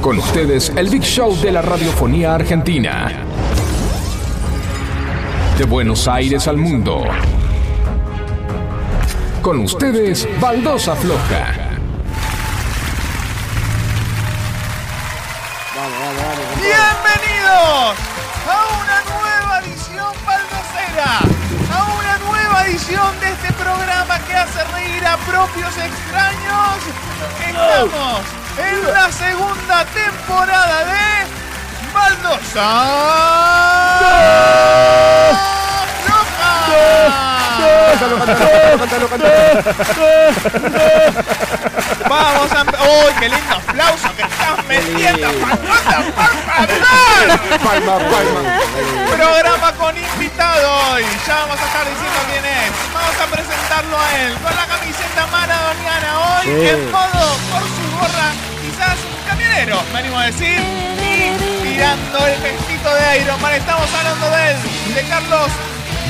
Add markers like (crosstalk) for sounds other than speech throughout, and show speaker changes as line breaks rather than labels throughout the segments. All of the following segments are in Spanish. Con ustedes, el Big Show de la radiofonía argentina. De Buenos Aires al mundo. Con ustedes, Baldosa Floja.
Bienvenidos a una nueva edición baldosera, a una nueva edición de este programa que hace reír a propios extraños. Estamos en la segunda temporada de Baldosa. Loca. Vamos a... ¡Uy, qué lindo aplauso que estás metiendo! ¡Palmata, palma,
Palma, palma.
Programa con invitado hoy. Ya vamos a estar diciendo quién es. Vamos a presentarlo a él con la camiseta maradoniana hoy.
Sí.
En modo, por su gorra, quizás un camionero, me animo a decir. Y tirando el vestido de Iron Man. Estamos hablando de él, de Carlos.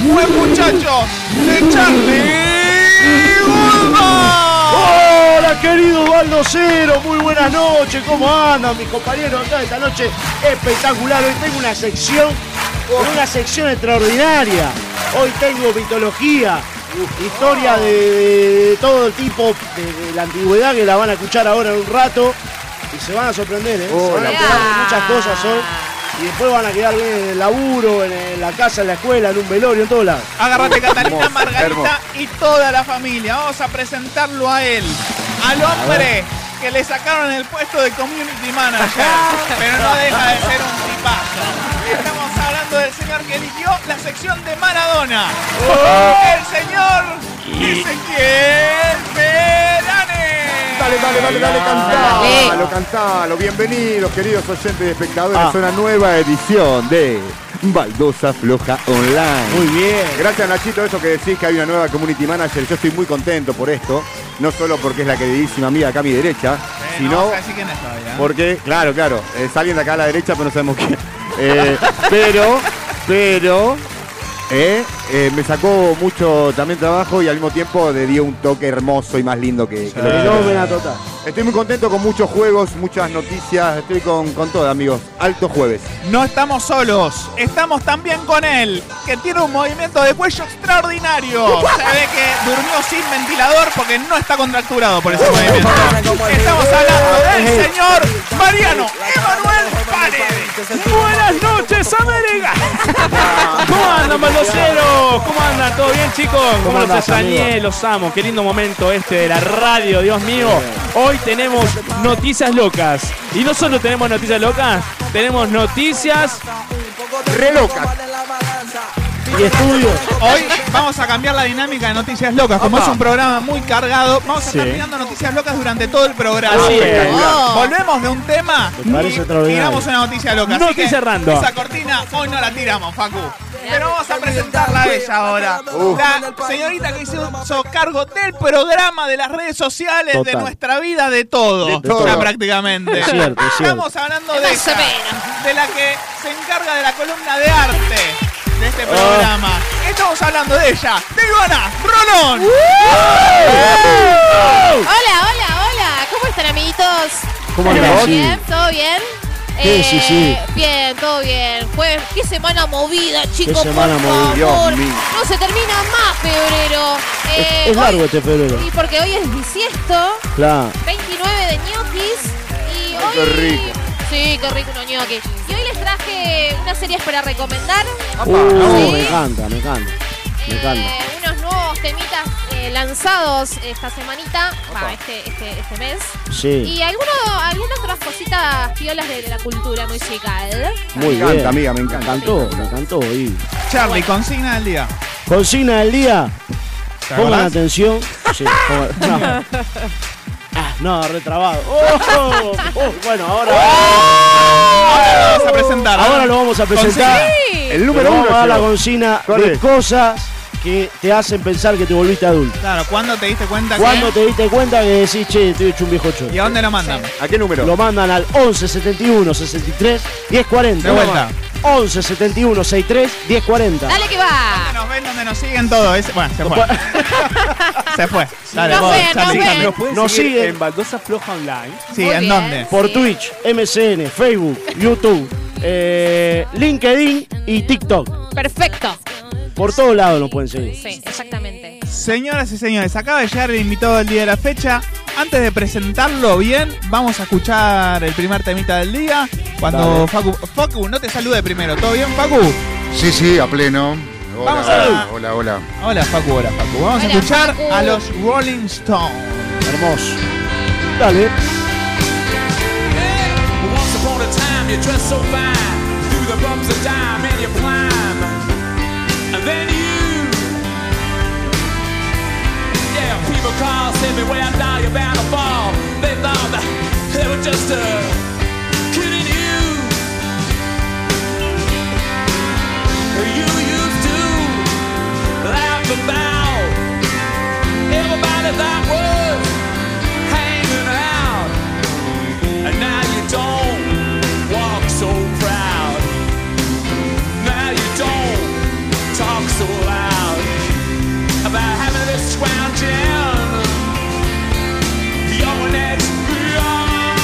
Buen muchacho, de Charlie Goodman.
Hola querido Baldo Cero, muy buenas noches, ¿cómo andan mis compañeros acá esta noche? Espectacular, hoy tengo una sección, una sección extraordinaria. Hoy tengo mitología, historia de, de- de todo tipo, de, de la antigüedad que la van a escuchar ahora en un rato y se van a sorprender, ¿eh? se van a enterar de muchas cosas hoy y después van a quedar bien en el laburo, en, en la casa, en la escuela, en un velorio, en todos lados.
Agárrate Catalina,
Hermoso, hermoso.
Margarita y toda la familia. Vamos a presentarlo a él, al hombre que le sacaron el puesto de community manager, pero no deja de ser un tipazo. Estamos hablando del señor que eligió la sección de Maradona. El señor Ezequiel Verane.
Dale, dale, dale, dale,
Dale.
cantalo, cantalo. Bienvenidos, queridos oyentes y espectadores,
Ah.
a una nueva edición de Baldosa Floja Online.
Muy bien.
Gracias Nachito, eso que decís que hay una nueva community manager. Yo estoy muy contento por esto, no solo porque es la queridísima amiga acá a mi
Eh,
derecha,
no,
sino
vamos a decir quién es todavía. ¿eh?
porque, claro, claro, eh, es alguien de acá a la derecha, pero no sabemos quién. (laughs) Eh, pero, pero, eh, eh, me sacó mucho también trabajo y al mismo tiempo le dio un toque hermoso y más lindo que, que lo que
Fenómena total.
Estoy muy contento con muchos juegos, muchas noticias, estoy con, con todo, amigos. Alto jueves.
No estamos solos, estamos también con él, que tiene un movimiento de cuello extraordinario. Se ve que durmió sin ventilador porque no está contracturado por ese movimiento. Estamos hablando del señor Mariano Emanuel Paredes.
Buenas noches, América. ¿Cómo andan, baldoseros? ¿Cómo andan? ¿Todo bien, chicos? ¿Cómo,
¿Cómo
los
andás,
extrañé?
amigo?
Los amo. Qué lindo momento este de la radio, Dios mío. Hoy tenemos noticias locas. Y no solo tenemos noticias locas, tenemos noticias.
Relocas.
Y estudios.
Hoy vamos a cambiar la dinámica de Noticias Locas. Como es un programa muy cargado, vamos a estar tirando Noticias Locas durante todo el programa. Oh.
Así es.
Volvemos de un tema
Ah, Me parece
y
extraordinario.
tiramos una noticia loca.
No
Así que
estoy cerrando.
Esa cortina hoy no la tiramos, Facu. Pero vamos a presentarla a ella ahora. La señorita que hizo hizo cargo del programa, de las redes sociales, de
Total.
nuestra vida, de todo.
De todo.
Ya prácticamente.
Es cierto,
(laughs)
es cierto.
Estamos hablando de
Más o
ella,
menos.
de la que se encarga de la columna de arte de
Ah.
este programa. Estamos hablando de ella, de Ivana Rolón.
Uh.
Hola, hola, hola. ¿Cómo están, amiguitos?
¿Cómo
¿Todo
andás?
bien? ¿Todo bien? Eh,
Sí, sí, sí.
Bien, todo bien. Jueves, qué semana movida, chicos.
semana
por
movida,
Dios
favor.
mío.
No se termina más febrero. Eh,
Es, es
hoy-
largo este febrero.
Y porque hoy es bisiesto,
Claro.
29 de ñoquis. Y hoy.
qué rico.
Sí, qué rico unos ñoquis. Y hoy les traje unas series para recomendar.
Uh,
Sí.
me encanta, me encanta. Me encanta.
Eh, unos nuevos temitas eh, lanzados esta semanita, va, este, este, este mes.
Sí.
Y alguno, algunas otras cositas piolas de, de la cultura musical.
Muy
encanta,
bien.
amiga, me encanta.
Me encantó, me encantó. Y
Charlie, consigna del día.
consigna del día.
¿Te
Pongan
acordás?
atención. Sí,
(laughs)
pongan- no. Ah, no, retrabado. Oh, oh, bueno, ahora,
Ahora lo vas a presentar.
ahora lo vamos a presentar.
Sí.
El
Pero
número
vamos
uno.
a dar la
llegó.
consigna
¿Cuál
de
es?
cosas que te hacen pensar que te volviste adulto.
Claro, ¿cuándo te diste cuenta
Cuando te diste cuenta que decís, che, estoy hecho un viejo chorro?
que... ¿eh? ¿Y a dónde lo mandan?
¿A qué número?
Lo mandan al 11 71 63 10 40.
De vuelta.
11 71 63 1040.
Dale que va.
Nos ven donde nos siguen todo. Es- Bueno, se
(laughs)
fue. se fue. Dale,
Nos
vos,
ven,
Charlie,
nos
Charlie.
ven.
pueden
Nos
seguir
siguen.
en Baldosa Floja Online.
Sí,
Muy
¿en
bien.
dónde?
Por
Sí.
Twitch, MCN, Facebook, YouTube, eh, LinkedIn y TikTok.
Perfecto.
Por todos lados nos pueden seguir.
Sí, exactamente.
Señoras y señores, acaba de llegar el invitado del día de la fecha. Antes de presentarlo bien, vamos a escuchar el primer temita del día. Cuando
Dale.
Facu, Facu, no te salude primero. ¿Todo bien, Facu?
Sí, sí, a pleno.
Vamos
Hola,
a-
hola, hola.
Hola, Facu, hola, Facu. Vamos
Hola,
a escuchar
Facu.
a los Rolling Stones.
Hermoso. Dale.
Once upon a time, you dressed so fine. Through the bumps of time, and you climb. And then you. Yeah, people cross everywhere. Now you're bound to fall. They thought that they were just uh, kidding you. You used to laugh about everybody that was hanging out. And now you don't walk so proud. Now you don't talk so loud about having this crown down. You're an ex beyond.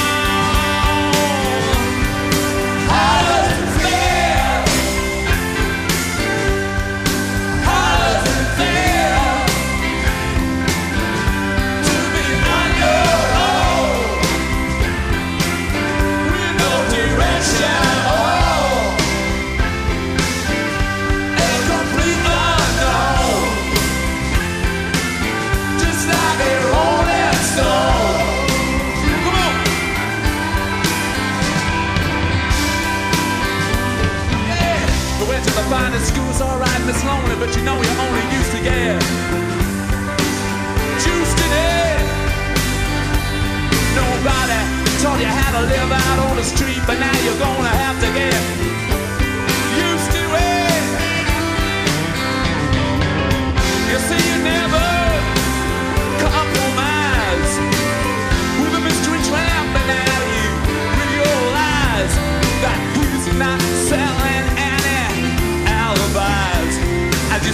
How does it feel? How does it feel to be on your own? With no direction at all. A complete unknown. Just like a rolling stone. Come on. Yeah. You went to the finest schools, alright, Miss Lonely, but you know you're only used to, yeah. Juiced it in. Nobody taught you how to live out on the street, but now you're gonna have to get used to it. You see, you never compromise with a mystery trampling at you. Realize that he's not selling any alibis. As you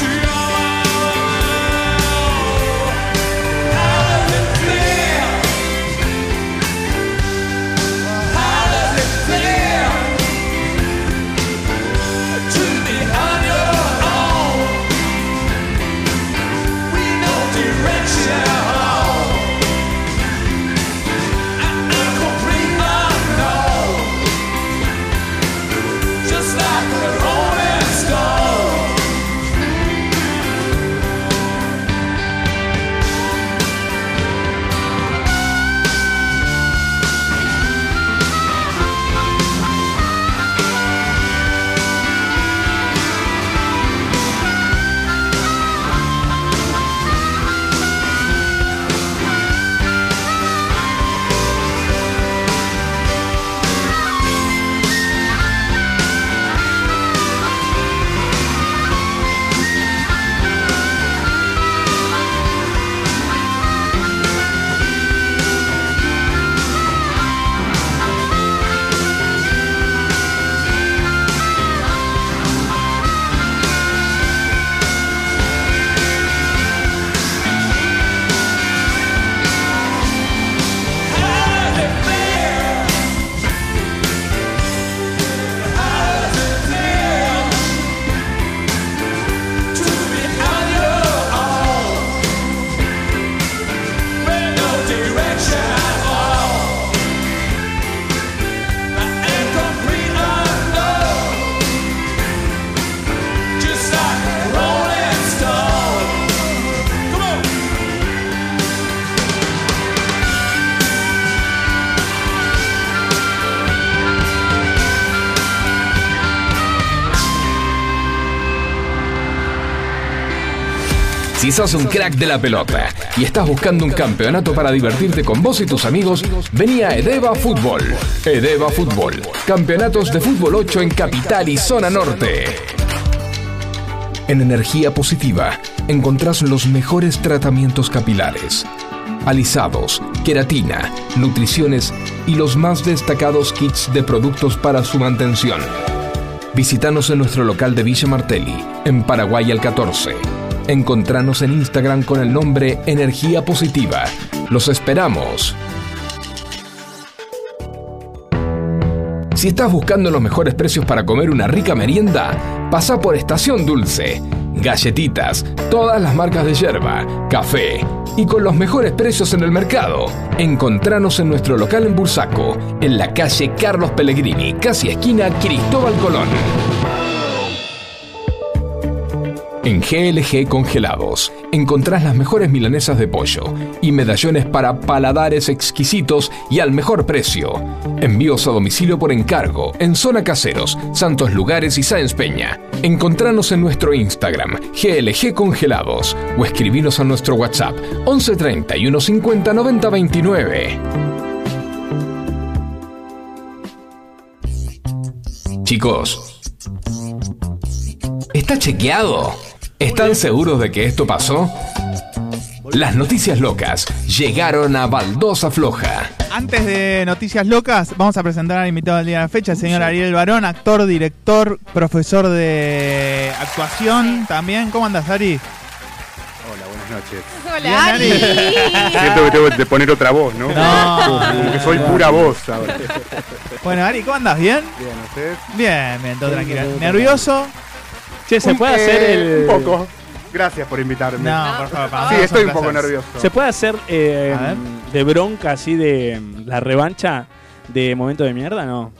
to your How does it feel? How does it feel to be on your own? We know direction at all. Just like the Rolling Stones. Just like a rolling stone. Come on.
Si sos un crack de la pelota y estás buscando un campeonato para divertirte con vos y tus amigos, vení a Edeva Fútbol. Edeva Fútbol. Campeonatos de fútbol 8 en Capital y Zona Norte. En Energía Positiva encontrás los mejores tratamientos capilares, alisados, queratina, nutriciones y los más destacados kits de productos para su mantención. Visítanos en nuestro local de Villa Martelli, en Paraguay al 14. Encontranos en Instagram con el nombre Energía Positiva. Los esperamos. Si estás buscando los mejores precios para comer una rica merienda, pasa por Estación Dulce. Galletitas, todas las marcas de yerba, café y con los mejores precios en el mercado. Encontranos en nuestro local en Bursaco, en la calle Carlos Pellegrini, casi esquina Cristóbal Colón. En GLG Congelados encontrás las mejores milanesas de pollo y medallones para paladares exquisitos y al mejor precio. Envíos a domicilio por encargo en Zona Caseros, Santos Lugares y Sáenz Peña. Encontranos en nuestro Instagram, GLG Congelados, o escribinos a nuestro WhatsApp 11 31 50 90 29. Chicos, ¿está chequeado? ¿Están seguros de que esto pasó? Las noticias locas llegaron a Baldosa Floja.
Antes de Noticias Locas, vamos a presentar al invitado del día de la fecha, el señor Ariel Barón, actor, director, profesor de actuación también. ¿Cómo andas, Ari?
Hola, buenas noches.
Bien,
Hola,
Ari.
Ari.
Ah.
Siento que tengo que poner otra voz, ¿no? Como que soy pura voz ahora.
Bueno, Ari, ¿cómo andas? ¿Bien?
Bien, ¿ustedes?
Bien, bien, todo tranquilo. ¿Nervioso?
Che, ¿se
Un-
puede hacer
eh,
el.
Un poco. Gracias por invitarme. Ah,
No, por favor. para
Sí,
nosotros
estoy
Ah, son
un poco
placeres.
nervioso.
¿Se puede hacer eh,
A ver.
de bronca así de mm, la revancha de momento de mierda? No.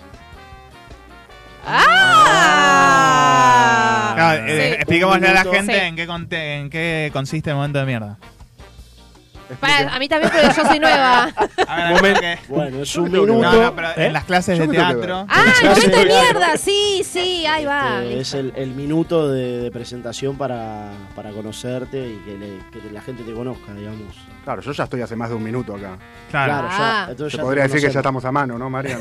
Ah, eh,
Sí.
expliquémosle a la
Sí.
gente en, qué conte- en qué consiste el momento de mierda.
Para, a mí también, pero yo
(laughs)
soy nueva.
A ver, porque-
Bueno, es un
creo que
minuto.
No, no, pero
¿Eh?
en las clases
Yo
de
me tengo que ver.
teatro.
Ah, el
Ya sé.
momento de mierda, sí, sí, ahí va.
Este,
Eh, es el, el minuto de, de presentación para, para conocerte y que, le- que la gente te conozca, digamos.
Claro, yo ya estoy hace más de un minuto acá.
Claro.
Claro,
Ah.
ya. Entonces
Se
ya
podría
te
decir que ya
conocen.
estamos a mano, ¿no, Mariano?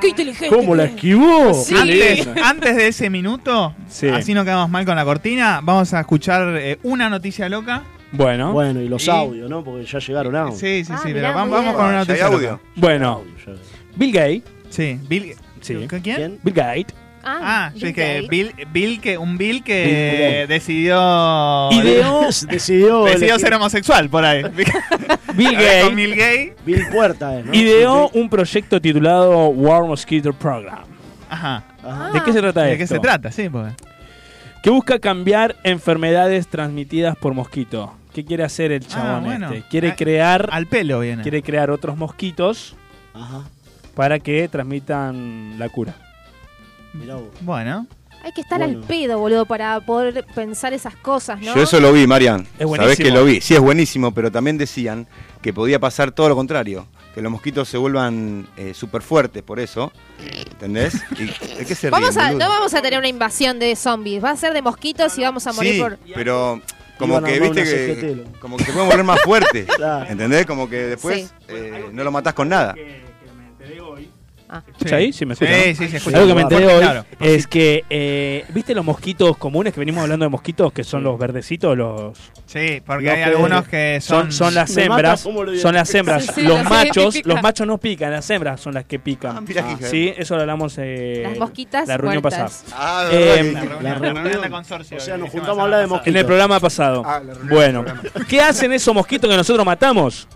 Qué inteligente.
¿Cómo la esquivó?
Sí.
Antes, antes de ese minuto,
Sí.
así no quedamos mal con la cortina, vamos a escuchar eh, una noticia loca.
Bueno, bueno.
Bueno, y los
Y-
audios, ¿no? Porque ya llegaron audios.
Sí, sí,
Ah,
sí,
mirá,
pero vamos,
muy
vamos
bien.
con una
Ah, ya hay
noticia loca.
audio.
Audios, ya.
Bill Gates.
Sí, Bill.
Sí.
¿Quién?
¿Quién?
Bill Gates.
Ah, sí, que
Gates.
Bill, Bill que un Bill
Bill
que
Gates.
decidió
Ideó,
(laughs)
decidió.
decidió
elegir-
ser homosexual por ahí.
Bill
Con
Gates
Bill Gay.
Bill Puerta,
(laughs)
¿no?
ideó un proyecto titulado War Mosquito Program.
Ajá.
Ajá.
¿De qué se trata
¿De
esto?
qué se trata? Sí, porque.
Que busca cambiar enfermedades transmitidas por mosquito. ¿Qué quiere hacer el chabón
Ah, bueno.
este? Quiere
Ah,
crear,
Al pelo viene.
quiere crear otros mosquitos
Ajá.
para que transmitan la cura.
Mirá vos.
Bueno.
Hay que estar al
Bueno.
pedo, boludo, para poder pensar esas cosas, ¿no?
Yo eso lo vi, Marian.
Es buenísimo.
Sabés que lo vi. Sí, es buenísimo, pero también decían que podía pasar todo lo contrario. Que los mosquitos se vuelvan súper fuertes por eso. ¿Entendés? ¿Y ¿De qué se
Vamos
ríen,
a,
boludo?
no vamos a tener una invasión de zombies, va a ser de mosquitos y vamos a morir
Sí,
por...
pero como
Iban a
que,
armar
viste,
una
que,
CGT, lo-
como que se pueden volver más
(laughs)
fuertes.
Claro.
¿Entendés? Como que después
Sí.
eh, no lo matás con nada.
¿Escucha ahí? Sí, me escucha,
Sí,
¿no?
sí, se escucha.
Algo que me enteré hoy
Claro.
es que, eh, ¿viste los mosquitos comunes que venimos hablando de mosquitos que son los verdecitos? los
Sí, porque
Lo
hay
que-
algunos que
Son,
son.
son las
Me mata
hembras,
cómo lo
son las hembras.
Sí, sí,
los
las
machos,
identifica.
los machos no pican, las hembras son las que pican.
Ah, mirá qué hija de-
sí, eso lo hablamos eh,
Las mosquitas
la reunión
muertas.
pasada.
Ah, de verdad
Eh,
La
que-
reunión,
La
la
reunión.
reunión de consorcio.
O sea, nos
que hicimos
juntamos a
la
hablar de
semana
En el programa pasado.
Ah, la reunión
bueno,
del programa.
¿qué hacen esos mosquitos que nosotros matamos?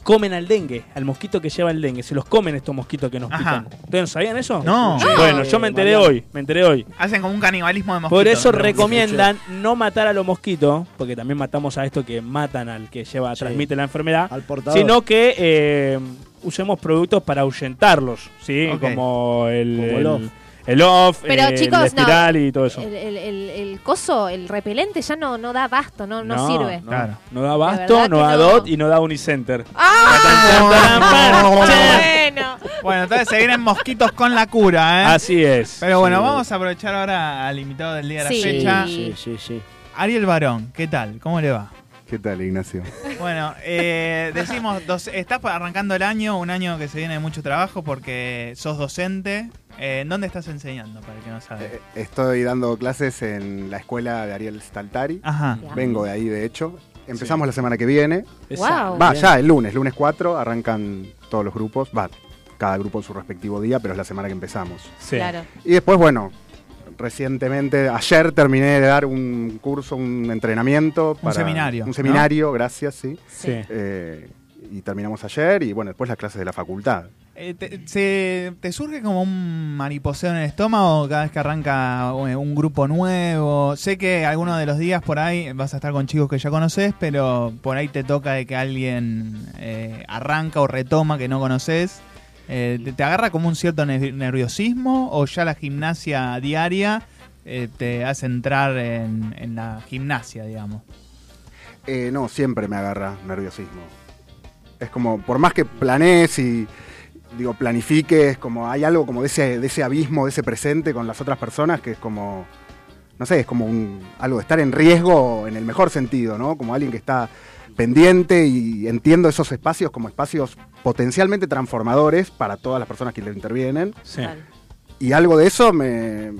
Comen al dengue, al mosquito que lleva el dengue. Se los comen estos mosquitos que nos
Ajá.
pican. ¿Ustedes no sabían eso?
No.
Bueno, yo me enteré hoy, me enteré hoy.
pasada. Hacen como un canibalismo de mosquitos.
Por eso
¿no?
recomiendan no matar a los mosquitos, porque también matamos a esto que matan al que lleva,
Sí.
transmite la enfermedad,
Al portador.
sino que eh, usemos productos para ahuyentarlos, ¿sí?
Ok.
Como el,
Como el off.
el off,
Pero,
eh,
chicos,
el
no. Eh,
espiral y todo eso.
El, el- el- el coso, el repelente ya no, no da basto, no, no,
No,
sirve. (laughs)
no.
Claro.
No da
La verdad
Basto, no
que
da
no.
DOT y no da Unicenter.
bueno.
Bueno, entonces se vienen mosquitos con la cura, ¿eh?
Así es.
Pero bueno,
Sí.
vamos a aprovechar ahora al invitado del día de la
Sí.
Sí,
fecha.
sí, sí, sí.
Ariel Barón, ¿qué tal? ¿Cómo le va?
¿Qué tal, Ignacio?
Bueno, eh, decimos, dos- estás arrancando el año, un año que se viene de mucho trabajo porque sos docente. Eh, ¿Dónde estás enseñando, para el que no sabe?
Estoy dando clases en la escuela de Ariel Staltari.
Ajá.
Vengo de ahí, de hecho. Empezamos la semana que viene.
Exacto. Wow.
Va,
Bien.
ya el lunes, lunes 4, arrancan todos los grupos. Va, cada grupo en su respectivo día, pero es la semana que empezamos.
Sí. Claro.
Y después, bueno, recientemente, ayer terminé de dar un curso, un entrenamiento.
Un seminario,
Un
¿no?
seminario, gracias, sí.
Sí.
Eh, y terminamos ayer y, bueno, después las clases de la facultad.
Eh, te, se- te surge como un mariposeo en el estómago cada vez que arranca eh, un grupo nuevo? Sé que algunos de los días por ahí vas a estar con chicos que ya conoces, pero por ahí te toca de que alguien eh, arranca o retoma que no conoces. Eh, te, te agarra como un cierto ne- nerviosismo o ya la gimnasia diaria eh, te hace entrar en, en la gimnasia, digamos?
Eh, no, siempre me agarra nerviosismo. Es como, por más que planees y digo, planifiques, como hay algo como de ese, de ese abismo, de ese presente con las otras personas que es como. No sé, es como un, algo de estar en riesgo en el mejor sentido, ¿no? Como alguien que está pendiente y entiendo esos espacios como espacios potencialmente transformadores para todas las personas que le intervienen.
Sí. Claro.
Y algo de eso me,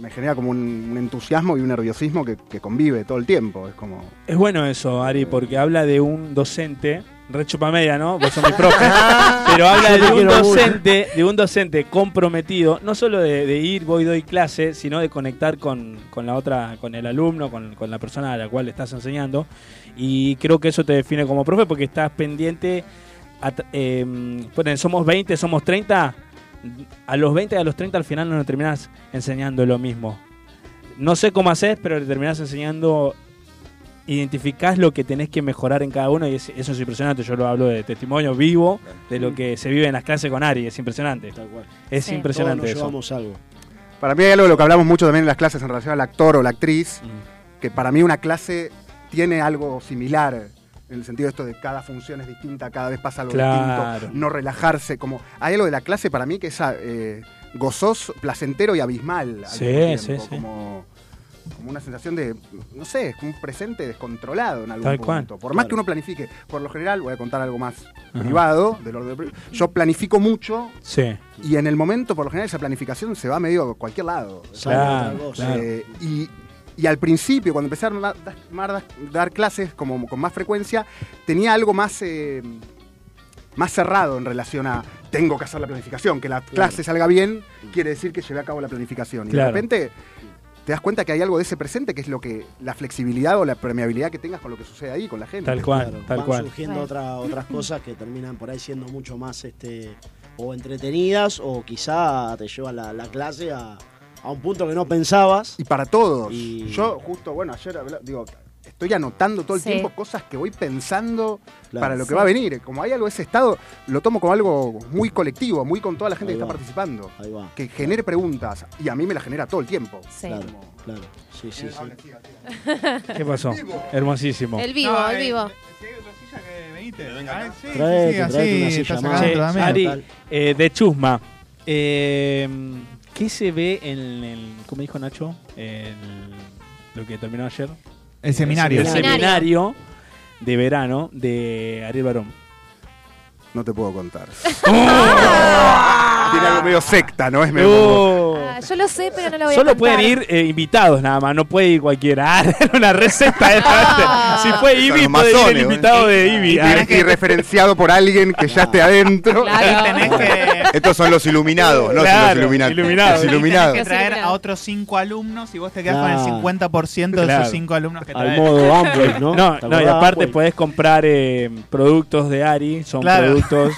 me genera como un, un entusiasmo y un nerviosismo que, que convive todo el tiempo. Es como.
Es bueno eso, Ari, porque habla de un docente, rechupa media, ¿no? Vos sos mi
(laughs)
profe. pero
Yo
habla
te
de un
quiero mucho.
docente, de un docente comprometido, no solo de, de ir, voy, doy clase, sino de conectar con, con la otra, con el alumno, con, con la persona a la cual le estás enseñando. Y creo que eso te define como profe, porque estás pendiente. a t- em, ponen, somos 20, somos 30. A los 20 y a los 30 al final no terminás enseñando lo mismo. No sé cómo haces, pero le terminás enseñando identificás lo que tenés que mejorar en cada uno y es- eso es impresionante. Yo lo hablo de testimonio vivo de lo que se vive en las clases con Ari, es impresionante. Es
Sí.
impresionante
Todos nos llevamos
eso.
algo.
Para mí hay algo de lo que hablamos mucho también en las clases en relación al actor o la actriz, que para mí una clase tiene algo similar, en el sentido de esto de cada función es distinta, cada vez pasa algo
Claro.
distinto, no relajarse, como hay algo de la clase para mí que es eh, gozoso, placentero y abismal. al
Sí,
mismo
sí, sí.
Como, como una sensación de, no sé, es como un presente descontrolado en algún
Tal
punto.
cual.
Por más
Claro.
que uno planifique, por lo general, voy a contar algo más privado, del orden pri- yo planifico mucho
Sí.
y en el momento, por lo general, esa planificación se va medio a cualquier lado.
Claro,
Eh,
claro.
y, y al principio, cuando empezaron a dar, dar- dar clases como con más frecuencia, tenía algo más, eh, más cerrado en relación a tengo que hacer la planificación. Que la clase salga bien quiere decir que llevé a cabo la planificación. Y
Claro.
de repente te das cuenta que hay algo de ese presente que es lo que la flexibilidad o la permeabilidad que tengas con lo que sucede ahí, con la gente.
Tal cual, tal
Van
cual.
surgiendo otra- otras cosas que terminan por ahí siendo mucho más este o entretenidas o quizá te lleva la, la clase a, a un punto que no pensabas.
Y para todos. Yo justo, bueno, ayer habla- digo, estoy anotando todo el
Sí.
tiempo cosas que voy pensando
Claro.
para lo que
Sí.
va a venir. Como hay algo de ese estado, lo tomo como algo muy colectivo, muy con toda la gente que está participando. Que genere preguntas. Y a mí me las genera todo el tiempo. Eh,
Sí.
Claro, claro. Sí, sí, sí.
¿Qué pasó? Hermosísimo.
El vivo,
No,
el
eh,
vivo.
¿eh?
Ah, sí, sí,
Traete,
sí, así,
traete una
estás
silla
sacando
más.
también.
Ari, eh, de Chusma, eh, ¿qué se ve en el, ¿cómo dijo Nacho? El- lo que terminó ayer.
El seminario.
El
Seminario.
seminario de verano de Ariel Barón.
No te
(laughs)
puedo contar.
Tiene algo medio
secta, ¿no? Es
medio...
Ah, yo lo sé, pero no lo voy a
¡Oh! Solo
contar.
pueden ir eh, invitados nada más, no puede ir cualquiera. (laughs) Ah, era una
(laughs)
receta esta, ¿viste? Si fue
Son
Ibi, puede ir
los
el
masones,
invitado de Ibi.
Y, y referenciado por alguien que ya
Ah.
esté adentro.
Estos son los iluminados, no son
Claro,
los iluminados.
iluminados.
Los
Tenés
iluminados.
que traer a otros cinco alumnos y vos te quedás
Claro.
con el 50% de
Ah, Claro.
esos cinco alumnos que
Al
traes. (laughs)
modo Amway, ¿no? (laughs) No,
¿Te
no, y
acordás,
aparte
Amway?
podés comprar eh, productos de Ari, son
Claro. (laughs)
productos.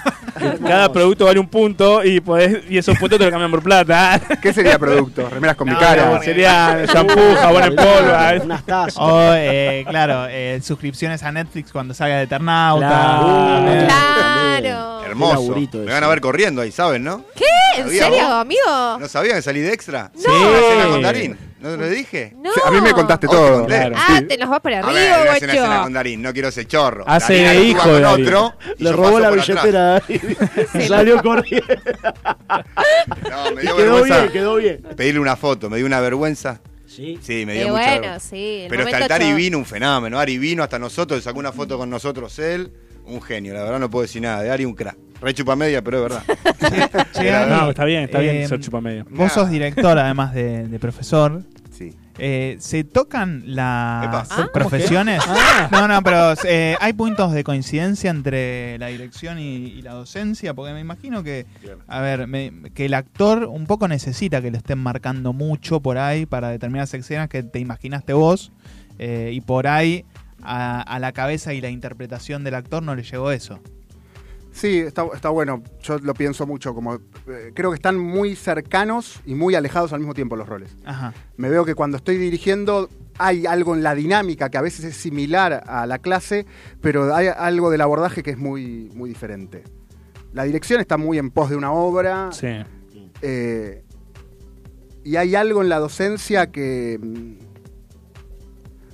cada producto vale un punto y podés, y esos puntos te los cambian por plata.
¿Qué sería producto? Remeras con
Ah,
mi
cara. porque-
Sería
(laughs)
shampoo, jabón en polvo. Oh.
Unas
(laughs)
tazas.
O, eh, claro, eh, suscripciones a Netflix cuando salga de Eternauta.
Ah,
Claro.
Eh,
Claro.
Hermoso.
laburito
Me van a ver corriendo ahí, ¿saben, no?
¿Qué? ¿En
¿Sabías
serio,
vos?
amigo?
¿No sabían que salí de extra?
Sí.
La cena con Darín. ¿No te lo dije?
No.
A mí me contaste todo.
Ah, te nos va para
A ver, voy a
arriba,
hacer una cena
guacho.
con Darín, no quiero ser chorro.
Hace
Darín
de
actúa
hijo
con
de Darín.
otro y
Le
yo
robó
paso
la
por atrás. (laughs)
billetera (laughs) y salió corriendo.
No, me
Quedó
dio vergüenza
bien, quedó bien.
pedirle una foto, me dio una vergüenza. Sí, me
Qué
dio mucha
bueno,
vergüenza.
sí, el
Pero hasta
momento
el Tari
cho-
vino un fenómeno. Ari vino hasta nosotros, sacó una foto con nosotros él. Un genio, la verdad no puedo decir nada. De Ari un crack. Re chupa media, pero es verdad.
Che,
Era
Ani,
verdad.
No, está bien, está bien
eh,
ser chupamedia.
Vos sos director, además de, de profesor. Eh,
Sí.
¿Se tocan las
¿Ah?
profesiones?
¿Cómo que? Ah.
No, no, pero eh, hay puntos de coincidencia entre la dirección y, y la docencia, porque me imagino que, a ver, me- que el actor un poco necesita que le estén marcando mucho por ahí para determinadas escenas que te imaginaste vos, eh, y por ahí a, a la cabeza y la interpretación del actor no le llegó eso.
Sí, está, está bueno. Yo lo pienso mucho. Como, eh, creo que están muy cercanos y muy alejados al mismo tiempo los roles.
Ajá.
Me veo que cuando estoy dirigiendo hay algo en la dinámica que a veces es similar a la clase, pero hay algo del abordaje que es muy, muy diferente. La dirección está muy en pos de una obra.
Sí.
eh, y hay algo en la docencia que. mm,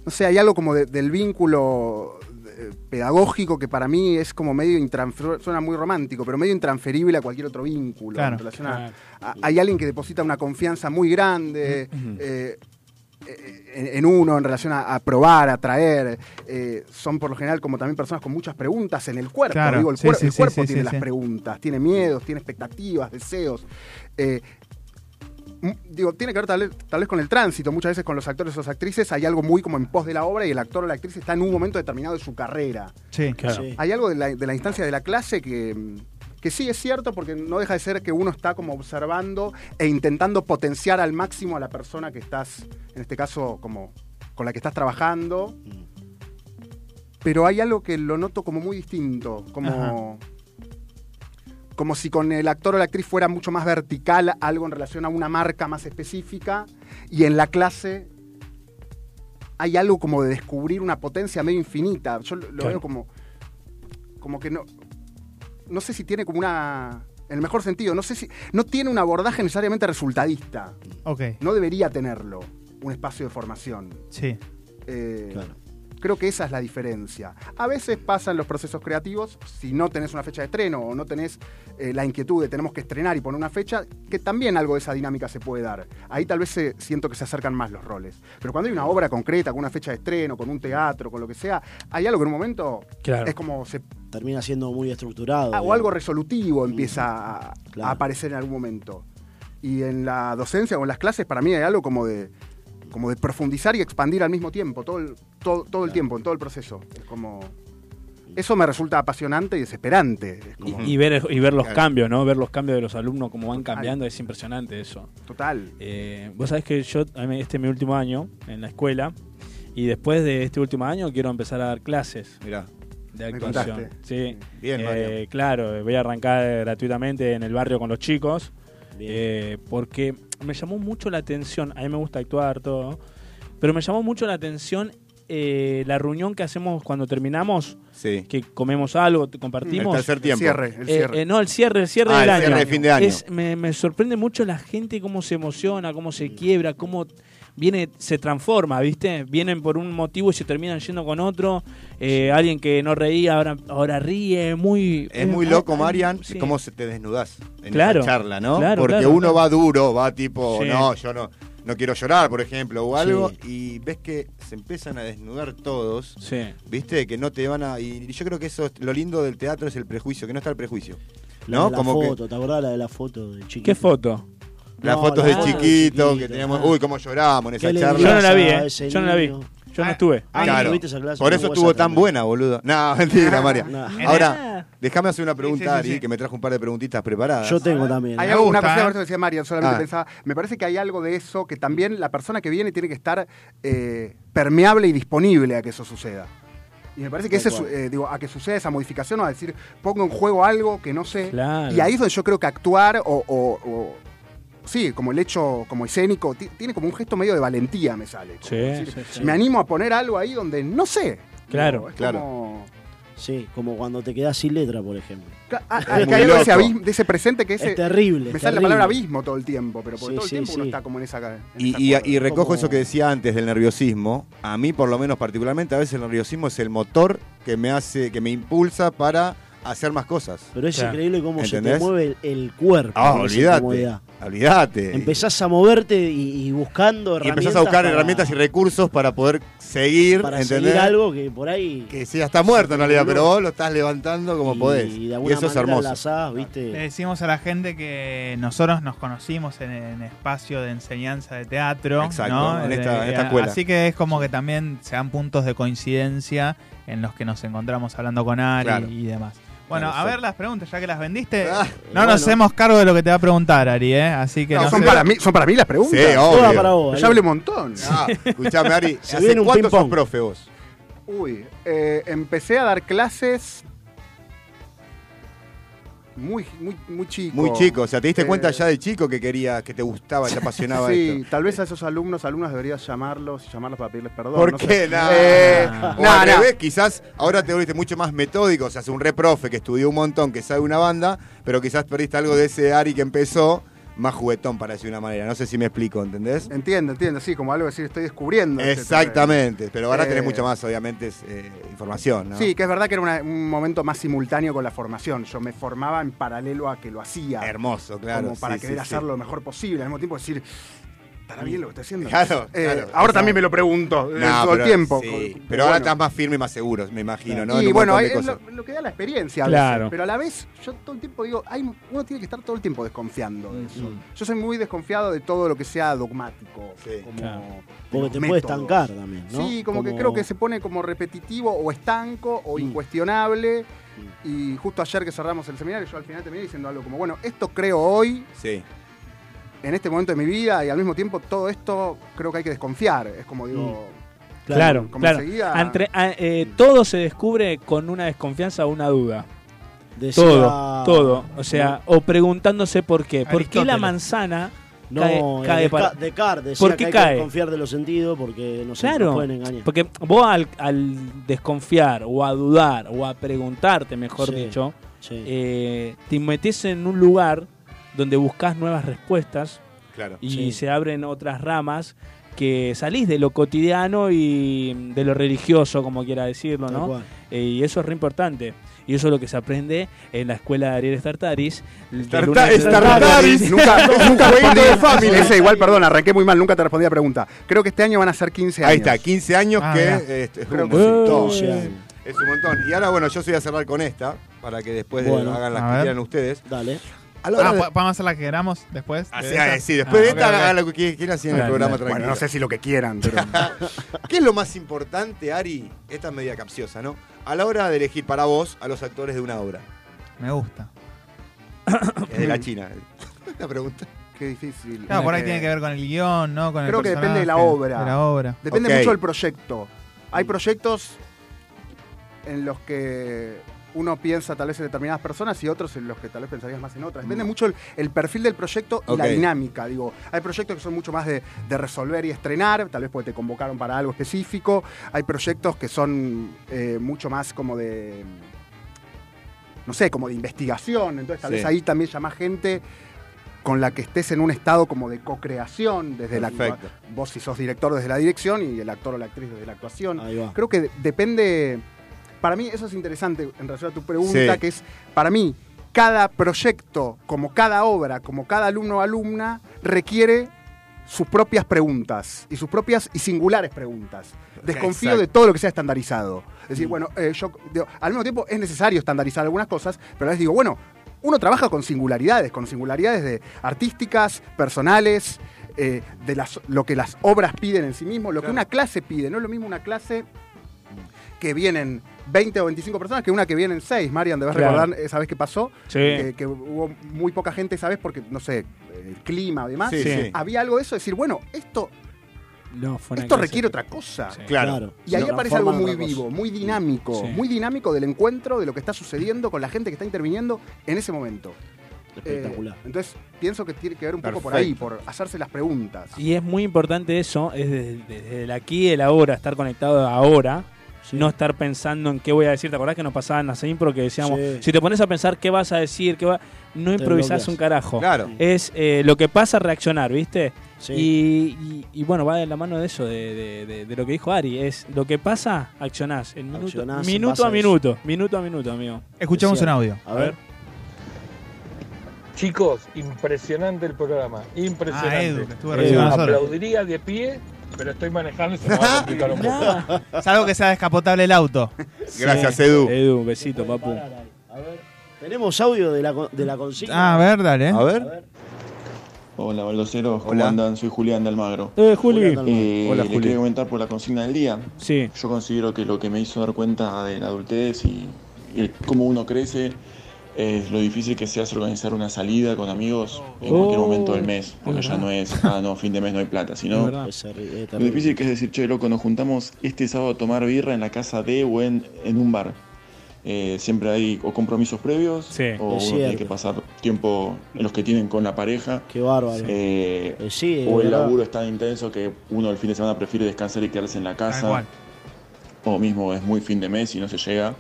No sé, hay algo como de- del vínculo eh, pedagógico que para mí es como medio intransferible, suena muy romántico, pero medio intransferible a cualquier otro vínculo.
Claro.
en relación a- a- hay alguien que deposita una confianza muy grande eh, eh, en, en uno en relación a, a probar, a traer. eh, son por lo general como también personas con muchas preguntas en el cuerpo.
Claro,
Digo, el,
sí,
cuer-
sí,
el
sí,
cuerpo
sí,
tiene
sí,
las
sí.
preguntas, tiene miedos, tiene expectativas, deseos. eh, m- Digo, tiene que ver tal vez, tal vez con el tránsito. Muchas veces con los actores o las actrices hay algo muy como en pos de la obra y el actor o la actriz está en un momento determinado de su carrera.
Sí,
Hay algo de la, de la instancia de la clase que, que sí es cierto porque no deja de ser que uno está como observando e intentando potenciar al máximo a la persona que estás, en este caso, como con la que estás trabajando. Pero hay algo que lo noto como muy distinto, como, como si con el actor o la actriz fuera mucho más vertical algo en relación a una marca más específica y en la clase hay algo como de descubrir una potencia medio infinita. Yo lo, lo
Claro.
veo como. Como que no. No sé si tiene como una. En el mejor sentido, no sé si. No tiene un abordaje necesariamente resultadista.
Ok,
No debería tenerlo. Un espacio de formación.
sí.
Eh, Creo que esa es la diferencia. A veces pasan los procesos creativos, si no tenés una fecha de estreno o no tenés eh, la inquietud de tenemos que estrenar y poner una fecha, que también algo de esa dinámica se puede dar. Ahí tal vez se- siento que se acercan más los roles. Pero cuando hay una obra concreta, con una fecha de estreno, con un teatro, con lo que sea, hay algo que en un momento
Claro.
es como se
Termina siendo muy estructurado.
Ah, o
digamos.
algo resolutivo empieza a, a
Claro.
aparecer en algún momento. Y en la docencia o en las clases, para mí hay algo como de, como de profundizar y expandir al mismo tiempo, todo el, todo, todo el tiempo, en todo el proceso. Es como. Eso me resulta apasionante y desesperante. Es
Y,
como-
y ver, y ver los
Claro.
cambios, ¿no? Ver los cambios de los alumnos, cómo van cambiando, es impresionante eso.
Total.
Eh, Vos sabés que yo, a mí este es mi último año en la escuela, y después de este último año quiero empezar a dar clases.
Mirá.
De
Me
actuación.
contaste.
Sí.
Bien,
Eh,
Mariam.
Claro, eh, voy a arrancar gratuitamente en el barrio con los chicos, eh, porque me llamó mucho la atención, a mí me gusta actuar, todo, pero me llamó mucho la atención eh, la reunión que hacemos cuando terminamos,
Sí.
que comemos algo, te compartimos.
El tercer tiempo. El cierre, el
Eh,
cierre.
eh, no, el cierre, el cierre
Ah,
del
el
año.
cierre de fin de año.
Es- me, me sorprende mucho la gente, cómo se emociona, cómo se quiebra, cómo viene, se transforma, ¿viste? Vienen por un motivo y se terminan yendo con otro. Eh, alguien que no reía ahora, ahora ríe, muy...
Es muy
eh,
loco,
ah,
Marian,
sí.
cómo se te desnudás en
Claro,
esa charla, ¿no?
claro,
Porque
claro,
uno
claro.
va duro, va tipo,
Sí.
no, yo no, no quiero llorar, por ejemplo, o algo, y ves que se empiezan a desnudar todos,
Sí.
¿viste? Que no te van a... Y yo creo que eso, es- lo lindo del teatro es el prejuicio, que no está el prejuicio,
La
(laughs) ¿no?
de la
Como que
foto, ¿te acordás la de la foto de chiquito?
¿Qué foto?
las
No,
fotos
la
de
foto de
chiquito, que
chiquito,
teníamos...
ah.
Uy, cómo llorábamos en
Qué
esa
le
charla.
dio
Yo no la vi,
a
¿eh?
ese
Yo no la vi.
niño.
Yo no estuve.
Ah,
Claro.
¿viste esa clase?
Por
No
eso
hubo
estuvo
esa
tan
también.
buena, boludo. No, (laughs) mentira, María.
No.
Ahora, déjame hacer una pregunta,
Sí, sí, sí,
Ari,
sí.
que me trajo un par de preguntitas preparadas.
Yo tengo también.
Hay
Me
algo, una
gusta,
cosa
¿eh?
que decía Marian, solamente
Ah.
pensaba, me parece que hay algo de eso que también la persona que viene tiene que estar eh, permeable y disponible a que eso suceda. Y me parece que
Tal
ese, su-
cual.
eh, digo, a que suceda esa modificación o a decir, pongo en juego algo que no sé.
Claro.
Y ahí es donde yo creo que actuar o, o- o- sí, como el hecho como escénico, ti- tiene como un gesto medio de valentía, me sale. Como
Sí,
decir,
sí, sí.
Me animo a poner algo ahí donde no sé. Digo, es como-
Sí, como cuando te quedás sin letra, por ejemplo.
Ca- ah,
Es
ah, que
muy
hay algo de ese,
loco.
abismo- de ese presente que ese-
Es terrible,
Me sale
terrible.
la palabra abismo todo el tiempo, pero porque
Sí,
todo el
sí,
tiempo uno
sí.
está como en esa. en esa
Y, y-
cuerda.
y recojo
Como-
eso que decía antes del nerviosismo. A mí, por lo menos particularmente, a veces el nerviosismo es el motor que me hace, que me impulsa para hacer más cosas.
Pero es increíble cómo se
¿Entendés?
te mueve el, el cuerpo.
Ah,
con esa
olvídate.
incomodidad.
Olvídate.
Empezás a moverte y, y buscando
Y
herramientas.
empezás a buscar
para-
herramientas y recursos para poder seguir,
para seguir
¿entendés?
algo que por ahí.
Que sí, ya está muerto en realidad, pero vos lo estás levantando como podés.
Y de
Y
alguna
eso es
manera
hermoso.
enlazás, ¿viste?
Le decimos a la gente que nosotros nos conocimos en, en espacio de enseñanza de teatro.
Exacto,
¿no?
en esta- en
Eh,
esta escuela.
Así que es como que también se dan puntos de coincidencia en los que nos encontramos hablando con Ari
Claro.
y demás. Bueno,
Claro,
a
sí.
ver las preguntas, ya que las vendiste. no
bueno.
nos hacemos cargo de lo que te va a preguntar, Ari, ¿eh? Así que
No,
no
son,
se-
para mí, son para mí las preguntas.
Sí, obvio. Todas para vos,
Yo
Ariel.
ya hablé un montón.
Ah, escuchame, Ari,
Se
¿hace
viene un
cuánto sos
ping-pong.
profe vos?
Uy, eh, empecé a dar clases muy, muy, muy chico.
Muy chico, o sea, ¿te diste
Eh,
cuenta ya de chico que quería, que te gustaba, te apasionaba
(laughs) Sí,
esto?
tal vez a esos alumnos, alumnas deberías llamarlos y llamarlos para pedirles perdón.
¿Por
no sé.
qué? No,
Eh,
o
no,
al
no.
revés, quizás ahora te volviste mucho más metódico, o sea, es un reprofe que estudió un montón, que sabe una banda, pero quizás perdiste algo de ese Ari que empezó, más juguetón, para decir una manera. No sé si me explico, ¿entendés?
Entiendo, entiendo, sí, como algo de decir, estoy descubriendo. ese
Exactamente,
terreno.
pero ahora tenés
Eh,
mucho más, obviamente, es, eh, información, ¿no?
Sí, que es verdad que era una- un momento más simultáneo con la formación. Yo me formaba en paralelo a que lo hacía.
Hermoso, claro.
Como para
sí,
querer
sí, sí.
hacerlo lo mejor posible, al mismo tiempo decir, ¿estará bien lo que estoy haciendo?
(laughs) Claro,
Eh,
claro.
Ahora
Exacto.
también me lo pregunto eh,
No,
todo
pero
el tiempo.
sí,
con-
Pero, ahora
bueno.
estás más firme y más seguro, me imagino, ¿no? En
Y
un
bueno,
montón de
es
cosas.
lo, lo que da la experiencia a
Claro.
veces. Pero a la vez, yo todo el tiempo digo, hay, uno tiene que estar todo el tiempo desconfiando de eso. Yo soy muy desconfiado de todo lo que sea dogmático. como
Claro.
de
Porque
los
te puede
métodos.
estancar también, ¿no?
Sí, como, que creo que se pone como repetitivo o estanco o incuestionable. Y justo ayer que cerramos el seminario, yo al final terminé diciendo algo como, bueno, esto creo hoy,
Sí.
en este momento de mi vida, y al mismo tiempo todo esto creo que hay que desconfiar. Es como digo...
Claro,
como
claro.
enseguida-
Entre- a- eh, todo se descubre con una desconfianza o una duda.
Decía-
Todo, todo. O sea, o preguntándose por qué. ¿Por qué la
Aristóteles.
manzana
No,
cae, cae
Desca-
para-
Descartes decía
¿Por
que
qué
hay que
cae?
desconfiar de los sentidos porque nos, nos
Claro,
pueden engañar.
porque vos al, al desconfiar o a dudar o a preguntarte, mejor
Sí,
dicho, eh, te metes en un lugar donde buscas nuevas respuestas
Claro.
y
Sí.
se abren otras ramas que salís de lo cotidiano y de lo religioso, como quiera decirlo,
Tal
¿no?
cual.
Eh, y eso es re importante. Y eso es lo que se aprende en la escuela de Ariel Startaris. de lunes a
Startaris,
viernes.
Nunca,
(laughs)
(laughs)
nunca respondí. Ese igual, perdón, arranqué muy mal, nunca te respondí la pregunta. Creo que este año van a ser 15 años.
Ahí está, 15 años
Ah,
que
mirá.
eh, es, es
Creo
un
que
montón.
sí. 12 años.
Es un montón. Y ahora, bueno, yo soy a cerrar con esta, para que después de-
Bueno,
hagan
a
las que
ver.
quieran ustedes.
Dale.
Ah,
pues,
¿po- ¿podemos hacer la que queramos después? de
Así,
esta?
ah, sí, después de
Ah, ok,
esta
ok.
hagan lo que quie- quieran así en el
Dale,
programa
dale. Bueno,
tranquilo.
no sé si lo que quieran, pero-
(laughs) ¿Qué es lo más importante, Ari? Esta es media capciosa, ¿no? A la hora de elegir para vos a los actores de una obra.
Me gusta.
Es de la China. (laughs) Una pregunta.
Qué difícil.
Claro, por ahí tiene que ver con el guión, ¿no? Con el
Creo que depende de la
personaje,
obra.
de la obra.
Depende
Ok.
mucho del proyecto.
Mm.
Hay proyectos en los que uno piensa tal vez en determinadas personas y otros en los que tal vez pensarías más en otras. Depende
Mm.
mucho el, el perfil del proyecto y la
Ok.
dinámica, digo. Hay proyectos que son mucho más de, de resolver y estrenar, tal vez porque te convocaron para algo específico. Hay proyectos que son eh, mucho más como de, no sé, como de investigación. Entonces tal
Sí.
vez ahí también llamás gente con la que estés en un estado como de co-creación, desde la
Perfecto.
vos si sos director desde la dirección y el actor o la actriz desde la actuación.
Ahí va.
Creo que de- depende, para mí eso es interesante en relación a tu pregunta,
Sí.
que es, para mí, cada proyecto, como cada obra, como cada alumno o alumna, requiere sus propias preguntas y sus propias y singulares preguntas. Desconfío
Exacto.
de todo lo que sea estandarizado. Es decir, bueno, eh, yo digo, al mismo tiempo es necesario estandarizar algunas cosas, pero a veces digo, bueno, uno trabaja con singularidades, con singularidades de artísticas, personales, eh, de las, lo que las obras piden en sí mismo, lo que una clase pide. No es lo mismo una clase que vienen 20 o 25 personas que una que vienen 6. Marian, debes
Claro.
recordar esa vez que pasó, Eh,
Sí.
que, que hubo muy poca gente esa vez porque, no sé, el clima, además.
Sí, sí.
Había algo de eso, de decir, bueno, esto
No, fue una
esto
clase.
requiere otra cosa.
Sí. Claro. Claro.
Y ahí
Lo
aparece algo
transforma en
muy
otra
vivo,
cosa.
muy dinámico,
Sí.
muy dinámico del encuentro, de lo que está sucediendo con la gente que está interviniendo en ese momento.
Espectacular.
Eh, entonces, pienso que tiene que ver un poco por ahí,
Perfecto.
por hacerse las preguntas.
Y es muy importante eso, es desde, desde el aquí y el ahora, estar conectado a ahora. No estar pensando en qué voy a decir. ¿Te acordás que nos pasaba en la Seimpro que decíamos,
Sí.
si te pones a pensar qué vas a decir, qué va, no
Te
improvisás
bloqueas.
un carajo.
Claro.
Es eh, lo que pasa reaccionar, ¿viste?
Sí.
Y, y- y bueno, va de la mano de eso, de, de- de- de lo que dijo Ari. Es lo que pasa, accionás. En minuto,
Accionás en
minuto
base
a
a eso.
minuto. Minuto a minuto, amigo.
Escuchamos
Decía.
un audio.
A ver.
Chicos, impresionante el programa, impresionante. Eh,
Ah, Edu, que estuvo recién una sola.
aplaudiría de pie, pero estoy manejando y se me va a complicar un poco.
(laughs) Salvo que sea descapotable el (laughs) auto.
Gracias, Edu.
Edu, besito, papu.
Tenemos audio de la, con- de la consigna.
Ah, a ver, dale.
A ver.
Hola, baldoseros. ¿Cómo
Hola.
andan? Soy Julián de Almagro.
Eh, Juli.
Julián de Almagro.
Eh,
Hola,
le
Juli.
quería comentar por la consigna del día.
Sí.
Yo considero que lo que me hizo dar cuenta de la adultez y, y cómo uno crece es lo difícil que se hace organizar una salida con amigos en cualquier
Oh.
momento del mes. Porque ya no es, ah, no, fin de mes no hay plata, sino
Es horrible, es
lo
terrible.
difícil que es decir, che, loco, nos juntamos este sábado a tomar birra en la casa de o en, en un bar. Eh, siempre hay o compromisos previos o
Es
uno tiene que
cierto.
pasar tiempo en los que tienen con la pareja.
Qué bárbaro.
Eh,
sí,
o
es verdad.
el laburo es tan intenso que uno el fin de semana prefiere descansar y quedarse en la
Tal
casa.
cual.
O mismo es muy fin de mes y no se llega.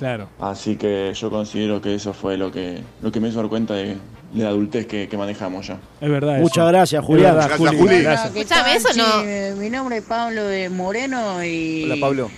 Claro.
Así que yo considero que eso fue lo que, lo que me hizo dar cuenta de, de la adultez que, que manejamos ya.
Es verdad.
Muchas
eso.
gracias,
Es
Julián.
verdad,
Gracias,
Juli.
Juli.
Gracias.
Escuchame, eso no.
eh, Mi nombre es Pablo de Moreno y.
Hola, Pablo.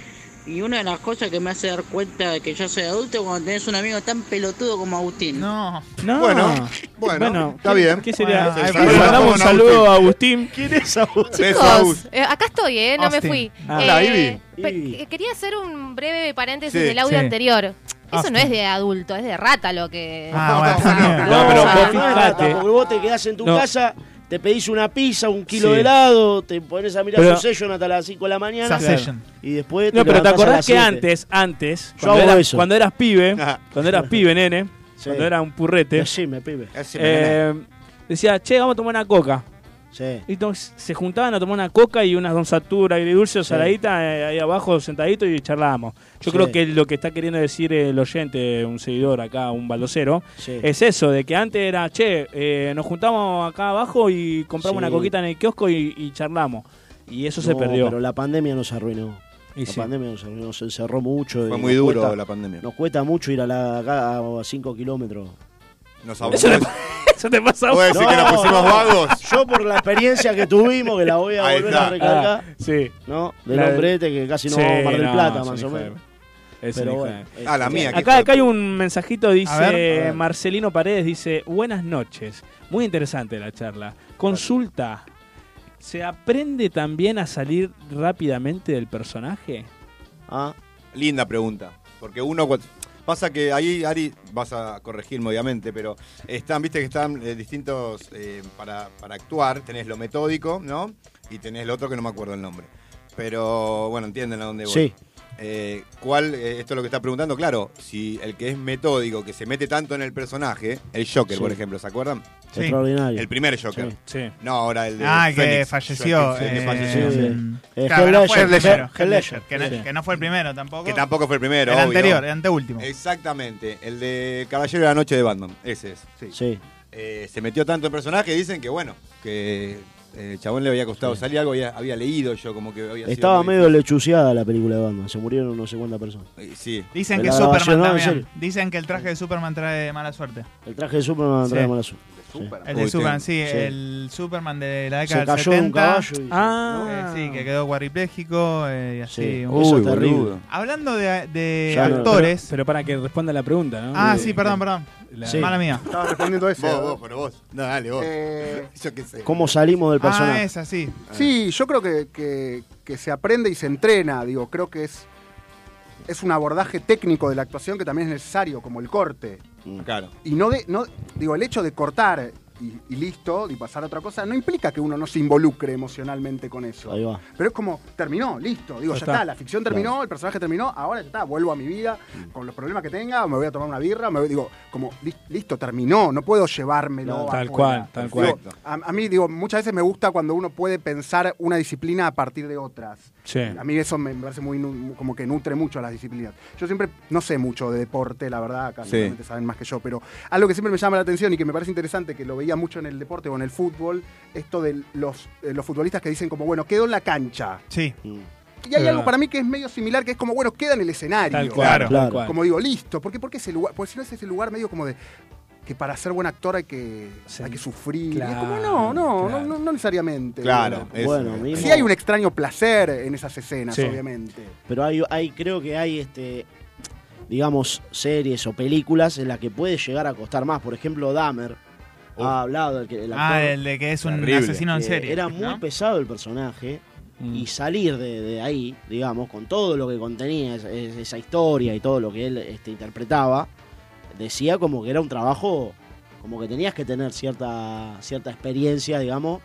Y una de las cosas que me hace dar cuenta de que ya soy adulto es cuando tenés un amigo tan pelotudo como Agustín.
No.
No.
Bueno, bueno, está bien.
¿Qué sería?
Bueno, ahí
Le
va.
mandamos un
Vamos con
saludo a Agustín. ¿Quién
es Agustín?
Beso,
Chicos,
Agus.
eh, acá estoy, ¿eh? No
Austin.
me fui.
Ah. Hola,
Eh,
Ivy.
pe- que- Quería hacer un breve paréntesis
Sí,
del audio
sí.
anterior. Eso
Austin.
no es de adulto, es de rata lo que.
Ah, No,
pero vos
no es
fijate.
nada, Porque vos te quedás en tu
No.
casa, te pedís una pizza, un kilo
Sí.
de helado, te pones a mirar
Pero-
su session hasta las 5 de la mañana.
Succession.
Y después te
No, pero te
levantás a
acordás
las
que
siete.
antes, antes,
Yo
cuando
hago
eras,
eso. Ah.
cuando eras pibe, cuando eras pibe, nene,
Sí.
cuando era un purrete,
Decime, pibe. Decime,
eh, decía, che, vamos a tomar una coca.
Sí.
Y entonces se juntaban a tomar una coca y unas donzaturas agridulce o saladita eh, ahí abajo sentadito y charlábamos.
Sí.
Yo creo que lo que está queriendo decir el oyente, un seguidor acá, un baldocero,
Sí.
es eso, de que antes era, che, eh, nos juntamos acá abajo y compramos
Sí.
una coquita en el kiosco y, y charlamos. Y eso se
No,
perdió.
Pero la pandemia nos arruinó.
Y
la
sí.
pandemia nos arruinó, se encerró mucho. y
Fue muy
nos
duro
cuesta-
la pandemia.
Nos cuesta mucho ir a la acá a 5 kilómetros.
Nos
Eso le- (laughs) Eso te pasa a
¿Puedo decir que nos pusimos vagos?
Yo por la experiencia que tuvimos, que la voy a
Ahí
volver
está.
a recargar.
Ah, sí.
¿No? Del
La de-
hombrete que casi no
Sí,
vamos a Mar del
no,
Plata,
es un
más o
hijo de-
menos.
es un
Pero
hijo
bueno.
de-
es-
Ah, la mía, qué
Acá, acá hay un mensajito, dice
A ver, a ver.
Marcelino Paredes, dice, buenas noches, muy interesante la charla. Consulta, ¿se aprende también a salir rápidamente del personaje?
Linda pregunta. Porque uno. cu- Pasa que ahí, Ari, vas a corregirme obviamente, pero están, viste que están eh, distintos eh, para, para actuar. Tenés lo metódico, ¿no? Y tenés lo otro que no me acuerdo el nombre. Pero bueno, entienden a dónde voy.
Sí.
Eh, ¿Cuál? eh, esto es lo que está preguntando. Claro, si el que es metódico, que se mete tanto en el personaje, el Joker,
Sí.
por ejemplo, ¿se acuerdan?
Sí. Extraordinario.
El primer Joker.
Sí. Sí.
No, ahora el de.
Ah, que
Fénix.
falleció,
Joker, el que
eh,
falleció, sí.
mm,
Eh,
Claro,
Heath
no fue el
Ledger,
primero,
Heath
Heath
Ledger.
Ledger, que no- que no fue el primero tampoco.
Que tampoco fue el primero.
El
obvio.
anterior, el anteúltimo.
Exactamente, el de Caballero de la Noche de Batman. Ese es. Sí.
Sí.
Eh, se metió tanto en personaje, dicen que bueno, que eh, el chabón le había costado salir algo, había, había leído yo como que había sido
Estaba
muy-
medio lechuceada la película de Batman. Se murieron no sé cuántas personas.
Eh, Sí.
Dicen
Me
que
la
Superman
grabación, ¿no? ¿En
también.
serio?
Dicen que el traje de Superman trae mala suerte.
El traje de Superman
Sí.
trae mala suerte. Sí.
El de
Uy,
Superman,
tengo-
sí,
sí.
el Superman de la
Se
década del
cayó de un
70.
caballo y-
Ah.
Eh, sí, que quedó cuaripléjico eh, y así.
Sí.
un-
Eso es terrible.
Hablando de,
Eh,
de
Ya no.
actores.
Pero, pero para que responda la pregunta, ¿no?
Ah,
De-
sí, perdón, perdón.
La-
Mala mía.
Estaba respondiendo a eso. Eh,
Vos, vos, pero vos. No, dale, vos. (laughs) Yo qué sé. Ah.
¿Cómo salimos
Ah,
del personaje?
así.
Ah, Sí, yo creo que, que- que se aprende y se entrena, digo, creo que es, es un abordaje técnico de la actuación que también es necesario, como el corte.
Claro.
Y no de, no, digo, el hecho de cortar y, y listo, y pasar a otra cosa, no implica que uno no se involucre emocionalmente con eso.
Ahí va.
Pero es como, terminó, listo. Digo,
Ya
ya,
está.
está. la ficción terminó, el personaje terminó, ahora ya está, vuelvo a mi vida,
Mm.
con los problemas que tenga, me voy a tomar una birra, me voy- digo, como, li- listo, terminó, no puedo llevármelo.
Tal
afuera.
cual, tal cual.
Digo, a, a mí, digo, muchas veces me gusta cuando uno puede pensar una disciplina a partir de otras.
Sí.
A mí eso me me parece muy, nu- como que nutre mucho a las disciplinas. Yo siempre no sé mucho de deporte, la verdad, acá
Sí.
seguramente saben más que yo, pero algo que siempre me llama la atención y que me parece interesante, que lo veía mucho en el deporte o en el fútbol, esto de los, eh, los futbolistas que dicen como, bueno, quedó en la cancha.
Sí.
Mm.
Ah,
Y hay
Es
algo
verdad.
para mí que es medio similar, que es como, bueno, queda en el escenario.
Tal cual, Claro, tal claro. cual.
Como digo, listo. ¿Por qué? Porque ese lugar, porque si no es ese lugar medio como de que para ser buen actor hay que, hay que sufrir. Y es como, no, no, no, no, no necesariamente.
Claro.
Digo,
es-
Bueno, mismo-
Sí hay un extraño placer en esas escenas,
Sí.
obviamente.
Pero hay, hay, creo que hay este digamos series o películas en las que puede llegar a costar más. Por ejemplo, Dahmer. ha hablado. El que, el
Ah,
actor,
el de que es un
Terrible.
asesino en
que
serie,
Era muy
¿no?
pesado el personaje. Y salir de, de ahí, digamos, con todo lo que contenía es- es- esa historia y todo lo que él este, interpretaba, decía como que era un trabajo, como que tenías que tener cierta, cierta experiencia, digamos,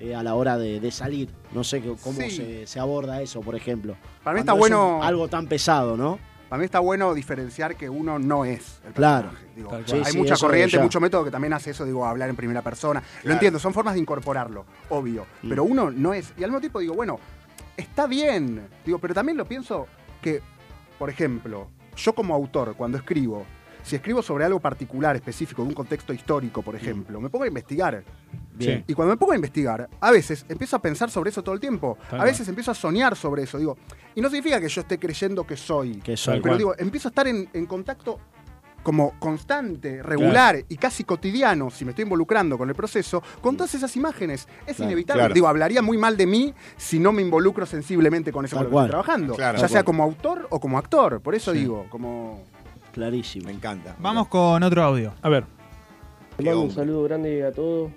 eh, a la hora de, de salir. No sé qué- cómo
Sí.
se, se aborda eso, por ejemplo.
Para
Cuando
mí está
es
bueno-
un- Algo tan pesado, ¿no?
Para mí está bueno diferenciar que uno no es el
Claro.
personaje. Digo,
Tal cual.
hay
Sí,
mucha
sí, eso
corriente,
ya.
mucho método que también hace eso, digo, hablar en primera persona. Lo entiendo, son formas de incorporarlo, obvio.
Mm.
Pero uno no es. Y al mismo tiempo digo, bueno, está bien. Digo, pero también lo pienso que, por ejemplo, yo como autor, cuando escribo, si escribo sobre algo particular, específico, de un contexto histórico,
Mm.
por ejemplo, me pongo a investigar.
Bien.
Y cuando me pongo a investigar, a veces empiezo a pensar sobre eso todo el tiempo.
Tal
a
cual.
veces empiezo a soñar sobre eso. Digo, y no significa que yo esté creyendo que soy.
Que soy.
Pero
Tal
digo, empiezo a estar en, en contacto como constante, regular y casi cotidiano, si me estoy involucrando con el proceso, con todas esas imágenes. Es
Mm. Claro.
inevitable.
Claro.
Digo, hablaría muy mal de mí si no me involucro sensiblemente con eso
Tal
con lo que
cual.
estoy trabajando.
Claro.
ya
Tal
sea
cual.
como autor o como actor. Por eso
Sí.
digo, como.
Clarísimo. Me
encanta.
Vamos con otro audio.
A ver.
Les mando un saludo grande a todos.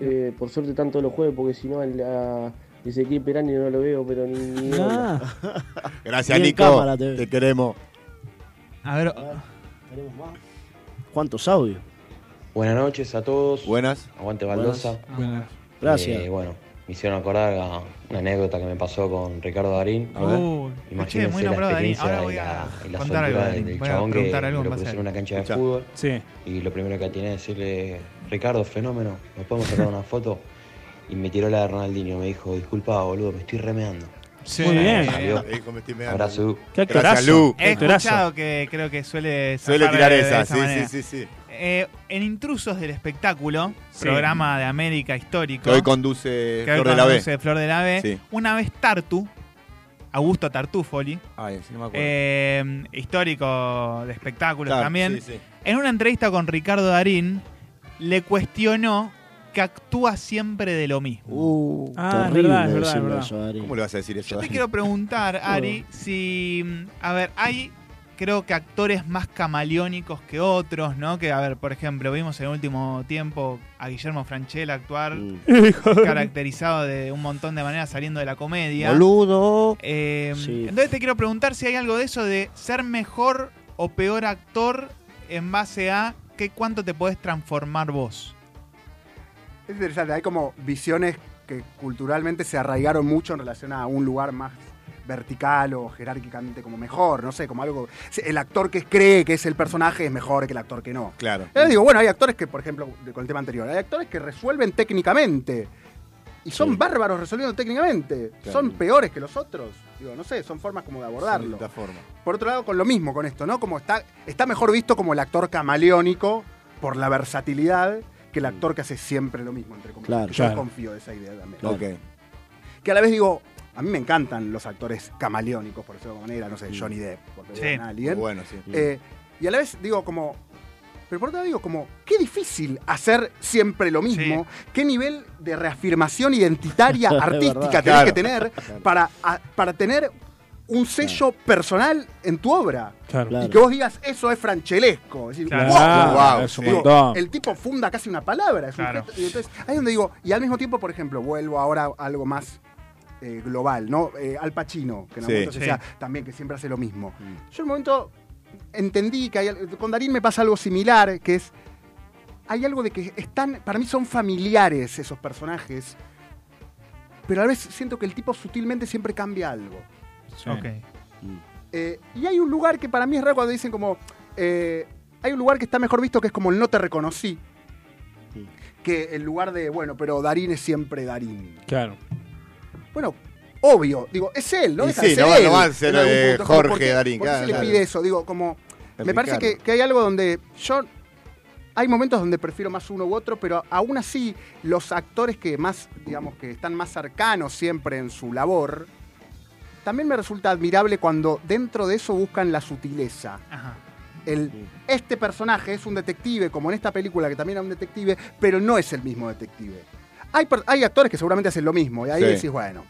Eh, por suerte tanto los jueves, porque si no al- a Ezequiel Perani no lo veo, pero ni... ni
(laughs) Ah.
onda.
Gracias,
Bien
Nico.
cámara te ve.
te queremos.
A ver.
¿Tenemos más? ¿Cuántos audios?
Buenas noches a todos.
Buenas.
Aguante Baldosa.
Buenas. Gracias.
Eh, bueno, me hicieron acordar a una anécdota que me pasó con Ricardo Darín.
A ver. Uy, che, muy
Imagínense la
nombrado Darín.
experiencia
Ahora voy
y
a
la, y la
contar algo,
soltura
Darín.
del
Voy a
chabón que
preguntar algo en
lo
base a
cruzó en
él.
una cancha de
Escuchá.
fútbol.
Sí.
Y lo primero que atiné a decirle, Ricardo, fenómeno, ¿nos podemos sacar una foto? Y me tiró la de Ronaldinho. Me dijo, disculpa, boludo, me estoy remeando.
Sí.
Bueno,
Muy bien.
salió.
Me dijo, "Me estoy meando".
Abrazo.
Qué
Gracias,
actorazo.
Lu.
He escuchado que creo que suele
Suele
zafar
tirar
de- de
esa, sí, sí,
manera.
sí, sí.
Eh, en Intrusos del Espectáculo,
Sí.
programa de América histórico.
Que hoy conduce
que hoy
Flor de la B.
conduce Flor de la B.
Sí.
Una vez Tartu, Augusto Tartufoli,
Ay, sí, no me acuerdo.
eh, histórico de espectáculos
Claro,
también,
sí, sí.
en una entrevista con Ricardo Darín, le cuestionó que actúa siempre de lo mismo.
Ah, es verdad, es verdad, es verdad.
¿Cómo le vas a decir eso?
Yo te
Darín?
quiero preguntar, Ari, si. mm, A ver, hay. Creo que actores más camaleónicos que otros, ¿no? Que, a ver, por ejemplo, vimos en el último tiempo a Guillermo Franchella actuar caracterizado de un montón de maneras saliendo de la comedia.
Boludo.
Eh,
Sí.
Entonces te quiero preguntar si hay algo de eso de ser mejor o peor actor en base a qué cuánto te podés transformar vos.
Es interesante, hay como visiones que culturalmente se arraigaron mucho en relación a un lugar más vertical o jerárquicamente como mejor, no sé, como algo... El actor que cree que es el personaje es mejor que el actor que no.
Claro.
Yo digo, bueno, hay actores que, por ejemplo, de- con el tema anterior, hay actores que resuelven técnicamente. Y son bárbaros resolviendo técnicamente.
Claro.
Son peores que los otros. Digo, no sé, son formas como de abordarlo.
De esta forma.
Por otro lado, con lo mismo, con esto, ¿no? Como está, está mejor visto como el actor camaleónico por la versatilidad que el actor que hace siempre lo mismo, entre comillas.
Mm. Claro,
Yo
claro.
confío de esa idea también.
Ok.
Que a la vez digo, a mí me encantan los actores camaleónicos, por decirlo de alguna manera, no sé, Johnny Depp, por
Sí.
decir a alguien.
Muy bueno, sí.
Eh, y a la vez digo como, pero por otro lado digo como, qué difícil hacer siempre lo mismo, qué nivel de reafirmación identitaria
Es verdad.
artística tenés
Claro.
que tener para, a- para tener un sello personal en tu obra.
Claro.
Y que vos digas, eso es franchelesco. Es decir,
Claro,
wow,
Claro, es un
Digo,
montón.
el tipo funda casi una palabra. es un
Claro.
gesto. y entonces, ahí es donde digo, y al mismo tiempo, por ejemplo, vuelvo ahora a algo más eh, global, ¿no? Eh, Al Pacino, que en
Sí.
algún momento se
Sí.
decía también que siempre hace lo mismo. Yo en un momento entendí que hay al- con Darín me pasa algo similar, que es. Hay algo de que están. Para mí son familiares esos personajes. Pero a la vez siento que el tipo sutilmente siempre cambia algo.
Ok.
Eh, y hay un lugar que para mí es raro cuando dicen como. eh, hay un lugar que está mejor visto que es como el no te reconocí. Que el lugar de, bueno, pero Darín es siempre Darín.
Claro.
Bueno, obvio, digo, es él, ¿no?
Y
Deja
sí,
de ser
no va-
él.
no va a ser,
En algún
eh,
punto, es como,
Jorge
¿por qué-
Darín,
¿Por qué se le
claro.
pide eso? Digo, como.
El
me parece
Ricardo.
que, que hay algo donde yo. Hay momentos donde prefiero más uno u otro, pero aún así, los actores que más, digamos, que están más cercanos siempre en su labor, también me resulta admirable cuando dentro de eso buscan la sutileza.
Ajá.
El, este personaje es un detective, como en esta película que también era un detective, pero no es el mismo detective. Hay, per- hay actores que seguramente hacen lo mismo, y ahí
Sí.
decís, bueno,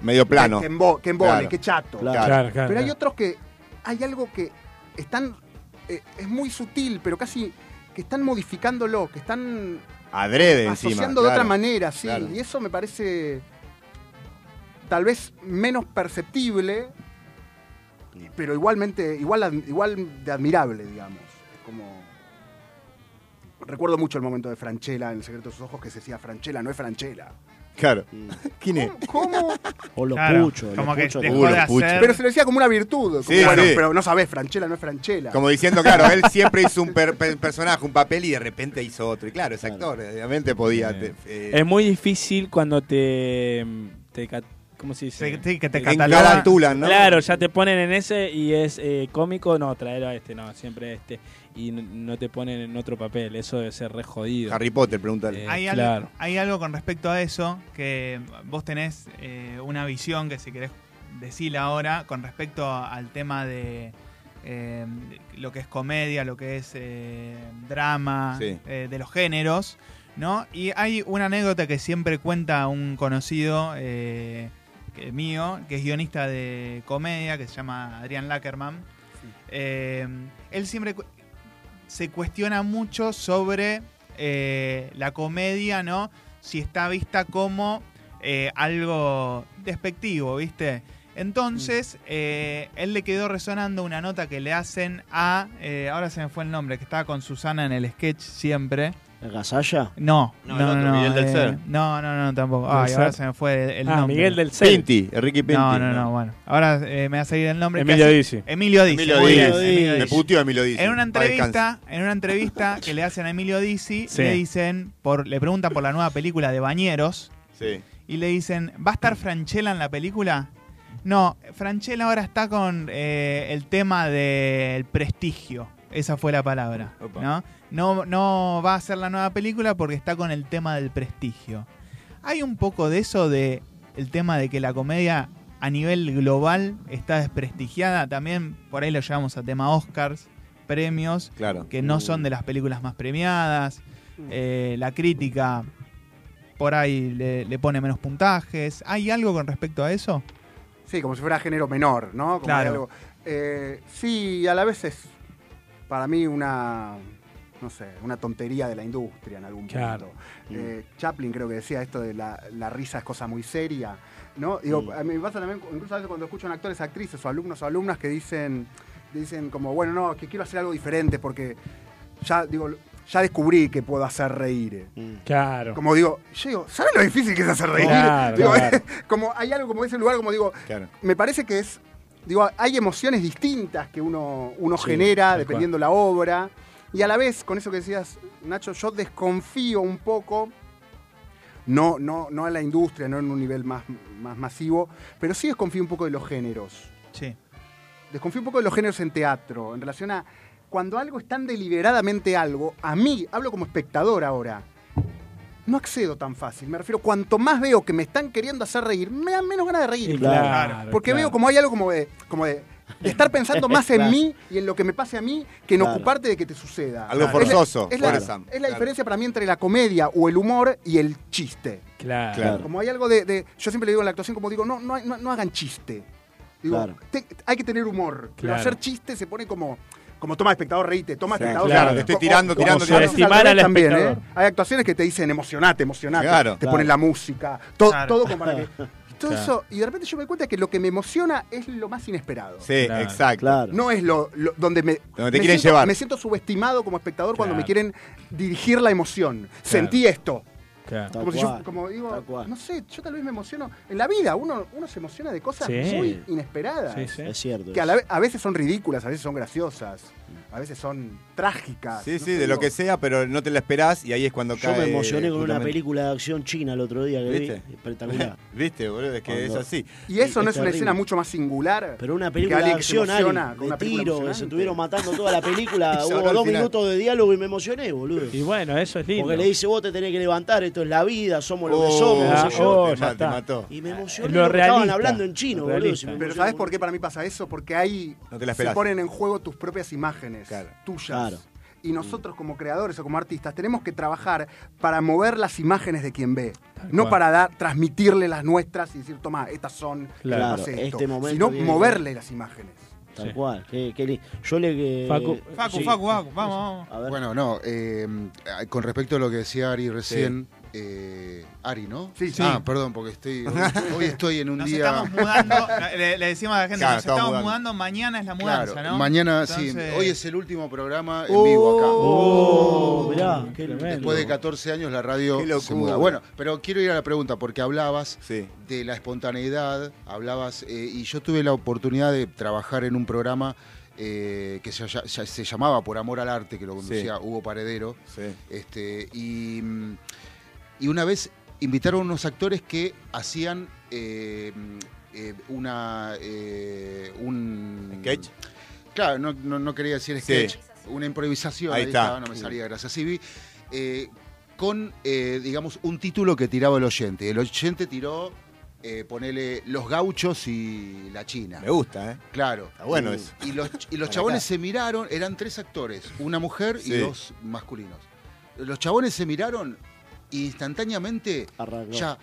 Medio plano.
que, embo- que embole,
Claro.
que chato.
Claro. Claro, claro,
pero hay
claro.
otros que hay algo que están. eh, es muy sutil, pero casi. que están modificándolo, que están
Adrede encima.
asociando de
claro.
otra manera, sí.
Claro.
Y eso me parece tal vez menos perceptible, pero igualmente, igual, ad- igual de admirable, digamos. Como... Recuerdo mucho el momento de Franchella en El secreto de sus ojos que se decía Franchella, no es Franchella.
Claro. (laughs) ¿Quién es? (laughs)
¿Cómo?
O los
Claro,
puchos.
como
los
que
puchos,
dejó Uh, los de puchos. hacer-
Pero se le decía como una virtud. como,
Sí,
bueno,
sí.
pero no sabés, Franchella no es Franchella.
Como diciendo, claro,
(laughs)
él siempre hizo un per- per- personaje, un papel y de repente hizo otro. Y claro, ese actor, obviamente podía. te- eh,
Es muy difícil cuando te. te ca- ¿Cómo se dice?
Sí, que te
Te encalatulan, ¿no?
Claro, ya te ponen en ese y es eh, cómico. No, traerlo a este, no, siempre este. Y n- no te ponen en otro papel. Eso debe ser re jodido.
Harry Potter, pregúntale.
Eh,
Hay,
claro.
algo, hay algo con respecto a eso que vos tenés eh, una visión que si querés decir ahora con respecto a- al tema de eh, lo que es comedia, lo que es eh, drama,
Sí.
eh, de los géneros, ¿no? Y hay una anécdota que siempre cuenta un conocido eh, que- mío, que es guionista de comedia, que se llama Adrián Lackerman. Eh, él siempre cu- se cuestiona mucho sobre eh, la comedia, ¿no? Si está vista como eh, algo despectivo, ¿viste?
Mm.
Entonces, eh, él le quedó resonando una nota que le hacen a. eh, ahora se me fue el nombre, que estaba con Susana en el sketch siempre.
¿El Gasalla?
No,
No,
no,
el
no,
otro,
no,
Miguel del
eh,
Ser.
no, no, no, tampoco.
Del
Ay, ahora
Ser.
se me fue el
Ah,
nombre.
Miguel del Ser. Pinti,
Enrique Pinti.
No, no, no,
No.
bueno. Ahora eh, me va a salir el nombre. que
Emilio
hace-
Dizzi.
Emilio Dizzi.
Emilio
muy
Dizzi.
bien,
Emilio Me Dizzi. puteó Emilio Dizzi.
En una
Va,
entrevista,
descanse.
en una entrevista que le hacen a Emilio Dizzi,
Sí.
le dicen, por, le preguntan por la nueva película de Bañeros
Sí.
y le dicen, ¿va a estar Franchella en la película? No, Franchella ahora está con eh, el tema del prestigio. Esa fue la palabra.
Opa.
¿no? No, no va a ser la nueva película porque está con el tema del prestigio. Hay un poco de eso de el tema de que la comedia a nivel global está desprestigiada. También por ahí lo llevamos a tema Oscars, premios,
Claro. Mm.
que no son de las películas más premiadas. Eh, la crítica por ahí le, le pone menos puntajes. ¿Hay algo con respecto a eso?
Sí, como si fuera género menor, ¿no? Como
Claro.
hay algo- Eh, sí, a la vez es para mí una, no sé, una tontería de la industria en algún
Claro.
punto. Eh, Chaplin creo que decía esto de la, la risa es cosa muy seria, ¿no? Digo,
Mm.
a mí me pasa también, incluso a veces cuando escuchan actores, actrices o alumnos o alumnas que dicen, dicen como, bueno, no, que quiero hacer algo diferente porque ya, digo, ya descubrí que puedo hacer reír. eh.
Mm.
Claro.
Como digo, yo digo, ¿sabes lo difícil que es hacer reír?
Claro,
(laughs) Digo,
claro.
como hay algo como ese lugar, como digo,
Claro.
me parece que es. Digo, hay emociones distintas que uno, uno
Sí,
genera
tal
dependiendo la obra. Y a la vez, con eso que decías, Nacho, yo desconfío un poco, no, no, no a la industria, no en un nivel más, más masivo, pero sí desconfío un poco de los géneros.
Sí.
Desconfío un poco de los géneros en teatro, en relación a cuando algo es tan deliberadamente algo, a mí, hablo como espectador ahora, no accedo tan fácil. Me refiero, cuanto más veo que me están queriendo hacer reír, me dan menos ganas de reír.
Sí, claro,
Porque
claro.
veo como hay algo como de, como de, de estar pensando más
(laughs)
en
Claro.
mí y en lo que me pase a mí que en
Claro.
ocuparte de que te suceda.
Algo
Es la-
forzoso,
Es la,
claro.
es la
Claro.
diferencia para mí entre la comedia o el humor y el chiste.
Claro.
Como hay algo de, de- Yo siempre le digo en la actuación, como digo, no, no, hay- no- no hagan chiste. Digo,
Claro.
te- hay que tener humor. Pero
Claro.
hacer chiste se pone como. Como toma espectador, reíte, toma
Sí,
espectador.
claro,
reíte.
te estoy
Como-
tirando,
como
tirando,
suele
tirando.
ser al revés
Subestimar al
también,
espectador.
¿eh? Hay actuaciones que te dicen emocionate, emocionate.
Claro.
Te
Claro.
ponen la música, to-
Claro.
todo
(laughs)
como para que. y Todo
Claro.
eso, y de repente yo me doy cuenta que lo que me emociona es lo más inesperado.
Sí,
Claro.
exacto.
No es lo, lo- donde me.
Donde te
me
quieren
siento,
llevar.
Me siento subestimado como espectador cuando
Claro.
me quieren dirigir la emoción. Sentí esto.
Tal
Como, si yo-
cual.
como digo, no sé, yo tal vez me emociono. En la vida uno, uno se emociona de cosas
Sí.
muy inesperadas.
Es cierto.
Que a, la ve- a veces son ridículas, a veces son graciosas, a veces son trágicas.
Sí, sí, de lo que sea, pero no te la esperás y ahí es cuando
Yo
cae.
me emocioné con una
justamente.
película de acción china el otro día que
¿Viste?
vi. Espectacular.
(laughs) ¿Viste, boludo? Es que
Cuando-
es así.
Y eso no es una
terrible.
escena mucho más singular.
Pero una
que
película de
alguien que se
acción,
emociona
Ali,
con
de
una película
tiro, se
emocionante.
estuvieron matando toda la película,
Y lloró
hubo
al
dos
final.
minutos de diálogo y me emocioné, boludo.
Y bueno, eso es lindo.
Porque le dice, vos te tenés que levantar, esto es la vida, somos lo que
Oh,
somos, no sé
ah,
yo.
oh, Te ya ma- te está. mató.
Y me emocionó
Lo
lo que estaban
realista,
hablando en chino,
lo
boludo.
realista.
si me
Pero
emocionó
¿sabes por qué para mí pasa eso? Porque ahí
No te la
se
esperás.
ponen en juego tus propias imágenes, tuyas.
Claro.
Y nosotros como creadores o como artistas tenemos que trabajar para mover las imágenes de quien ve. no
cual.
para dar, transmitirle las nuestras y decir, toma, estas son,
Claro,
estas esto",
este momento
Sino
viene-
moverle las imágenes.
Tal
Sí.
cual. Qué, qué li- Yo le. que-
Facu,
sí.
Facu, Facu, vamos, vamos.
Bueno, no, eh, con respecto a lo que decía Ari recién, eh, Ari, ¿no?
Sí, sí.
Ah, perdón, porque
(laughs)
estoy, hoy, (laughs) hoy estoy en un
Nos
día...
estamos
(laughs)
mudando, le, le decimos a la gente,
Claro,
nos
estamos
estamos mudando.
mudando.
mañana es la mudanza,
Claro,
¿no?
mañana
Entonces-
sí. Hoy es el último programa en
Uh.
Oh,
vivo acá.
oh, mirá, qué tremendo.
Después de 14 años la
Qué
radio
locura.
se muda. Bueno, pero quiero ir a la pregunta porque hablabas de la espontaneidad, hablabas eh, y yo tuve la oportunidad de trabajar en un programa eh, que se, ya- se llamaba Por Amor al Arte, que lo conducía Hugo Paredero. Este, y, mm, y una vez invitaron unos actores que hacían eh, eh, una eh, un sketch. Claro, no, no- no quería decir sketch, una improvisación.
Ahí
Ahí,
está.
estaba, no me salía, gracias. Sí, vi, eh, con, eh, digamos, un título que tiraba el oyente. El oyente tiró, eh, ponele, Los Gauchos y la China.
Me gusta, ¿eh?
Claro.
Está bueno
y,
eso.
Y los, y los
Para
chabones
acá.
se miraron, eran tres actores, una mujer y
Sí.
dos masculinos. Los chabones se miraron e instantáneamente ya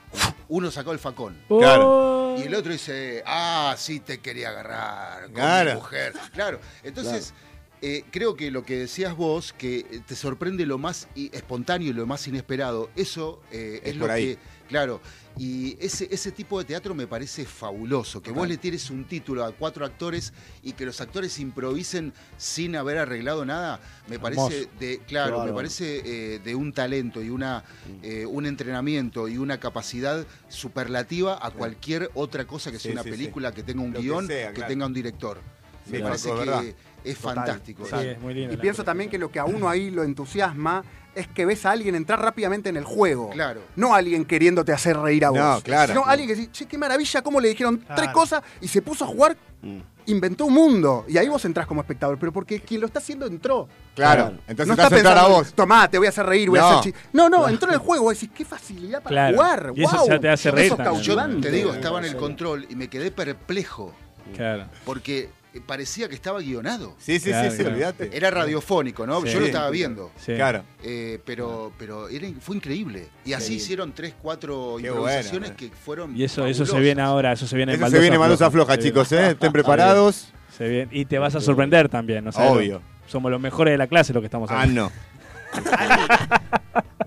uno sacó el facón.
Claro.
Y el otro dice, ah, sí te quería agarrar con
Claro.
mi mujer. Claro. Entonces, eh, creo que lo que decías vos, que eh, te sorprende lo más i- espontáneo y lo más inesperado, eso eh, es,
Es
lo
por ahí.
que. Claro. Y ese, ese tipo de teatro me parece fabuloso. Que vos le tires un título a cuatro actores y que los actores improvisen sin haber arreglado nada, me parece
Hermoso.
de. Claro, me
bárbaro. Mm.
parece eh, de un talento y una, eh, un entrenamiento y una capacidad superlativa a cualquier otra cosa que sea
Sí,
una
sí, sí.
película, que tenga un
Lo que
guión, que,
sea, claro.
tenga un director.
Sí,
me
Marco,
parece
es
que
verdad.
es
Total,
fantástico.
total. Sí, es muy lindo
Y
la
pienso también que lo que a uno ahí lo entusiasma es que ves a alguien entrar rápidamente en el juego. Claro. No alguien queriéndote hacer reír a vos.
No, claro.
Sino alguien que dice, che, qué maravilla, cómo le dijeron tres cosas y se puso a jugar,
Mm.
inventó un mundo. Y ahí vos entrás como espectador, pero porque quien lo está haciendo entró.
Claro, entonces
no
te
está
hace entrar
pensando,
a vos.
Tomá, te voy a hacer reír, voy a
No.
hacer chi-". No, no, entró en el juego, vos decís, qué facilidad para
Claro.
jugar.
Y eso
guau".
ya te hace reír
Eso es
también.
Yo
cautivante.
te digo,
Sí,
estaba en
sí.
el control y me quedé perplejo.
Claro.
Porque eh, parecía que estaba guionado.
Sí, sí,
Claro, sí, sí, claro.
olvídate.
Era radiofónico, ¿no?
Sí.
Yo lo estaba viendo.
Sí. Claro.
Eh, pero pero era- fue increíble. Y así
Sí.
hicieron tres, cuatro
Qué
improvisaciones
bueno,
eh.
que fueron.
Y eso, eso se
fabulosas.
viene ahora, eso se viene
Eso se viene Baldosa Floja, chicos,
(laughs)
¿eh? Estén preparados.
Se viene. Y te vas a sorprender también, ¿no? sabes?
Obvio.
Somos los mejores de la clase lo que estamos
Ah,
hablando.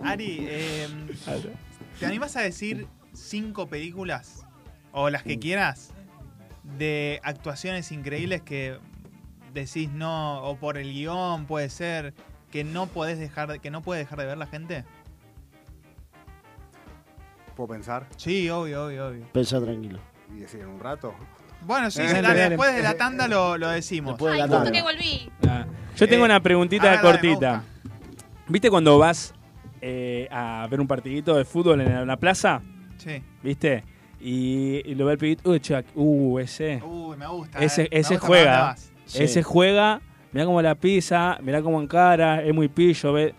Ari, eh, ¿te animas a decir cinco películas o las
Mm.
que quieras de actuaciones increíbles que decís no o por el guión puede ser que no podés dejar de- que no puede dejar de ver la gente?
¿Puedo pensar?
Sí, obvio, obvio, obvio.
Pensá tranquilo.
Y decir en un rato.
Bueno, sí,
Eh,
será-
dale, dale.
después de la tanda lo, lo decimos.
Después de
Ay, justo que volví.
Ah, Yo tengo
Eh,
una preguntita
ah, dale,
cortita. ¿Viste cuando vas eh, a ver un partidito de fútbol en la plaza?
Sí.
¿Viste? Y, y lo ve el pibito. Uy, Chuck, uh, ese.
Uy, me gusta. eh.
Ese,
Me
ese
gusta para dónde
juega.
vas.
Ese juega. Mirá cómo la pisa, mirá cómo encara, es muy pillo. Ve.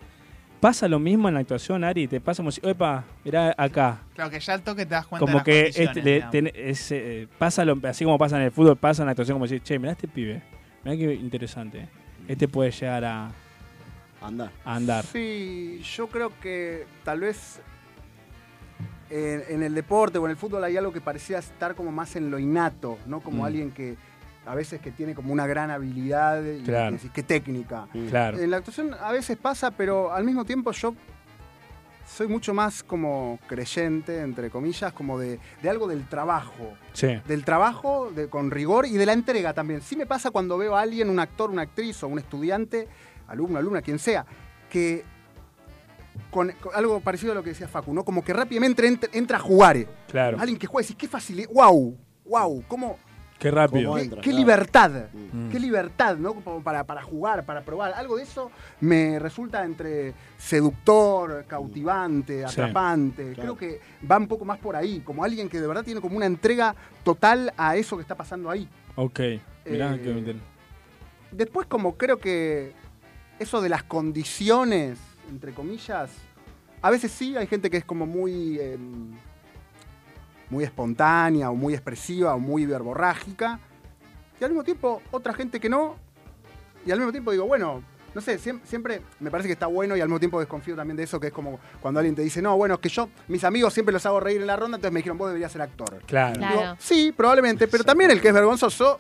Pasa lo mismo en la actuación, Ari. Te pasa como si, epa, mirá acá.
Claro que ya al toque te das cuenta
Como
de las
que
condiciones,
este, le-
digamos.
ten- ese, eh, pasa lo- así como pasa en el fútbol, pasa en la actuación como decir, che, mirá este pibe. Mirá qué interesante. Este puede llegar a
andar.
A andar.
Sí, yo creo que tal vez en, en el deporte o en el fútbol hay algo que parecía estar como más en lo innato, ¿no? Como
Mm.
alguien que a veces que tiene como una gran habilidad y
Claro.
decís, qué técnica.
Mm. Claro.
En la actuación a veces pasa, pero al mismo tiempo yo soy mucho más como creyente, entre comillas, como de, de algo del trabajo.
Sí.
Del trabajo de- con rigor y de la entrega también. Sí me pasa cuando veo a alguien, un actor, una actriz o un estudiante, alumno, alumna, quien sea, que con, con algo parecido a lo que decía Facu, ¿no? Como que rápidamente ent- entra, a jugar. eh.
Claro.
Alguien que juega y decís, qué facilidad, wow, wow, cómo,
Qué rápido.
qué, qué libertad, qué libertad, ¿no? Como Para, para jugar, para probar. Algo de eso me resulta entre seductor, cautivante,
Sí.
atrapante. Creo que va un poco más por ahí, como alguien que de verdad tiene como una entrega total a eso que está pasando ahí.
Ok. Mirá
Eh,
qué inter-
Después, como creo que eso de las condiciones, entre comillas, a veces sí, hay gente que es como muy, eh, muy espontánea o muy expresiva o muy verborrágica. Y al mismo tiempo, otra gente que no. Y al mismo tiempo digo, bueno, no sé, siem- siempre me parece que está bueno y al mismo tiempo desconfío también de eso, que es como cuando alguien te dice, no, bueno, es que yo, mis amigos siempre los hago reír en la ronda, entonces me dijeron, vos deberías ser actor.
Claro.
Digo, sí, probablemente, pero también el que es vergonzoso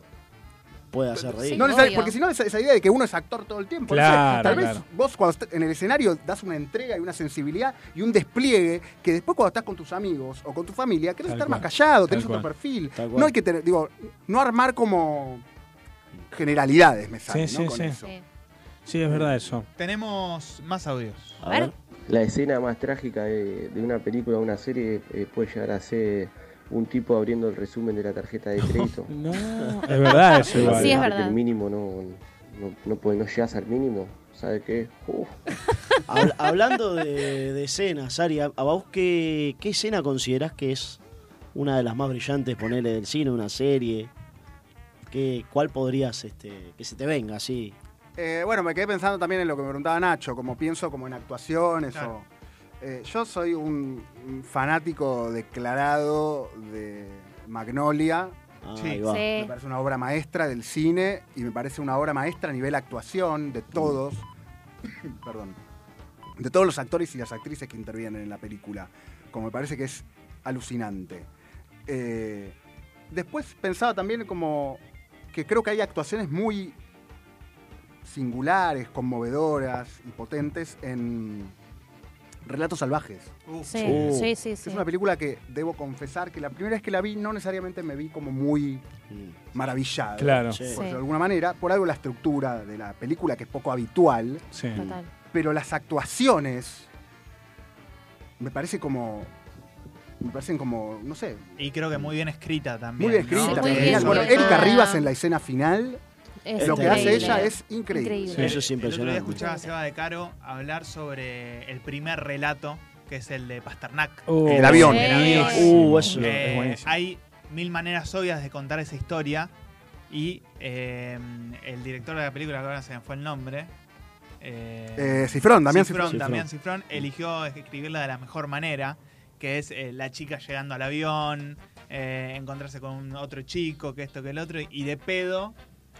puede hacer reír.
No necesari- porque si no, esa, esa idea de que uno es actor todo el tiempo. no sé,
Claro,
tal
claro.
vez vos cuando estás en el escenario das una entrega y una sensibilidad y un despliegue que después cuando estás con tus amigos o con tu familia querés
Tal
estar más
cual.
callado,
Tal
tenés otro
cual.
perfil.
Tal cual.
No hay que tener, digo, no armar como generalidades, me sale,
Sí,
¿no?
sí,
Con
sí.
eso.
Sí, es verdad eso.
Tenemos más audios.
La escena más trágica de, de una película o una serie eh, puede llegar a ser un tipo abriendo el resumen de la tarjeta de crédito.
(laughs) no, es verdad eso igual. Sí, es
Porque
verdad.
El mínimo no, no, no, puede- no llegas al mínimo. ¿Sabes qué? Uf.
Habla- hablando de, de escenas, Ari, ¿a a vos qué, qué escena considerás que es una de las más brillantes, ponerle del cine, una serie? ¿Qué, ¿Cuál podrías este, que se te venga así?
Eh, bueno, me quedé pensando también en lo que me preguntaba Nacho, como pienso como en actuaciones
Claro.
o... Eh, yo soy un un fanático declarado de Magnolia.
Sí. Ah, ahí va. Sí.
Me parece una obra maestra del cine y me parece una obra maestra a nivel actuación
Mm.
de todos. (coughs) Perdón. De todos los actores y las actrices que intervienen en la película. Como me parece que es alucinante. Eh, después pensaba también como que creo que hay actuaciones muy singulares, conmovedoras y potentes en Relatos Salvajes.
Sí,
Uh.
sí, sí, sí.
Es una película que debo confesar que la primera vez que la vi no necesariamente me vi como muy maravillado.
Claro.
Por
Sí.
decirlo de alguna manera, por algo la estructura de la película que es poco habitual,
Sí.
Total.
pero las actuaciones me parece como me parecen como, no sé,
Y creo que muy bien escrita también.
muy bien
¿no?
escrita. genial. bueno, Erika Rivas en la escena final,
Es
lo que hace
increíble.
ella es increíble.
El-
Eso es
El otro día
impresionante.
escuchaba a Seba de Caro hablar sobre el primer relato, que es el de Pasternak.
Oh, El avión.
El avión.
buenísimo. Uh, eso
Eh,
es buenísimo.
Hay mil maneras obvias de contar esa historia. Y eh, el director de la película, que ahora se me fue el nombre. Eh,
Eh, Cifrón, Damián
Cifrón,
Cifrón.
Damián Cifrón eligió escribirla de la mejor manera, que es eh, la chica llegando al avión, eh, encontrarse con un otro chico, que esto, que el otro, y de pedo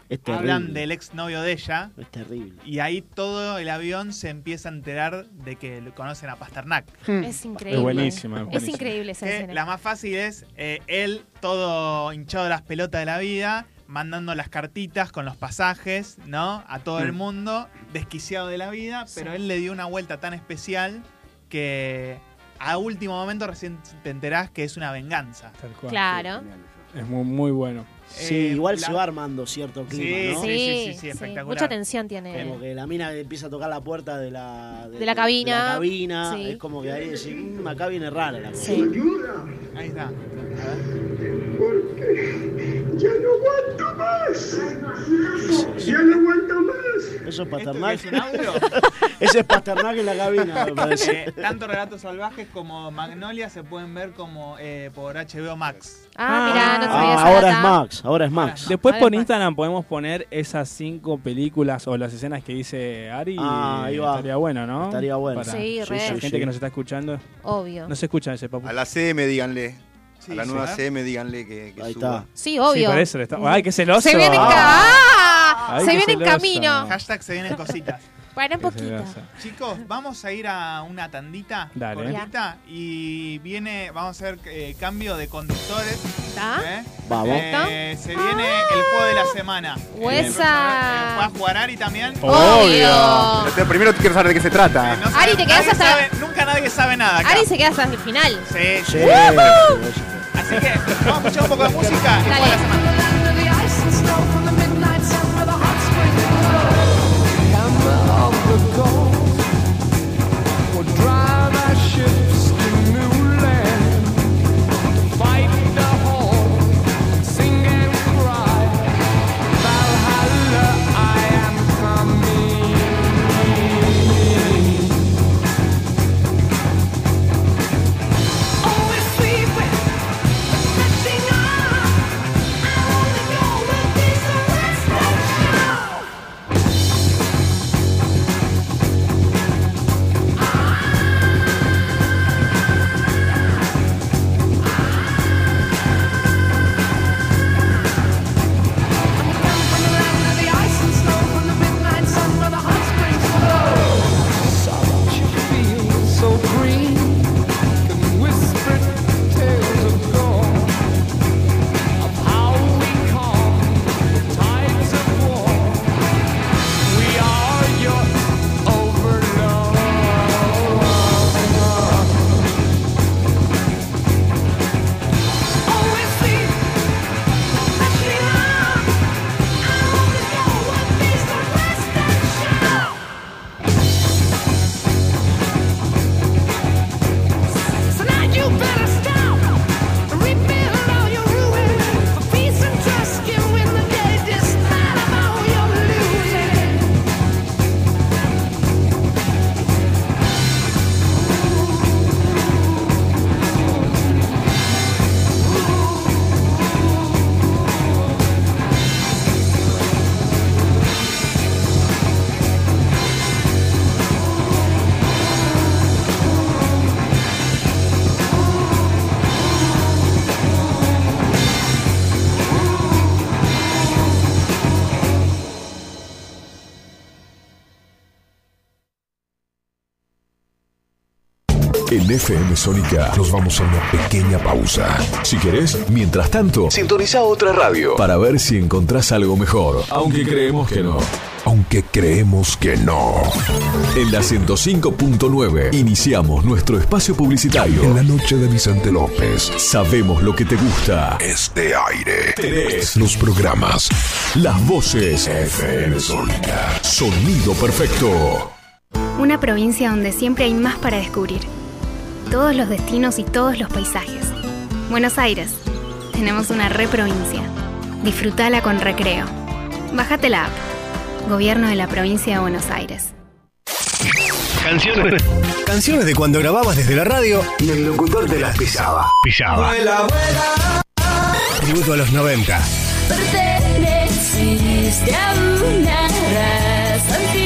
Es terrible.
hablan del exnovio de ella,
Es terrible.
y ahí todo el avión se empieza a enterar de que lo conocen a Pasternak.
Hmm.
Hmm. Es increíble.
buenísima, es
Es
buenísima.
increíble esa
Eh,
Que
escena.
la más fácil es eh, él, todo hinchado de las pelotas de la vida, mandando las cartitas con los pasajes, ¿no? A todo el
Mm.
mundo, desquiciado de la vida, pero él le dio una vuelta tan especial que a último momento recién te enterás que es una venganza.
Claro.
Es muy, muy bueno.
Sí,
Eh,
igual se va armando cierto clima, ¿no?
Mucha tensión tiene.
Como que la mina empieza a tocar la puerta de la,
De la cabina.
la cabina.
Sí.
Es como que ahí decís, "Mm, acá viene rara la cosa.
Ahí está.
Ya no aguanto más. Ya no aguanto más.
Eso es Paternak.
¿Esto es un audio?
(laughs) Ese es Pasternak en la
(laughs)
cabina, me
Eh,
parece.
tanto Relatos Salvajes como Magnolia se pueden ver como eh, por HBO Max.
Ah, mirá, no
Ah, ahora es Max, ahora es Max.
Después por Instagram podemos poner esas cinco películas o las escenas que dice Ari.
Ah, ahí va.
Estaría bueno, ¿no?
Estaría bueno.
Para
Sí, re.
la gente
Sí, sí.
que nos está escuchando.
Obvio.
No se escucha ese papu.
A la CM díganle. a la
sí.
nueva CM díganle que, que suba.
Sí, obvio.
Sí, por eso le está-
Ah,
¡Ay, qué celoso!
Se vienen, ca- ¡Ah!
Ay,
se
qué
vienen
celoso.
camino.
Hashtag se vienen cositas.
Para un
Qué
poquito.
celosa.
Chicos, vamos a ir a una tandita
Dale.
cortita y viene, vamos a hacer eh, cambio de conductores. ¿eh?
Vamos.
Eh, se viene el juego de la semana.
Huesa.
¿Va a jugar Ari también?
Obvio.
Pero primero quiero saber de qué se trata.
Ari, te quedas
Nadie
hasta.
sabe- nunca nadie sabe nada. acá.
Ari se queda hasta el final.
Sí,
Sí.
Así que vamos a escuchar un poco de música. y juego de la semana.
Always sweet with touching arms. I
En FM Sónica nos vamos a una pequeña pausa. Si querés, mientras tanto, sintoniza otra radio para ver si encontrás algo mejor. Aunque creemos que no. Aunque creemos que no. En la 105.9 iniciamos nuestro espacio publicitario. En la noche de Vicente López. Sabemos lo que te gusta. Este aire. Tenés los programas. Las voces. FM Sónica. Sonido perfecto.
Una provincia donde siempre hay más para descubrir. Todos los destinos y todos los paisajes. Buenos Aires. Tenemos una reprovincia. Disfrutala con recreo. Bájate la app. Gobierno de la provincia de Buenos Aires.
Canciones. Canciones de cuando grababas desde la radio y el locutor te las pisaba. Pisaba. Tributo a los 90.
Perteneciste a una raza antigua.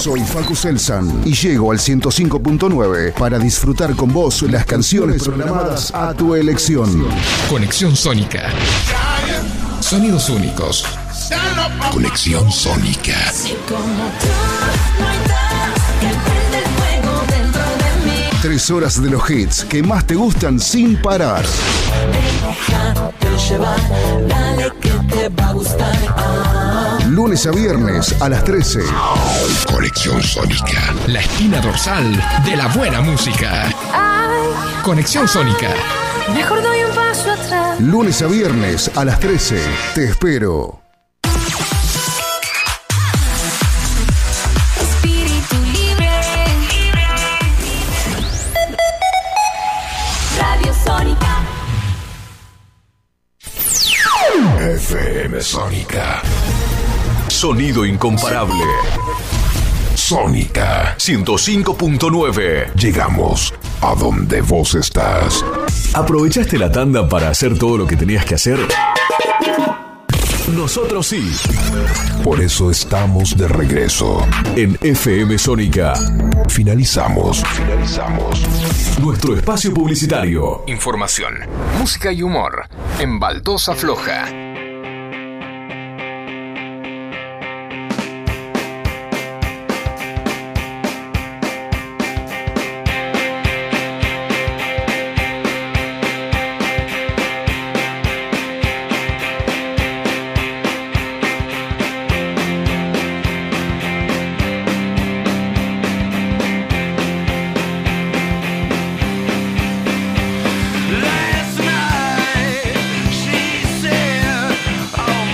Soy Facu Selsan y llego al 105.9 para disfrutar con vos las canciones programadas a tu elección.
Conexión Sónica. Sonidos únicos. Conexión Sónica.
Tres horas de los hits que más te gustan sin parar. Lunes a viernes a las 13.
Conexión Sónica. La espina dorsal de la buena música. Conexión Sónica.
Mejor doy un paso atrás.
Lunes a viernes a las 13. Te espero.
Espíritu libre. Radio Sónica.
FM Sónica. Sonido incomparable. Sónica 105.9. Llegamos a donde vos estás. ¿Aprovechaste la tanda para hacer todo lo que tenías que hacer? Nosotros sí. Por eso estamos de regreso en FM Sónica. Finalizamos. Finalizamos. Nuestro espacio publicitario.
Información, música y humor en Baldosa Floja.
Last night she said "Oh, "Oh, oh,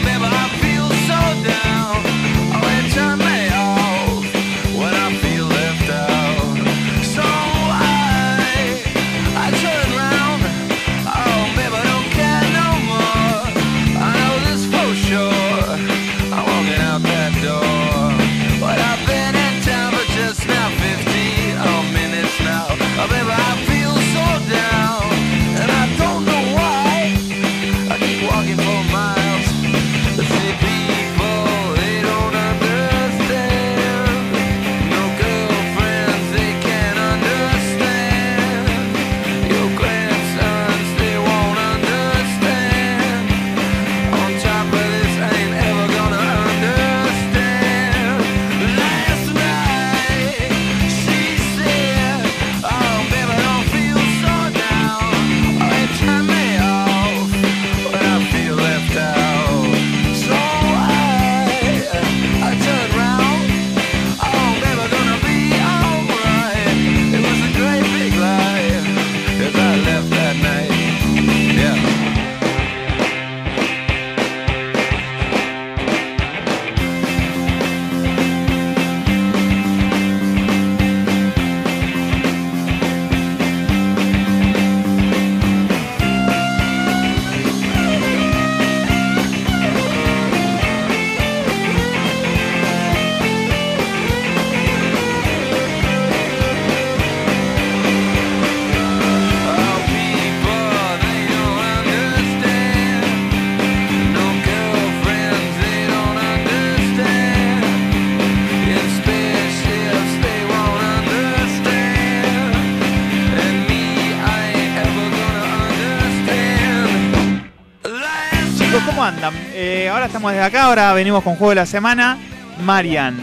mandan. Eh, ahora estamos desde acá, ahora venimos con Juego de la Semana. Marian,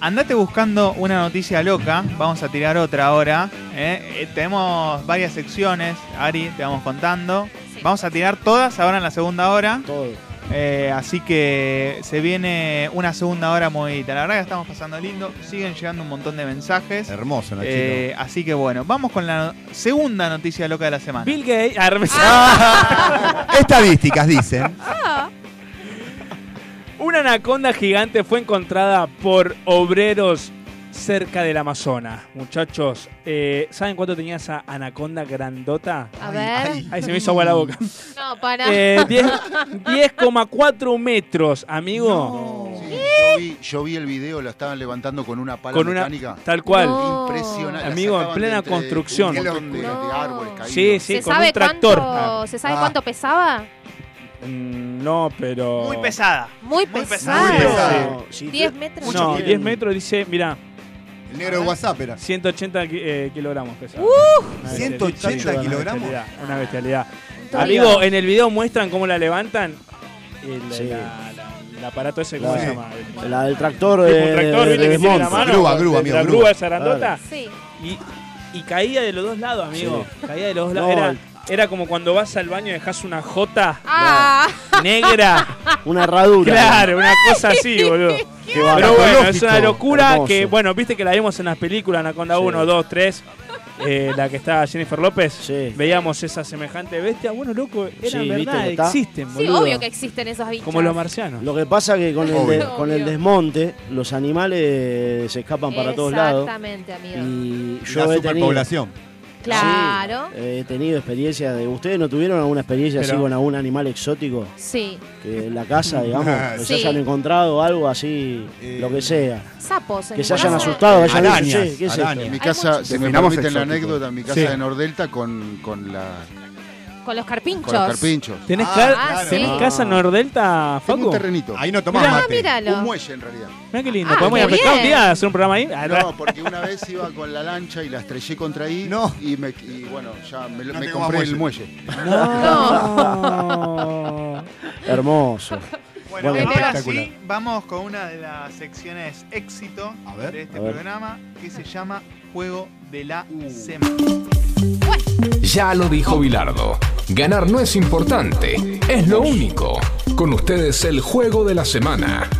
andate buscando una noticia loca. Vamos a tirar otra ahora. ¿eh? Eh, tenemos varias secciones, Ari, te vamos contando. Vamos a tirar todas ahora en la segunda hora. Eh, así que se viene una segunda hora movida. La verdad que estamos pasando lindo. Siguen llegando un montón de mensajes.
Hermoso, Nachito.
Eh, así que bueno, vamos con la no- segunda noticia loca de la semana.
Bill Gates.
(laughs)
Ah, me-
Estadísticas dicen.
Una anaconda gigante fue encontrada por obreros cerca del Amazonas. Muchachos, eh, ¿saben cuánto tenía esa anaconda grandota?
A ver.
Ay, se me hizo agua la boca.
(laughs) No, para.
Eh,
(laughs)
10 10,4 metros, amigo.
Yo vi, yo vi el video, lo estaban levantando con una pala
Con una-
mecánica.
tal cual.
Impresionante.
Amigo, en
La sacaban
plena
de entre
construcción.
un montón de- de árboles caídos.
Sí, sí,
¿Se
con
sabe,
un tractor.
Cuánto, ¿Se sabe cuánto pesaba?
Mm, No, pero.
Muy pesada.
Muy pesado.
Muy pesado.
10 metros.
No, 10 metros dice, mira.
El negro de WhatsApp era.
180 ki- eh, kilogramos pesado.
Uh.
Una
180
bestialidad,
kilogramos.
Una bestialidad. una bestialidad.
Todavía.
Amigo, en el video muestran cómo la levantan. El,
Sí.
la- la- el aparato ese, ¿cómo
La-
se llama? El-
la del tractor,
Tipo un
eh,
tractor,
de-
¿viste?
de
que tiene la
Desmonte.
mano,
Grúa,
de-
grúa,
de
amigo,
La
grúa.
grúa esa grandota.
Sí.
Y, y caía de los dos lados, amigo. Caía de los dos
No,
lados. Era,
el-
era como cuando vas al baño y dejas una jota
(laughs)
Ah.
negra.
Una herradura.
Claro, una cosa así, boludo. Pero bueno, es una
Lógico,
locura
hermoso.
que, bueno, viste que la vimos en las películas, Anaconda 1, 2, 3, eh, la que está Jennifer López. Veíamos esa semejante bestia. Bueno, loco, era
Sí, viste
verdad,
que está.
existen,
Sí,
boludo.
obvio que existen esos bichos.
Como los marcianos.
Lo que pasa que con el, de-
Obvio.
con el desmonte, los animales se escapan para todos lados.
Exactamente, amigo.
Y
La
yo he tenido,
superpoblación.
Claro.
eh, he tenido experiencias de. ¿Ustedes no tuvieron alguna experiencia así
Pero-
con algún animal exótico?
Sí.
Que en la casa, (laughs) digamos, que
Sí.
se hayan encontrado algo así, lo que sea.
Sapos. en
Que
mi
se hayan
casa.
asustado, hayan dicho,
Arañas,
"Che, ¿qué es
arañas.
esto?".
En mi
Hay
casa,
muchos.
si me
Definamos
permiten la
exótico.
anécdota, en mi casa
Sí.
de Nordelta con, con la
Con los
con
carpinchos.
los carpinchos.
¿Tenés,
Ah,
ca-
claro.
¿tenés
Ah.
casa en Nordelta, Facu?
un terrenito. Ahí
no
tomás
Ah, mate. míralo.
Un muelle en realidad.
Mirá qué lindo.
Ah,
¿Podemos ir a
qué
pescar un
bien.
día a hacer un programa ahí? Ah,
No, porque una vez iba con la lancha y la estrellé contra ahí y, me, y bueno, ya me, lo- me
tengo más
compré el muelle. (laughs)
(laughs)
Hermoso.
Bueno,
Bueno,
ahora
espectacular.
sí, vamos con una de las secciones éxito
ver.
de este
A ver.
programa que se llama Juego de la Semana.
Ya lo dijo Bilardo, ganar no es importante, es lo único. Con ustedes el juego de la semana.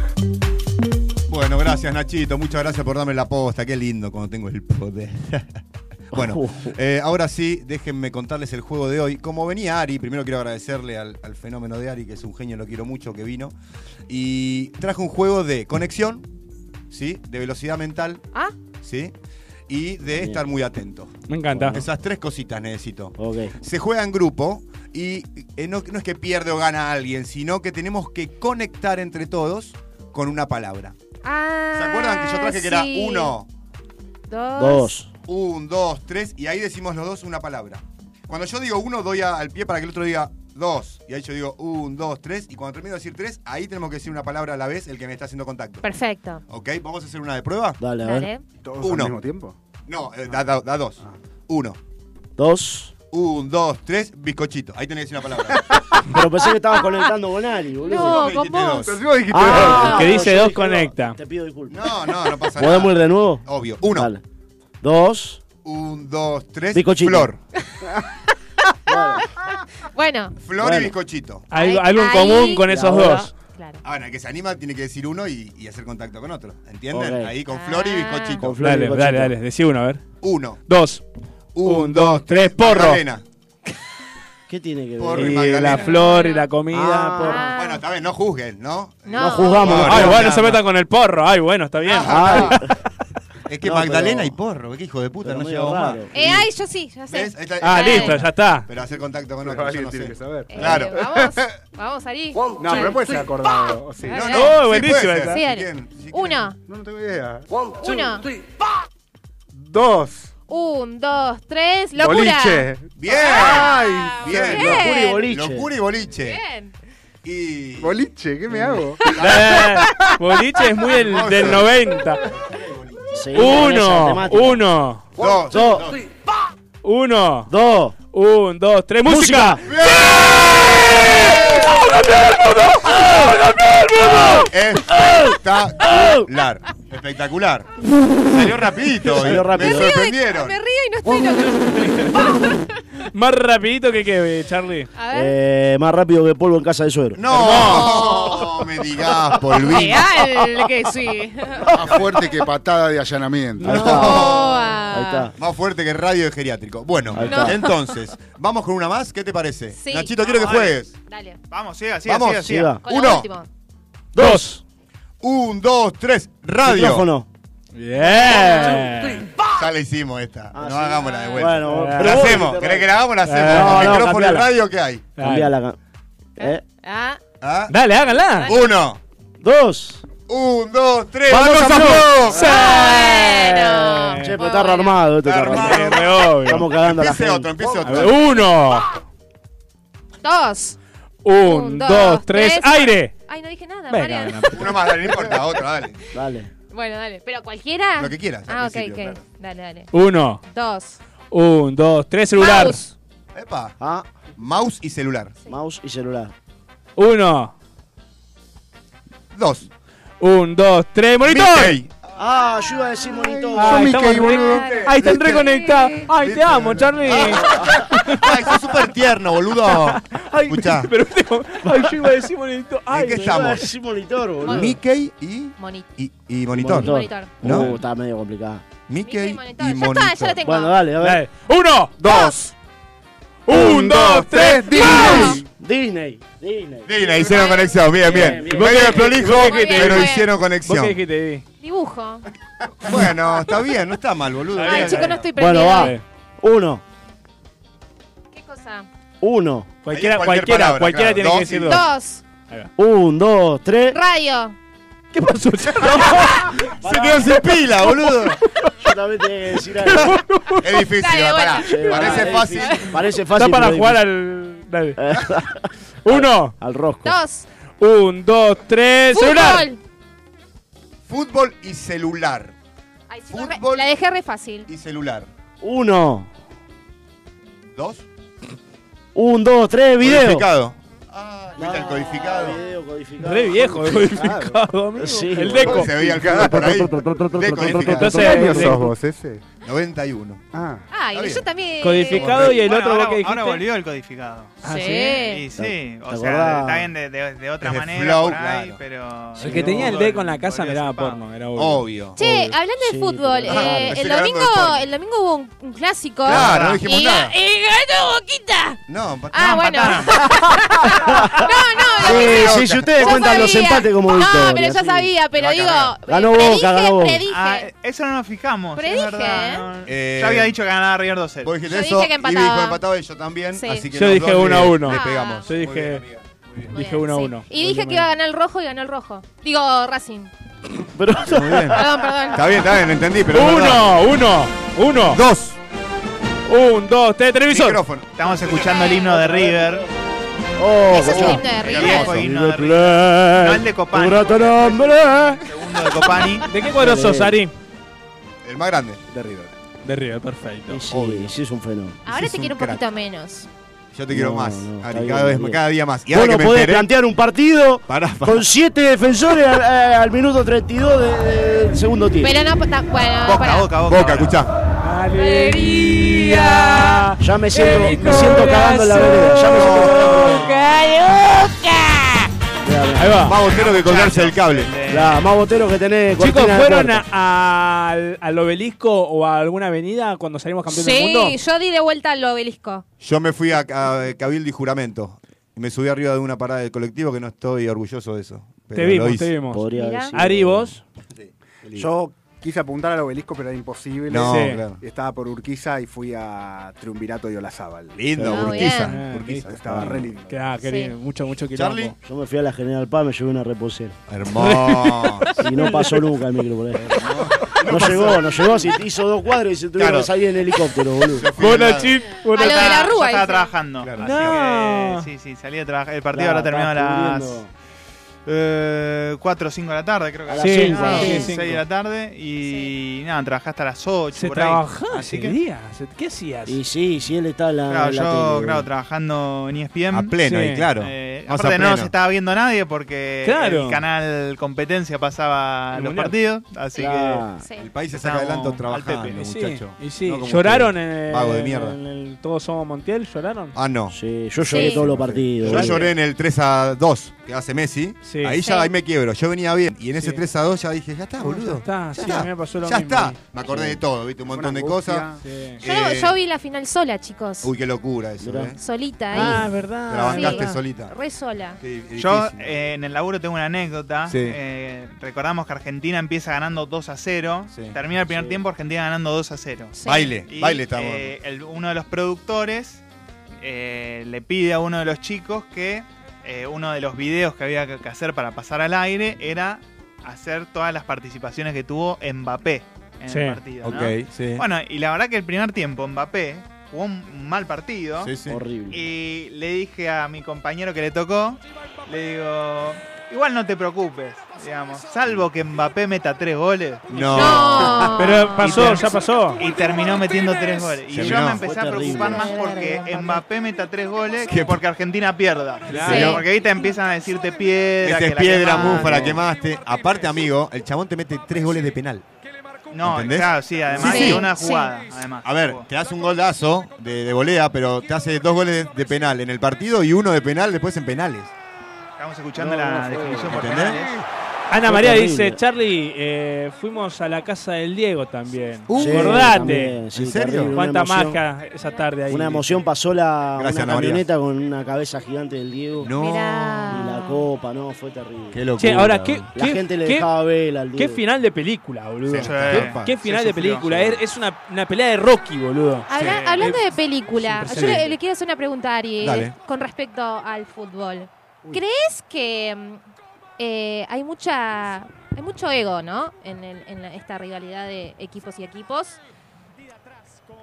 Bueno, gracias Nachito, muchas gracias por darme la posta, qué lindo cuando tengo el poder. (laughs) bueno, eh, ahora sí, déjenme contarles el juego de hoy. Como venía Ari, primero quiero agradecerle al, al fenómeno de Ari, que es un genio, lo quiero mucho, que vino. Y trajo un juego de conexión, ¿sí? De velocidad mental,
Ah,
¿sí? Y de estar muy atento.
Me encanta.
Esas tres cositas necesito.
Ok.
Se juega en grupo y eh, no, no es que pierde o gana alguien, sino que tenemos que conectar entre todos con una palabra.
ah,
¿Se acuerdan que yo traje que era
sí.
uno,
Dos.
un, dos, tres, y ahí decimos los dos una palabra? Cuando yo digo uno, doy a- al pie para que el otro diga dos, y ahí yo digo un, dos, tres, y cuando termino de decir tres, ahí tenemos que decir una palabra a la vez el que me está haciendo contacto.
Perfecto.
¿Ok? ¿Vamos a hacer una de prueba?
Dale, a ver.
Dale.
¿Todos
Uno.
al mismo tiempo?
No, eh, da, da- da dos. Uno,
Dos.
un, dos, tres, bizcochito. Ahí tenés que decir una palabra.
(laughs) Pero pensé que estabas conectando con Ari, boludo.
No, con vos. Pero si vos dijiste
Ah,
dos. El que dice
yo
dos
dije
conecta.
Te pido disculpas.
No, no, no pasa nada.
¿Podemos ir de nuevo?
Obvio. Uno.
Dale. Dos.
Un, dos, tres,
Bizcochito.
flor. (laughs)
Bueno.
Flor y
Bueno.
bizcochito.
Algo- algo en Ahí- común con
Y
esos
ahora-
dos.
Ahora, el que se anima tiene que decir uno y, y hacer contacto con otro. ¿Entienden?
Ok.
Ahí con flor y bizcochito.
dale, dale, dale. Decí uno, a ver.
Uno.
Dos.
Un, dos,
tres, porro.
Magdalena.
¿Qué tiene que ver? Ah.
Porro y
Y
magdalena.
la flor y la comida. porro.
Bueno, está bien, no juzguen, ¿no?
No,
Ah,
Ay, bueno, se metan con el porro. Ay, bueno, está bien.
(laughs) Es que
No,
Magdalena
pero-
y porro, qué hijo de puta,
pero
no
medio
llegamos más.
raro.
Eh, ay, yo sí, ya sé.
Ah, listo, ya está.
Pero hacer contacto con
Pero
otro, yo
alguien
no
tiene
sé.
que saber.
Eh,
Claro.
Vamos,
(laughs)
vamos, Ari. No,
No, pero puede ser acordado. o Sí.
No, no,
sí, buenísima puede ser. esa.
Sí, dale.
Bien,
Uno,
No, no tengo idea.
uno,
Dos.
un, dos, tres, locura.
Boliche.
Bien.
Ay,
Bien.
Bien. Locura y
boliche.
Locura y boliche.
Bien.
Y.
Boliche, ¿qué me hago?
Eh, boliche es muy del, del 90. Uno, uno,
Dos.
Dos.
uno,
dos,
un, dos, tres, música.
¡Música!
¡Ah! Espectacular. Espectacular. Salió rapidito.
Salió rápido.
Me sorprendieron.
Me río y no estoy loco.
Más rapidito que qué, eh, Charlie.
Eh, más rápido que polvo en casa del suegro.
No, me digas,
polvito.
Real que sí.
Más fuerte que patada de allanamiento.
Oh,
Ahí está. Ah. Más fuerte que radio de geriátrico. Bueno,
Ahí está.
entonces, vamos con una más. ¿Qué te parece?
Sí.
Nachito, quiero que juegues.
Dale.
Vamos, siga, siga,
Vamos.
siga, siga.
Con la
Uno,
última.
dos, un, dos, tres. Radio.
Micrófono.
Bien. Ya la hicimos esta. no hagamos la de vuelta.
Ah, Bueno, pero
la
vos
hacemos.
dijiste
¿Querés
radio.
que la hagamos? La hacemos.
Eh, no,
Con
no,
micrófono y
cambiala.
radio, ¿qué hay?
Cambiá la ca- ¿Eh?
Ah.
¿Ah?
Dale, háganla.
Uno,
dos,
un, dos,
Eh,
tres.
¡Vamos, Zambrón!
Bueno.
Che, pero está re armado esto. Está
armado.
Estamos cagando a la gente.
empiece
A ver, uno,
Dos.
un, dos, tres, aire.
Ay, no dije nada,
Venga,
Marian.
venga.
Uno más, dale, no importa. Otro, dale.
Dale.
Bueno, dale. ¿Pero cualquiera?
Lo que quieras, al
Ah, ok, ok.
principio,
Dale, dale.
Uno,
Dos.
un, dos, tres, celular.
Mouse.
Epa.
Ah,
Mouse y celular.
mouse y celular.
Uno,
Dos.
un, dos, tres, monitor.
Mickey.
Ah, yo iba a decir monitor.
Ay, estamos re- Ay, están reconectados. Ay, te amo, Charlie.
(laughs) Ay, sos súper
(laughs)
tierno, boludo. Escuchá.
Ay, yo iba a decir monitor. Ay,
¿En qué
me-
Yo iba a
estamos?
decir monitor, boludo.
Mickey y,
Monitor.
y, y monitor.
Monitor.
¿No?
Uh, está medio complicado.
Mickey,
Ya
y monitor.
está, ya la tengo.
Bueno, dale, a ver.
Dale. Uno,
Dos.
un, dos, tres,
Disney.
Disney. Disney.
Disney, hicieron conexión. Bien, bien.
Bien, bien.
Medio prolijo,
Muy bien,
pero
muy bien.
hicieron
¿Vos qué
conexión.
dijiste, Di?
Dibujo.
Bueno, está bien, no está mal, boludo.
Ay,
Bien.
chicos, no estoy
Bueno,
perdida.
va. Uno,
¿Qué cosa?
uno,
Cualquiera,
Ahí cualquier
cualquiera,
palabra,
cualquiera
claro.
tiene
Dos
que decir
y-
dos.
Dos.
un, dos, tres.
Radio.
(laughs) ¿Qué
(laughs)
pasó, Charlie?
Se quedó sin pila, boludo.
Yo también tenía que
(laughs)
decir algo.
Es difícil,
Dale,
va, pará.
bueno.
Eh,
Parece
pará,
fácil.
es difícil. Parece fácil.
Está para
pero
jugar al. Dale. Uno,
Al rosco.
Dos.
un, dos, tres, celular.
Fútbol.
Fútbol y celular.
Ay, sí, no, re-
Fútbol.
La dejé re fácil.
Y celular.
Uno.
Dos.
Un, dos, tres, video.
Codificado. Ah, ¿viste el codificado?
Video codificado.
Re viejo, codificado, amigo.
Sí,
el
boludo.
deco.
Se veía el código por ahí. Decodificado.
Entonces,
¿Qué año
de-
sos vos ese?
91.
Ah.
Ay,
Está bien.
yo también.
Codificado y el
Bueno,
otro
ahora,
vos que dijiste.
ahora volvió el codificado.
Ah, sí.
Sí, sí.
¿Te
O sea,
acordás?
está bien de, de- de otra
Desde
manera
Flow,
por ahí,
claro.
pero...
El que tenía el deco en la casa
Volvió
miraba
zarpado.
porno, era obvio.
Obvio.
Che, hablando de
Sí,
fútbol,
pero-
eh,
Ah,
el,
estoy hablando de
domingo,
fútbol.
el domingo hubo un, un clásico.
Claro, no dijimos
y,
nada.
y ganó Boquita.
No, pa-
Ah,
no,
bueno.
patana.
no, no, lo
Sí,
que-
sí, si ustedes
yo
cuentan los
sabía.
empates como
No,
victoria,
pero ya
sí.
sabía, pero
Va a
digo.
cagar.
Ganó
predije,
Boca, ganó Boca.
Predije.
Ah, eso no nos fijamos. es
Predije,
verdad,
¿eh?
no-
Eh,
Yo había dicho que ganaba River 2-0.
Vos dijiste
Yo
eso.
dije que
Ibi
empataba.
dijo empatado y yo también.
Sí.
Así que
Yo
los
dije
dos
uno
le-
a uno.
Le
Ah.
pegamos.
Yo
Muy
dije-
bien, amiga. Muy bien.
Muy
Dije
bien,
uno a
sí.
uno.
Y dije que iba a ganar el rojo y ganó el rojo. Digo Racing.
Pero
Muy bien.
Perdón, perdón.
Está bien, está bien, entendí, pero. es verdad.
Uno, uno, uno,
Dos.
un, dos, tres, televisor.
Micrófono.
Estamos escuchando el himno de River.
Oh,
Ese es el
oh.
himno de
El
River.
viejo himno de River. No el
River.
de Copani. Segundo de Copani.
¿De qué cuadro sos, Ari?
El más grande. De River.
De River, perfecto.
Y sí, sí es un fenómeno.
Ahora
es
te
un
quiero un poquito
crack.
menos.
Yo te quiero
No,
más.
no, está
Ari,
bien,
cada, vez,
bien.
cada día más. Y
Vos
ahora
no
que me
podés
enteré.
plantear un partido
Pará, pará.
con siete defensores al, eh, al minuto 32 de- de- del segundo tiempo.
Pero no, ta- bueno,
Boca,
pará.
boca, boca.
Boca, escuchá.
Alegría.
Ya me siento, me siento cagando en la vereda. Ya me siento cagando en la vereda. Mirá, mirá.
Ahí va.
Más botero que colgarse el cable.
La más botero que tenés.
Chicos,
cortina de
¿fueron
puerta.
a- al, al obelisco o a alguna avenida cuando salimos campeón del mundo?
Sí, yo di de vuelta al obelisco.
Yo me fui a, a Cabildo y Juramento. Y me subí arriba de una parada del colectivo que no estoy orgulloso de eso. Pero
Te
lo
vimos,
hice.
te vimos.
Podría haber
Mirá.
sido.
Ari, vos.
Yo quise apuntar al obelisco, pero era imposible.
No,
Sí.
claro.
Y Estaba por Urquiza y fui a Triunvirato de Olazábal.
Lindo,
Ah,
Urquiza.
bien.
Urquiza.
Estaba re lindo.
Que, ah, que
Sí.
bien, mucho, mucho quilombo.
Charlie.
Yo me fui a la General Paz, me llevé una reposera.
Hermoso.
(laughs) Y no pasó nunca el micro por ahí. No llegó, no llegó. si Hizo dos cuadros y se tuvieron
Claro.
que salir en helicóptero, boludo.
Buena chip,
A
buena
lo de la
Yo
Rúa.
estaba
dice.
trabajando.
Claro.
Así
No.
que, sí, sí, salí a trabajar. El partido ahora
Claro,
terminó a
estaba
las eh, 4 o 5 de la tarde, creo que.
A
a
las
las
Sí,
cinco,
sí,
6
sí.
de la tarde. Y nada, trabajé hasta las 8.
Se
por ahí.
trabajaba
Así
ese
que-
día. se- ¿Qué hacías?
Y sí, sí, él está en la.
Claro,
en la
yo,
tele,
claro,
boludo.
trabajando en E ESPN.
A pleno,
Sí.
y claro.
Eh,
Más
Aparte
a
no nos
pleno.
estaba viendo nadie porque
Claro.
el canal competencia pasaba
El
los
Mundial.
partidos, así
Claro.
que
Sí. El país se saca
Estamos
adelante
al
trabajando,
pepe.
Y sí,
muchacho.
y
Sí,
No como
¿Lloraron
ustedes,
en,
vago de
en
mierda.
el Todos Somos Montiel? ¿Lloraron?
Ah, no.
Sí, yo lloré Sí. todos los partidos.
Yo
Dale.
lloré en el 3 a 2 que hace Messi. Ahí ya
Sí.
ahí me quiebro. Yo venía bien. Y en ese
Sí.
3 a 2 ya dije, ya está, boludo.
Ya está, sí, a mí me pasó lo
ya
mismo
está.
ahí.
Me acordé
Sí.
de todo, viste, un
Fue
montón
una
de
angustia.
cosas.
Sí.
Yo,
Eh,
yo vi la final sola, chicos.
Uy, qué locura eso,
Mirá.
eh.
Solita ahí.
Ah, es verdad. Te la bancaste
Sí,
solita.
Re sola.
Yo eh, en el laburo tengo una anécdota.
Sí.
Eh, recordamos que Argentina empieza ganando 2 a 0. Termina el primer tiempo, Argentina ganando 2 a 0.
Sí. Baile,
Y,
baile estamos.
eh, el- uno de los productores eh, le pide a uno de los chicos que eh, uno de los videos que había que que hacer para pasar al aire era hacer todas las participaciones que tuvo Mbappé en
Sí.
el partido. ¿no?
Ok, sí.
Bueno, y la verdad que el primer tiempo Mbappé jugó un mal partido.
Sí, sí. Horrible.
Y le dije a mi compañero que le tocó, le digo, igual no te preocupes, digamos, salvo que Mbappé meta tres goles.
No. No. Pero pasó,
Y ter-
ya pasó.
Y terminó metiendo tres goles. Y
Terminó.
yo me empecé
Fue
a preocupar
terrible.
más porque Mbappé meta tres goles que porque Argentina pierda.
Claro.
Sí. Porque ahorita empiezan a decirte piedra.
Este
que
es
la
piedra,
quemaron.
mufa, la quemaste. Aparte, amigo, el chabón te mete tres goles de penal.
No,
¿Entendés?
claro, sí, además
Sí,
y
sí.
una
Sí.
jugada. Además.
A ver, te hace un golazo de, de volea, pero te hace dos goles de, de penal en el partido y uno de penal después en penales.
Estamos escuchando la definición por
¿Entendés?
penales.
Ana
Fue
María
terrible.
dice, Charlie, eh, fuimos a la casa del Diego también.
Uh. Sí,
Acordate.
también, sí, ¿En serio? terrible,
¿Cuánta
una emoción.
magia esa tarde ahí?
Una emoción pasó la
Gracias,
una
Ana María.
camioneta con una cabeza gigante del Diego.
No. Mirá.
Y la copa, no, fue terrible.
Qué
Che, ahora, ¿qué,
La
qué-
gente le
qué-
dejaba vela al
qué
Diego.
final de película, boludo?
Sí.
¿Qué,
Sí.
qué final
Sí,
de
sufrió,
película?
sí.
Es, es una, una pelea de Rocky, boludo.
Habla-
Sí.
hablando
Eh,
de película,
es
yo le,
impresionante.
le quiero hacer una pregunta a Ari eh,
Dale.
con respecto al fútbol. ¿Crees que mm, eh, hay mucha hay mucho ego, ¿no? En, el- en la- esta rivalidad de equipos y equipos.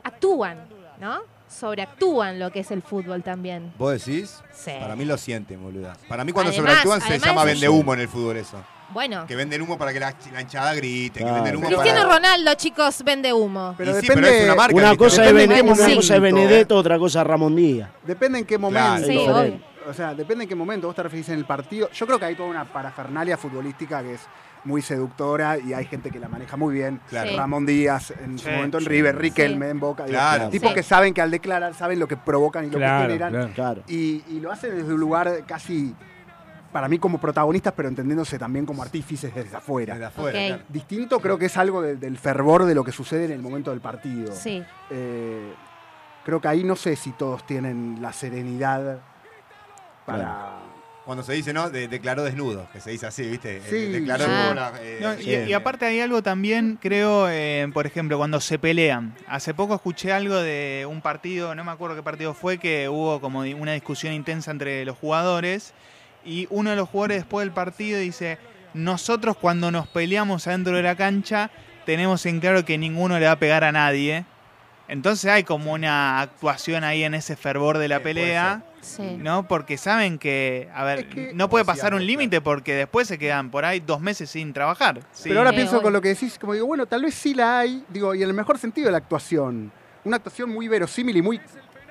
Actúan, ¿no? Sobreactúan lo que es el fútbol también.
¿Vos decís?
Sí.
Para mí lo sienten, boluda. Para mí cuando
Además,
sobreactúan se
además-
llama vende humo en el fútbol eso.
Bueno.
Que venden humo para que la, la hinchada grite, que venden humo
Cristiano
para...
Ronaldo, chicos, vende humo.
Pero Y sí, depende- pero es una marca,
Una
¿viste?
cosa, es
Depende
Bene-
en qué
una cosa es
momento. ¿eh?
Benedetto, otra cosa es Ramón Díaz.
Depende en qué momento.
Sí, obvio.
o sea, depende en qué momento vos te referís en el partido. Yo creo que hay toda una parafernalia futbolística que es muy seductora y hay gente que la maneja muy bien.
Claro. Sí.
Ramón Díaz en su
Sí.
momento en
Sí.
River, Riquelme
Sí.
en Boca. digo,
Claro.
Tipos
Sí.
que saben que al declarar saben lo que provocan y lo
Claro,
que generan.
Claro.
Y, y lo hacen desde un lugar casi, para mí como protagonistas, pero entendiéndose también como artífices desde afuera.
afuera, Ok. claro.
Distinto creo que es algo de- del fervor de lo que sucede en el momento del partido.
Sí.
Eh, creo que ahí no sé si todos tienen la serenidad para...
Cuando se dice, ¿no? De- declaró desnudo, que se dice así, ¿viste? Eh,
Sí.
declaró
Ah.
como la- eh,
No, y,
sí.
y aparte hay algo también, creo, eh, por ejemplo, cuando se pelean. Hace poco escuché algo de un partido, no me acuerdo qué partido fue, que hubo como di- una discusión intensa entre los jugadores y uno de los jugadores después del partido dice, nosotros cuando nos peleamos adentro de la cancha tenemos en claro que ninguno le va a pegar a nadie. Entonces hay como una actuación ahí en ese fervor de la pelea.
Sí.
¿No? Porque saben que, a ver, no puede pasar un límite porque después se quedan por ahí dos meses sin trabajar. Sí.
Pero ahora pienso con lo que decís, como digo, bueno, tal vez sí la hay, digo, y en el mejor sentido de la actuación. Una actuación muy verosímil y muy,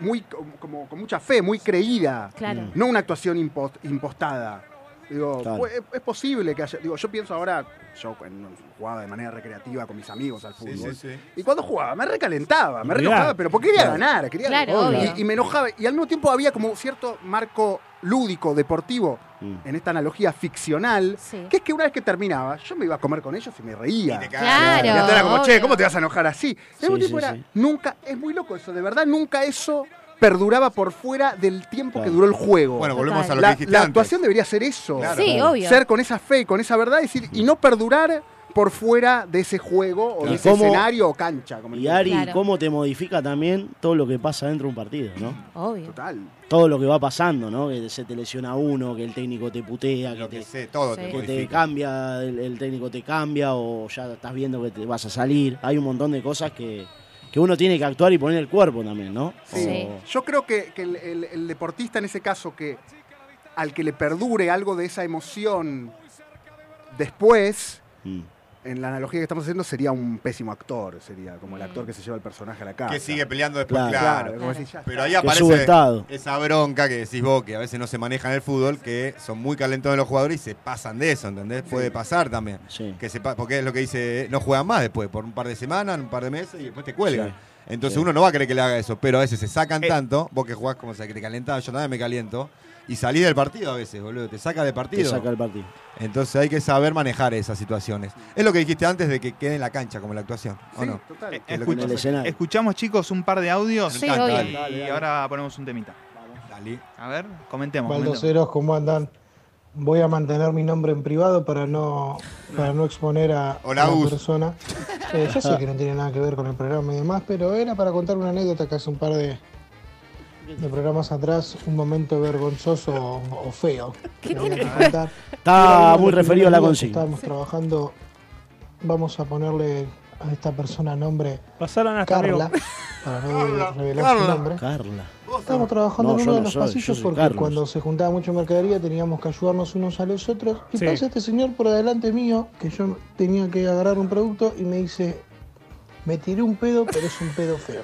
muy co- como, con mucha fe, muy creída.
Claro.
No una actuación impo- impostada. Digo, pues,
Claro.
fue- es, es posible que haya. Digo, yo pienso ahora, yo cuando jugaba de manera recreativa con mis amigos al
sí,
fútbol.
sí.
Y cuando jugaba, me recalentaba,
Mirá.
me renojaba, pero porque quería
Claro.
ganar, quería
Claro,
y-
obvio.
y, me enojaba. Y al mismo tiempo había como cierto marco lúdico, deportivo, en esta analogía ficcional, que es que una vez que terminaba, yo me iba a comer con ellos y me reía.
Claro,
Y antes era como, che,
obvio.
¿cómo te vas a enojar así?
Sí,
Al mismo
sí,
tiempo era,
sí.
nunca, es muy loco eso, de verdad, nunca eso perduraba por fuera del tiempo que duró el juego.
Bueno, volvemos a lo
la,
que dijiste
La
antes.
actuación debería ser eso.
Claro. Mm. Sí, obvio.
Ser con esa fe y con esa verdad, es decir, y no perdurar por fuera de ese juego o
Claro.
de ese
¿Cómo-
escenario o cancha. Como
Y
le digan.
Ari, cómo te modifica también todo lo que pasa dentro de un partido, ¿no?
Obvio.
Total.
Todo lo que va pasando, ¿no? Que se te lesiona uno, que el técnico te putea, que, te,
sé, todo te
que
modifica.
te cambia, el, el técnico te cambia o ya estás viendo que te vas a salir. Hay un montón de cosas que, que uno tiene que actuar y poner el cuerpo también, ¿no?
Sí.
O-
Yo creo que, que el, el- el deportista en ese caso que
Mm.
al que le perdure algo de esa emoción después, en la analogía que estamos haciendo, sería un pésimo actor. Sería como el actor que se lleva el personaje a la casa.
Que sigue peleando después, claro.
como decís, ya
Pero
está.
ahí
Que
aparece
subestado.
esa bronca que decís vos, que a veces no se maneja en el fútbol, que son muy calentones los jugadores y se pasan de eso, ¿entendés? Puede pasar también. Que se pa- porque es lo que dice, no juegan más después, por un par de semanas, un par de meses y después te cuelgan.
Sí.
Entonces
Sí.
uno no va a querer que le haga eso, pero a veces se sacan tanto, vos que jugás como se que te calentás, yo nada me caliento, y salís del partido a veces, boludo, te saca del partido.
Te saca el partido.
Entonces hay que saber manejar esas situaciones. Es lo que dijiste antes de que quede en la cancha como la actuación, ¿o
Sí,
no?
total.
Que es lo que
Escucha-
pasa.
escuchamos, chicos, un par de audios.
Sí, Dale, obvio. dale, dale,
Y
dale.
ahora ponemos un temita. A ver, comentemos. comentemos.
Baldoseros, ¿cómo andan? Voy a mantener mi nombre en privado para no, para no exponer a,
Hola,
a la
Gus.
persona. Eh, yo sé que no tiene nada que ver con el programa y demás, pero era para contar una anécdota que hace un par de, de programas atrás, un momento vergonzoso o, o feo. que voy a contar. Era
Está
uno de
muy
los
referido a la
primeros días
consigna.
que Estábamos trabajando, vamos a ponerle a esta persona nombre
Pasaron hasta
Carla,
amigo.
para no revelar su
Carla.
nombre.
Carla.
Estábamos trabajando
No, yo
en uno de
no
los
soy, yo
pasillos
soy
porque
Carlos.
cuando se juntaba mucha mercadería teníamos que ayudarnos unos a los otros. Y
Sí.
pasó este señor por adelante mío, que yo tenía que agarrar un producto y me dice, me tiré un pedo, pero es un pedo feo.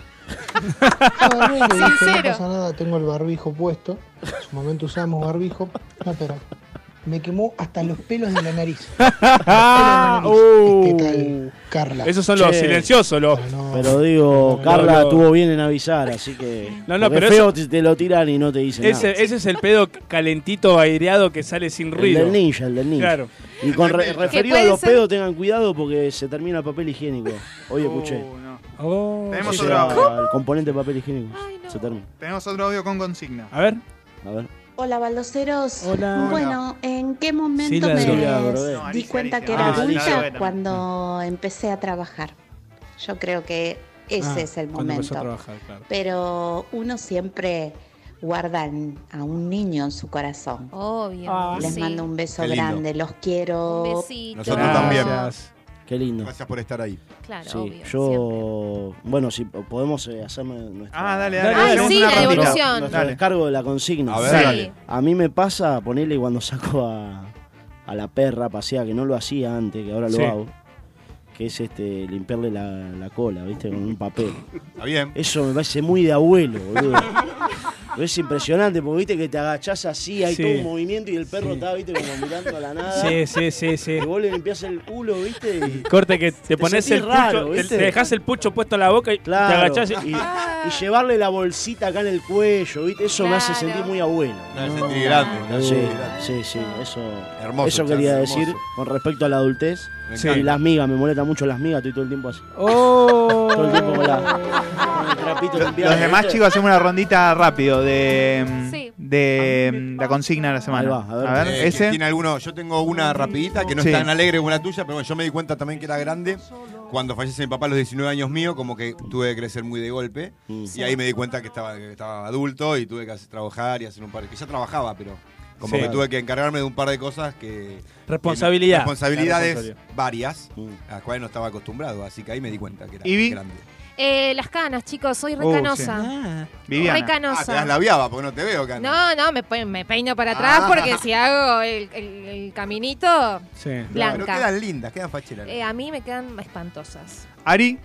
Yo agarré y le dije, no
Sincero.
pasa nada, tengo el barbijo puesto. En su momento usábamos barbijo. No, pero me quemó hasta los pelos de la nariz. Los pelos de la nariz. ¿Qué tal, Carla?
Esos Ah, uh. son los
Che.
silenciosos, los.
Pero digo,
No,
Carla
no.
tuvo bien en avisar, así que.
No, no,
porque
pero
feo
eso-
te- te lo tiran y no te dicen nada.
Ese, ese es el pedo calentito aireado que sale sin
El
ruido.
del ninja, el del ninja.
Claro.
Y con re-
Que
referido a
puede
los
ser-
pedos, tengan cuidado porque se termina el papel
(laughs)
higiénico. Hoy escuché.
Oh,
Tenemos
Sí,
otro
era
audio.
El componente de papel higiénico. Se termina.
Tenemos otro audio con consigna.
A ver.
A ver.
Hola, baldoseros.
Hola.
Bueno, ¿en qué
Sí,
momento
la
me
de- la de- No,
di
Alicia,
cuenta
Alicia.
que era
Ah, Alicia.
adulta?
Bueno.
Cuando empecé a trabajar. Yo creo que ese
Ah,
es el
cuando
momento.
empezó a trabajar, claro.
Pero uno siempre guarda en- a un niño en su corazón.
Obvio.
Ah,
Les
sí.
mando un beso
Qué lindo.
grande, los quiero.
Un besito.
Nosotros también.
Qué lindo.
Gracias por estar ahí.
Claro,
Sí,
obvio.
yo. Bueno, si podemos eh, hacerme nuestra.
Ah, dale, dale, Dale, hacemos sí, una la rapidita. devolución.
Nuestro
Dale.
descargo de la consigna.
A ver, Sí. dale.
A mí me pasa ponerle cuando saco a, a la perra a pasear, que no lo hacía antes, que ahora
Sí.
lo hago. Que es este limpiarle la, la cola, ¿viste? Con un papel.
Está bien.
Eso me parece muy de abuelo, boludo. (laughs) Pero es impresionante, porque viste que te agachás así, hay
Sí.
todo un movimiento y el perro está, viste, como mirando a la nada.
Sí, sí, sí, sí.
Y vos le limpiás el culo, viste, y
Corte que te
Te
pones
sentís
el
raro,
pucho, te,
¿viste?
te dejás el pucho puesto en la boca y te
Claro.
agachás y,
y, y llevarle la bolsita acá en el cuello, ¿viste? Eso me hace
Claro.
sentir muy abuelo.
Me hace sentir grande, me hace
eh, Sí,
sentir grande.
sí, sí, eso,
Hermoso,
eso
Charles,
quería
hermoso.
decir con respecto a la adultez.
Me
Sí.
encanta.
Y las migas, me molesta mucho las migas, estoy todo el tiempo así.
Oh.
Oh.
Todo el tiempo con, la, con el trapito limpiado,
Los demás
¿viste?
chicos hacemos una rondita rápido de, mm,
Sí.
de mm, la consigna de la semana.
Ahí va,
a ver,
Eh,
ese.
¿Tiene alguno? Yo tengo una rapidita que no
Sí.
es tan alegre como la tuya, pero bueno, yo me di cuenta también que era grande. Cuando fallece mi papá a los 19 años mío, como que tuve que crecer muy de golpe. Y ahí me di cuenta que estaba, que estaba adulto y tuve que hacer- trabajar y hacer un par de... Que ya trabajaba, pero como
Sí.
que tuve que encargarme de un par de cosas que...
Responsabilidad.
que- responsabilidades
La responsabilidad.
varias, a las cuales no estaba acostumbrado. Así que ahí me di cuenta que era
¿Y Vi?
grande.
Eh, las canas, chicos, soy
Oh,
recanosa.
sí.
Viviana. Re canosa.
Ah, te das la viaba porque no te veo, Cano.
No, no, me, pe- me peino para atrás
Ah.
porque si hago el, el- el caminito,
Sí.
Blanca.
Pero quedan lindas, quedan facheras.
eh, a mí me quedan espantosas.
Ari.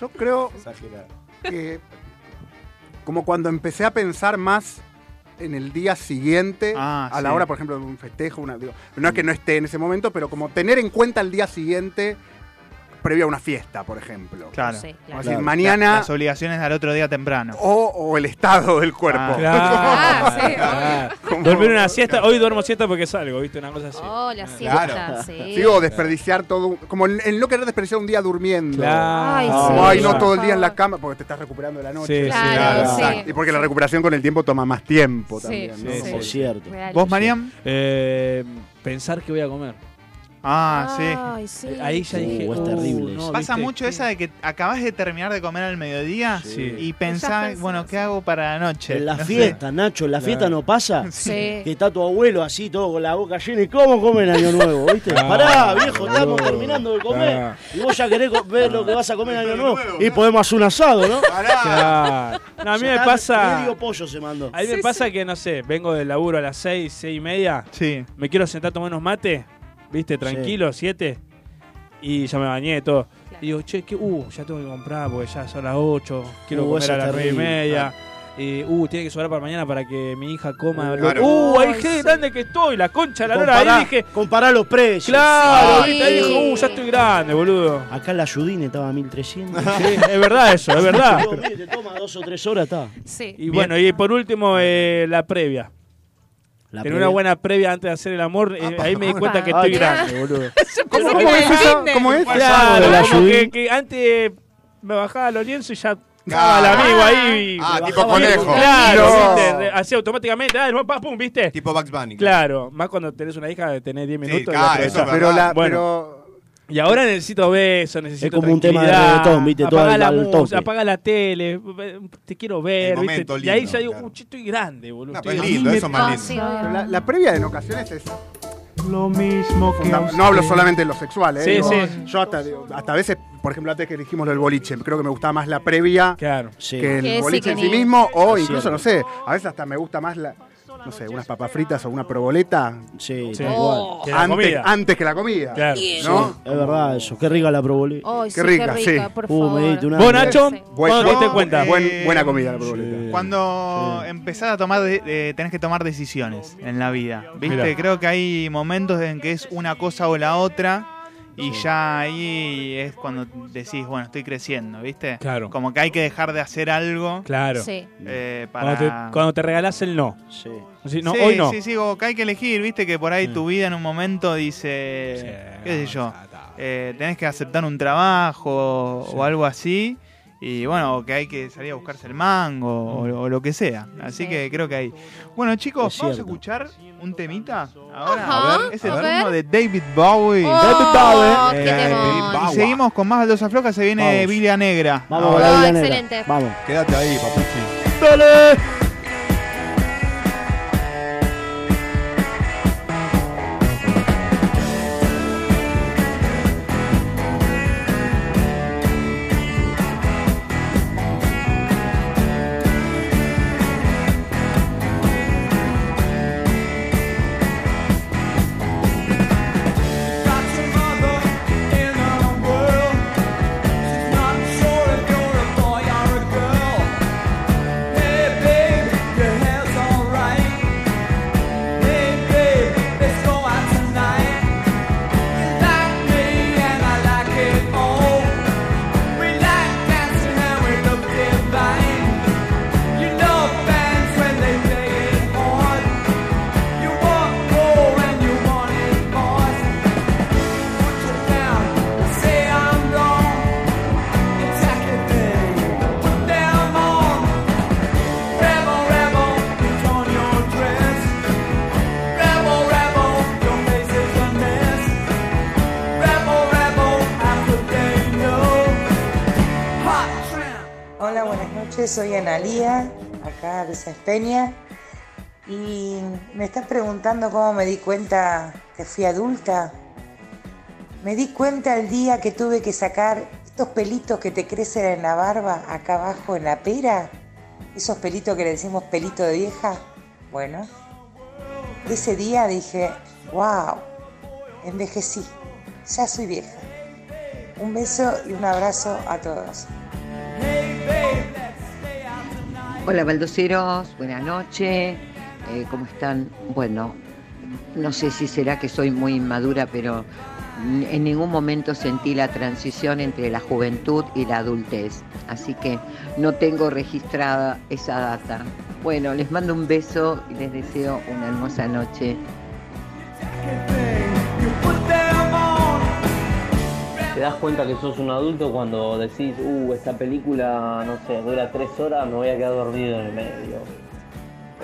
Yo creo
Exagerada.
que como cuando empecé a pensar más en el día siguiente,
Ah,
a la
sí.
hora, por ejemplo, de un festejo, una, digo, no
Mm.
es que no esté en ese momento, pero como tener en cuenta el día siguiente previo a una fiesta, por ejemplo.
Claro.
Sí,
Vamos a
claro. Mañana-
Las obligaciones al otro día temprano. Ah.
O, o el estado del cuerpo. (laughs)
Claro. Claro. Dormir una siesta, hoy duermo siesta porque salgo, ¿viste? Una cosa así.
Oh, la siesta,
Claro.
sí.
Digo, desperdiciar todo, un- como el, el no querer desperdiciar un día durmiendo.
Claro. Ay,
Como,
sí,
ay, no
por
todo el día en la cama, porque te estás recuperando de la noche.
Sí, sí, Claro, claro. sí.
Exacto. Y porque la recuperación con el tiempo toma más tiempo
Sí,
también.
sí,
¿no?
sí.
Como-
Es cierto.
Real.
¿Vos, Mariam?
Eh, pensar que voy a comer.
Ah, sí.
Ay, sí.
Ahí ya dije.
es
"Uh,
terrible
no,
Pasa
¿viste?
mucho esa de que acabás de terminar de comer al mediodía
Sí.
y
Ya
pensás,
pensás.
bueno, ¿qué hago para la noche?
En la
No sé.
fiesta, Nacho, en la
Claro.
fiesta no pasa.
Sí.
Que está tu abuelo así, todo con la boca llena. ¿Y cómo comen Año Nuevo, viste?
Ah,
Pará, viejo, estamos
boludo.
terminando de comer.
Claro.
Y vos ya querés co- ver lo que vas a comer Año Nuevo. Y podemos hacer un asado, ¿no?
Claro. No, a mí
Ya
me
está,
pasa.
Medio pollo se mandó.
A mí me pasa que, no sé, vengo del laburo a las 6, 6 y media.
Sí.
Me quiero sentar a tomar unos mates, ¿viste? Tranquilo, 7. y ya me bañé todo. Y digo, che, que, uh, ya tengo que comprar porque ya son las 8, quiero
Uh,
comer
eso
a
es
las 9 y
terrible.
media. Eh, uh, tiene que sobrar para mañana para que mi hija coma.
Claro.
Uh,
Ay,
ahí qué grande que estoy, la concha, de la lora.
Compará-
Ahí dije,
compará los precios.
Claro,
Sí.
viste, ahí dijo, uh, ya estoy grande, boludo.
Acá la Yudine estaba a 1300.
Sí, es verdad eso, es
(laughs)
verdad.
Digo, mire, te toma dos o tres horas, está.
Sí.
Y bueno, y por último, eh, la previa. Tener
previa.
una buena previa antes de hacer el amor, eh, ahí me di cuenta que
Ah,
estoy
qué-
grande, boludo.
(laughs) ¿Cómo- cómo es eso? ¿Cómo es?
Claro,
De la
como
Judith.
que, que antes me bajaba los lienzos y ya estaba el amigo ahí. y
Ah,
me
tipo
bajaba bien.
conejo.
Claro,
No.
¿viste? De- así automáticamente, ah, el pam, pum, ¿viste?
Tipo Bugs Bunny.
Claro, más cuando tenés una hija, tenés 10 minutos. y la
claro, eso
aprovechás.
es verdad. Pero la-
Bueno, Y ahora necesito besos, necesito
como un tema de
tranquilidad,
reggaetón, ¿viste? Todo
apagá
al-
la
al
música,
tope.
Apaga la tele, te quiero ver,
El
¿viste?
momento
y ahí
lindo,
ya digo, "Uh, che, estoy grande, boludo.
pero
estoy
es lindo,
grande".
eso es más lindo. Pero la, la previa en ocasiones es
Lo mismo
funda- No hablo solamente de lo sexual, ¿eh?
Sí,
Digo,
sí.
Yo hasta, digo, hasta a veces, por ejemplo, antes que dijimos lo del boliche, creo que me gustaba más la previa que el
Que sí,
boliche
que
en
ni-
sí mismo, o
Es
incluso,
cierto.
no sé, a veces hasta me gusta más la, no sé, unas papas fritas o una proboleta.
Sí,
tal cual.
Oh.
Que la
Antes,
comida.
antes que la comida.
Claro.
¿no? Eh,
Sí, es verdad eso. Qué rica la proboleta.
Ay,
Qué sí, qué rica, rica, sí.
por
Uh, me diste una-
¿Vos, Nacho?
Buen-
¿Cuándo te diste
no,
cuenta?
buen- buena comida la proboleta.
Cuando empezás a tomar, de- eh, tenés que tomar decisiones en la vida. ¿Viste?
Mirá.
Creo que hay momentos en que es una cosa o la otra. Y ya ahí es cuando decís, bueno, estoy creciendo, ¿viste?
Claro.
Como que hay que dejar de hacer algo.
Claro.
Sí.
eh, para...
Cuando te, cuando te regalás el no.
Sí.
no
sí,
hoy no.
Sí, sí, como que hay que elegir, viste, que por ahí
Mm.
tu vida en un momento dice, qué sé yo, eh, tenés que aceptar un trabajo o algo así, y bueno, o que hay que salir a buscarse el mango o, o lo que sea. Así que creo que hay. Bueno, chicos,
Mm. Es
vamos a
cierto.
escuchar un temita ahora.
Ajá,
es el
a
ritmo de (laughs)
ver.
David Bowie.
Oh, David Bowie. qué
Y
temón.
seguimos con más baldosas flojas, se viene
Vamos.
Biblia Negra.
Vamos
Ahora.
con la Biblia Oh, Negra. excelente.
Vamos.
Quédate ahí, papuchi.
Dale.
Say I'm wrong.
Hola, buenas noches, soy Analía, acá de Peña, y me estás preguntando cómo me di cuenta que fui adulta. Me di cuenta el día que tuve que sacar estos pelitos que te crecen en la barba, acá abajo en la pera, esos pelitos que le decimos pelito de vieja. Bueno, ese día dije, wow, envejecí, ya soy vieja. Un beso y un abrazo a todos.
Hola baldoseros, buenas noches, Eh, ¿cómo están? Bueno, no sé si será que soy muy inmadura, pero n- en ningún momento sentí la transición entre la juventud y la adultez, así que no tengo registrada esa data. Bueno, les mando un beso y les deseo una hermosa noche.
Te das cuenta que sos un adulto cuando decís, uh, esta película, no sé, dura tres horas, me voy a quedar dormido en el medio.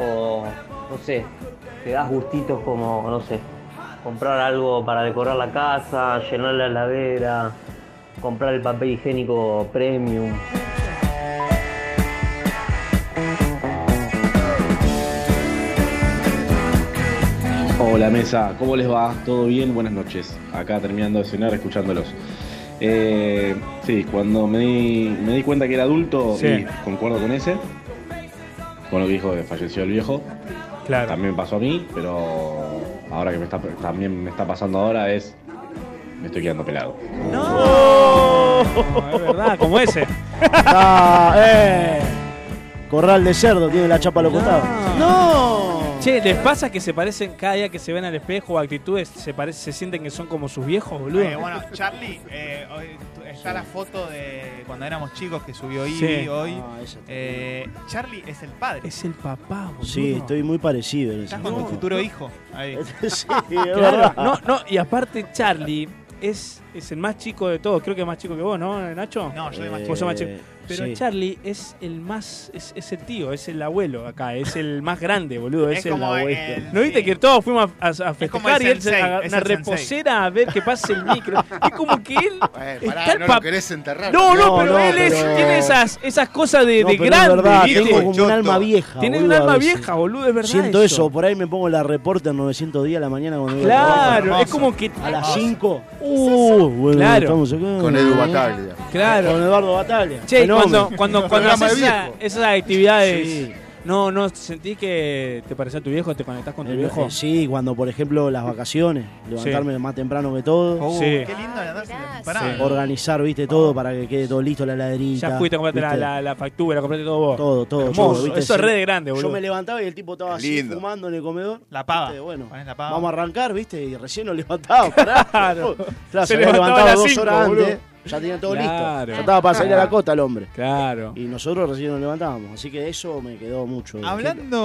O, no sé, te das gustitos como, no sé, comprar algo para decorar la casa, llenar la heladera, comprar el papel higiénico premium.
Hola mesa, ¿cómo les va? ¿Todo bien? Buenas noches. Acá terminando de cenar, escuchándolos. Eh, sí, cuando me di, me di cuenta que era adulto,
Sí.
y concuerdo con ese, con lo que dijo que falleció el viejo.
Claro.
También pasó a mí, pero ahora que me está, también me está pasando ahora es
me estoy quedando pelado.
No, es verdad, como (laughs) ese.
Ah, eh. Corral de cerdo tiene la chapa a los costados.
¡No! Che, ¿les pasa que se parecen cada día que se ven al espejo actitudes? ¿Se parece, se sienten que son como sus viejos, boludo?
Eh, bueno, Charlie, eh, hoy tu- está la foto de cuando éramos chicos que subió Ivy
Sí.
hoy.
Ah, esa está
Eh, Charlie es el padre.
Es el papá, boludo.
Sí, estoy muy parecido en ese
Estás con tu futuro hijo.
(laughs)
Ahí.
Claro. No, no, y aparte Charlie es, es el más chico de todos. Creo que es más chico que vos, ¿no, Nacho? No,
yo soy más
Vos sos más
chico.
chico.
Eh,
Pero
sí.
Charlie es el más, es, es el tío, es el abuelo acá, es el más grande, boludo, es,
Es
el
como
abuelo.
el-
¿No viste que todos fuimos a, a- a festejar
el
y él se
sensei,
agarró
es
una
el sensei.
reposera a ver que pase el micro? es como que
(laughs)
él
pará,
está el
no
pap-
lo querés enterrar.
No, no,
No,
pero
no,
él es-
pero-
tiene esas, esas cosas de,
No,
de
pero es
grande,
verdad,
¿viste?
tengo como un alma vieja.
Tiene un
boludo, a
alma
veces.
vieja, boludo, es verdad.
Siento eso. por ahí me pongo la reporte en 900 días a Ah, la mañana cuando voy al trabajo.
Claro, es como que
A las 5. Uh, bueno,
Claro.
estamos acá.
Con Edu Bataglia. Claro.
Con Eduardo Bataglia.
Che, y
Fenómeno. (laughs)
cuando, cuando, cuando
Programa
haces
de
esa-
viejo.
esas actividades,
Sí.
no, no sentís que te pareces a tu viejo, te conectás con tu
Eh,
viejo.
eh, Sí, cuando por ejemplo las vacaciones, levantarme más temprano que todo.
Oh,
Sí.
qué
lindo levantarse
temprano.
Sí. Organizar, viste, todo para que quede todo listo la heladerita.
Ya fuiste a comprarte la,
¿viste?
la, la factura, compraste todo vos.
Todo, todo.
Hermoso,
yo, ¿viste?
eso es
Sí.
re de grande, boludo.
Yo me levantaba y el tipo estaba así
Lindo.
fumando en el comedor.
La pava.
Viste, Bueno,
la pava.
vamos a arrancar, viste, y recién lo levantaba.
(laughs)
pará. Claro,
Se
se, había
levantaba a
levantado
las
dos
cinco,
horas
boludo.
antes. Ya tenía todo
Claro.
listo. Ya estaba para salir a la
Claro.
costa el hombre.
Claro.
Y nosotros recién nos levantábamos. Así que eso me quedó mucho.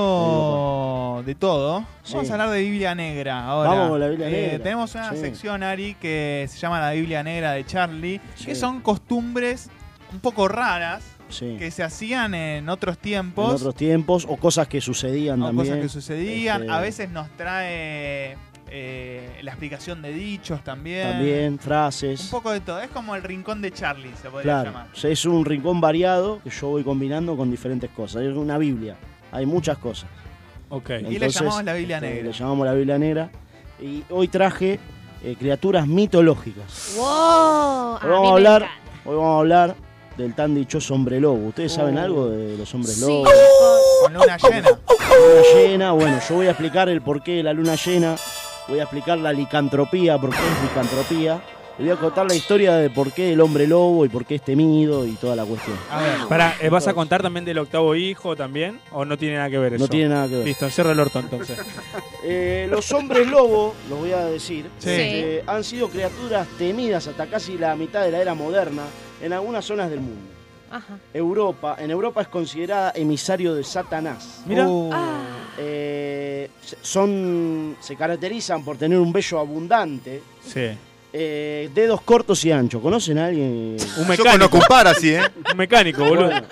Hablando de todo, vamos
Sí.
a hablar de Biblia Negra ahora.
Vamos con la Biblia
Eh,
Negra.
Tenemos una
Sí.
sección, Ari, que se llama la Biblia Negra de Charlie, que
Sí.
son costumbres un poco raras
Sí.
que se hacían en otros
En
tiempos.
otros tiempos o cosas que sucedían
o
también.
cosas que sucedían.
Este,
A veces nos trae eh, la explicación de dichos también.
También,
Un
frases.
poco de todo. Es como el rincón de Charlie, se podría
Claro,
llamar.
o sea, es un rincón variado que yo voy combinando con diferentes cosas. Es una Biblia, hay muchas cosas.
Ok.
Y le llamamos la Biblia
este,
Negra.
Le llamamos la Biblia Negra. Y hoy traje eh, criaturas mitológicas.
¡Wow!
Hoy vamos, a hablar, hoy vamos a hablar del tan dichoso hombre lobo. ¿Ustedes saben algo de los hombres
Sí.
lobos?
Con luna llena.
Luna llena, bueno, yo voy a explicar el porqué de la luna llena. Voy a explicar la licantropía, por qué es licantropía. Le voy a contar la historia de por qué el hombre lobo y por qué es temido y toda la cuestión.
Pará, eh, ¿vas a contar también del octavo hijo también? ¿O no tiene nada que ver
No
eso?
tiene nada que ver.
Listo, encierra el
(laughs)
orto entonces.
Eh, los hombres lobo, los voy a decir,
Sí.
eh, han sido criaturas temidas hasta casi la mitad de la era moderna en algunas zonas del mundo.
Ajá.
Europa, en Europa es considerada emisario de Satanás. Oh.
Mirá.
Eh, se- son, se caracterizan por tener un vello abundante,
Sí.
eh, dedos cortos y anchos. ¿Conocen a alguien?
Un mecánico. conozco un par así, ¿eh? (laughs) Un mecánico, boludo.
Bueno,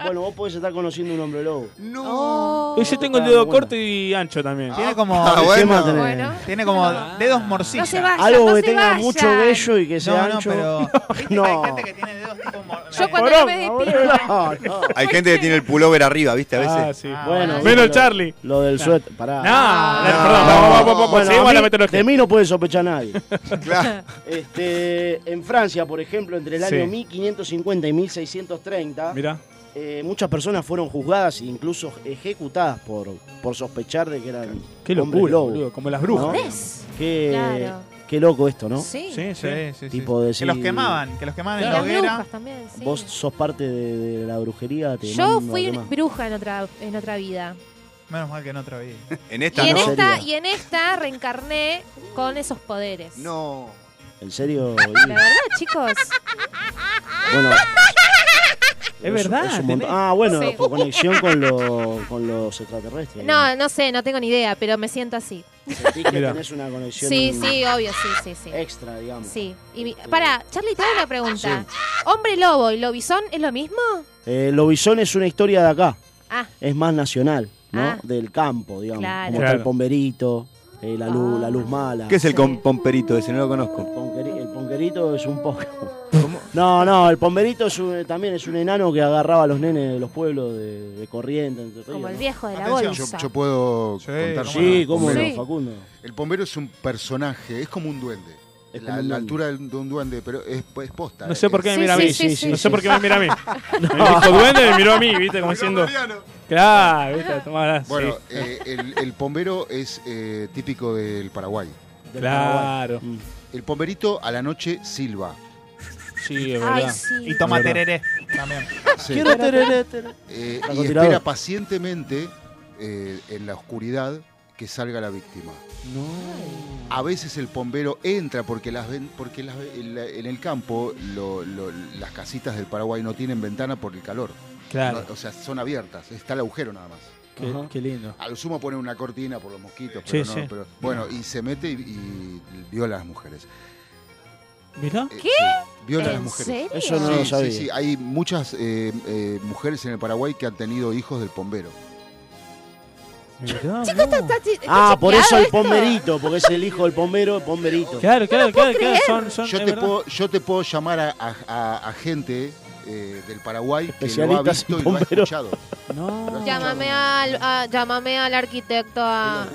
bueno, vos podés estar conociendo un hombre lobo.
Y Eh, yo tengo el dedo corto y ancho también.
Tiene como.
Ah, bueno. Bueno.
Tiene como Ah. dedos morcillas.
No se vayan,
Algo
no
que
se
tenga
vayan.
mucho vello y que sea
no,
ancho.
(laughs)
pero-
(laughs) no.
Yo cuando no me despido.
No, no.
Hay gente que tiene el pullover arriba, ¿viste? A veces.
Ah, sí.
Bueno,
Menos
bueno, lo-
Charlie.
Lo del suéter, pará.
Nah, no, perdón, vamos, vamos, vamos,
Bueno,
seguimos
a
a la
mí-
metodología.
De
(laughs)
mí no puede sospechar nadie.
Claro.
Este, en Francia, por ejemplo, entre el año
Sí.
1550 y 1630,
Mirá.
eh, muchas personas fueron juzgadas e incluso ejecutadas por, por sospechar de que eran
Qué
hombres
locura,
lobos.
boludo, como las brujas. ¿Ves?
Qué,
Claro.
qué loco esto, ¿no?
Sí.
Sí, sí, sí.
Tipo decir-
Que los quemaban, que los quemaban en la
Las
hoguera.
brujas también, sí.
Vos sos parte de, de la brujería. Te
Yo
mando a
fui
quemar.
bruja en otra, en otra vida.
Menos mal que en otra vida.
(laughs) En
Y
esta
en,
no.
esta, y en esta reencarné con esos poderes.
No.
¿En
(laughs)
serio?
La verdad, chicos.
Bueno.
Es verdad,
un
tenés-
montón. Ah, bueno,
Sí.
por conexión con, lo- con los extraterrestres.
No, no sé, no tengo ni idea, pero me siento así.
Sentí que
Mirá.
tenés una conexión.
Sí, sí, obvio, sí, sí, sí.
Extra, digamos. Este,
Sí. Y mi- pará, Charlie, te hago una pregunta. ¿Hombre lobo y lobizón es lo mismo?
Eh, Lobizón es una historia de acá.
Ah.
Es más nacional, ¿no?
Ah.
Del campo, digamos.
Claro. Ah.
Como
Claro.
está el pomberito, eh, la, luz, la luz mala.
¿Qué es el com- pomperito ese? No lo conozco.
Ponqueri- El pomberito es un poco. No, no, el pomberito es un- también es un enano que agarraba a los nenes de los pueblos de, de corriente. entre
Como
ríos,
el
¿no?
viejo de la
Atención,
bolsa.
Yo, yo puedo contar
Sí,
cómo
cómo no,
Bombero.
Facundo.
El bombero es un personaje, es como un duende.
Es
la,
como un duende.
la altura del- de un duende, pero es, es posta.
No sé por qué me mira a mí. no sé por qué me mira
(laughs)
a mí. (laughs)
No.
Me dijo duende y me miró a mí, viste, como diciendo. Claro, viste, tomá,
Bueno,
sí.
eh, el, el bombero es eh, típico del Paraguay. del
Claro.
Paraguay. El pomberito a la noche silba.
Sí,
es Ay, verdad. sí. Y toma tereré también.
Quiero
Quiero
tereré,
tereré,
Eh,
Franco
y
tirador.
espera pacientemente eh, en la oscuridad que salga la víctima. No. A veces el bombero entra porque las ven, porque las, en, la- en el campo lo- lo- las casitas del Paraguay no tienen ventana por el calor.
Claro.
No, o sea, son abiertas, está el agujero nada más.
Qué, qué lindo.
Al sumo ponen una cortina por los mosquitos,
Sí,
pero no,
sí.
pero- bueno, y se mete y, y viola a las mujeres.
¿Mirá?
¿Qué? Viola a las mujeres.
Eso no
Sí,
lo sabía.
Sí, sí, hay muchas eh, eh, mujeres en el Paraguay que han tenido hijos del bombero.
Chicos, está, está chi- está
Ah, por
chequeado
eso el
esto.
pomberito, porque es el hijo del pombero, pomberito.
Claro, claro, claro, claro. Son, son,
yo,
es
te
verdad.
puedo, yo te puedo llamar a, a- a- a gente eh, del Paraguay que lo ha
Especialistas en
visto y lo ha
bomberos.
escuchado.
Ah,
No.
Llámame al, a- llámame al arquitecto a...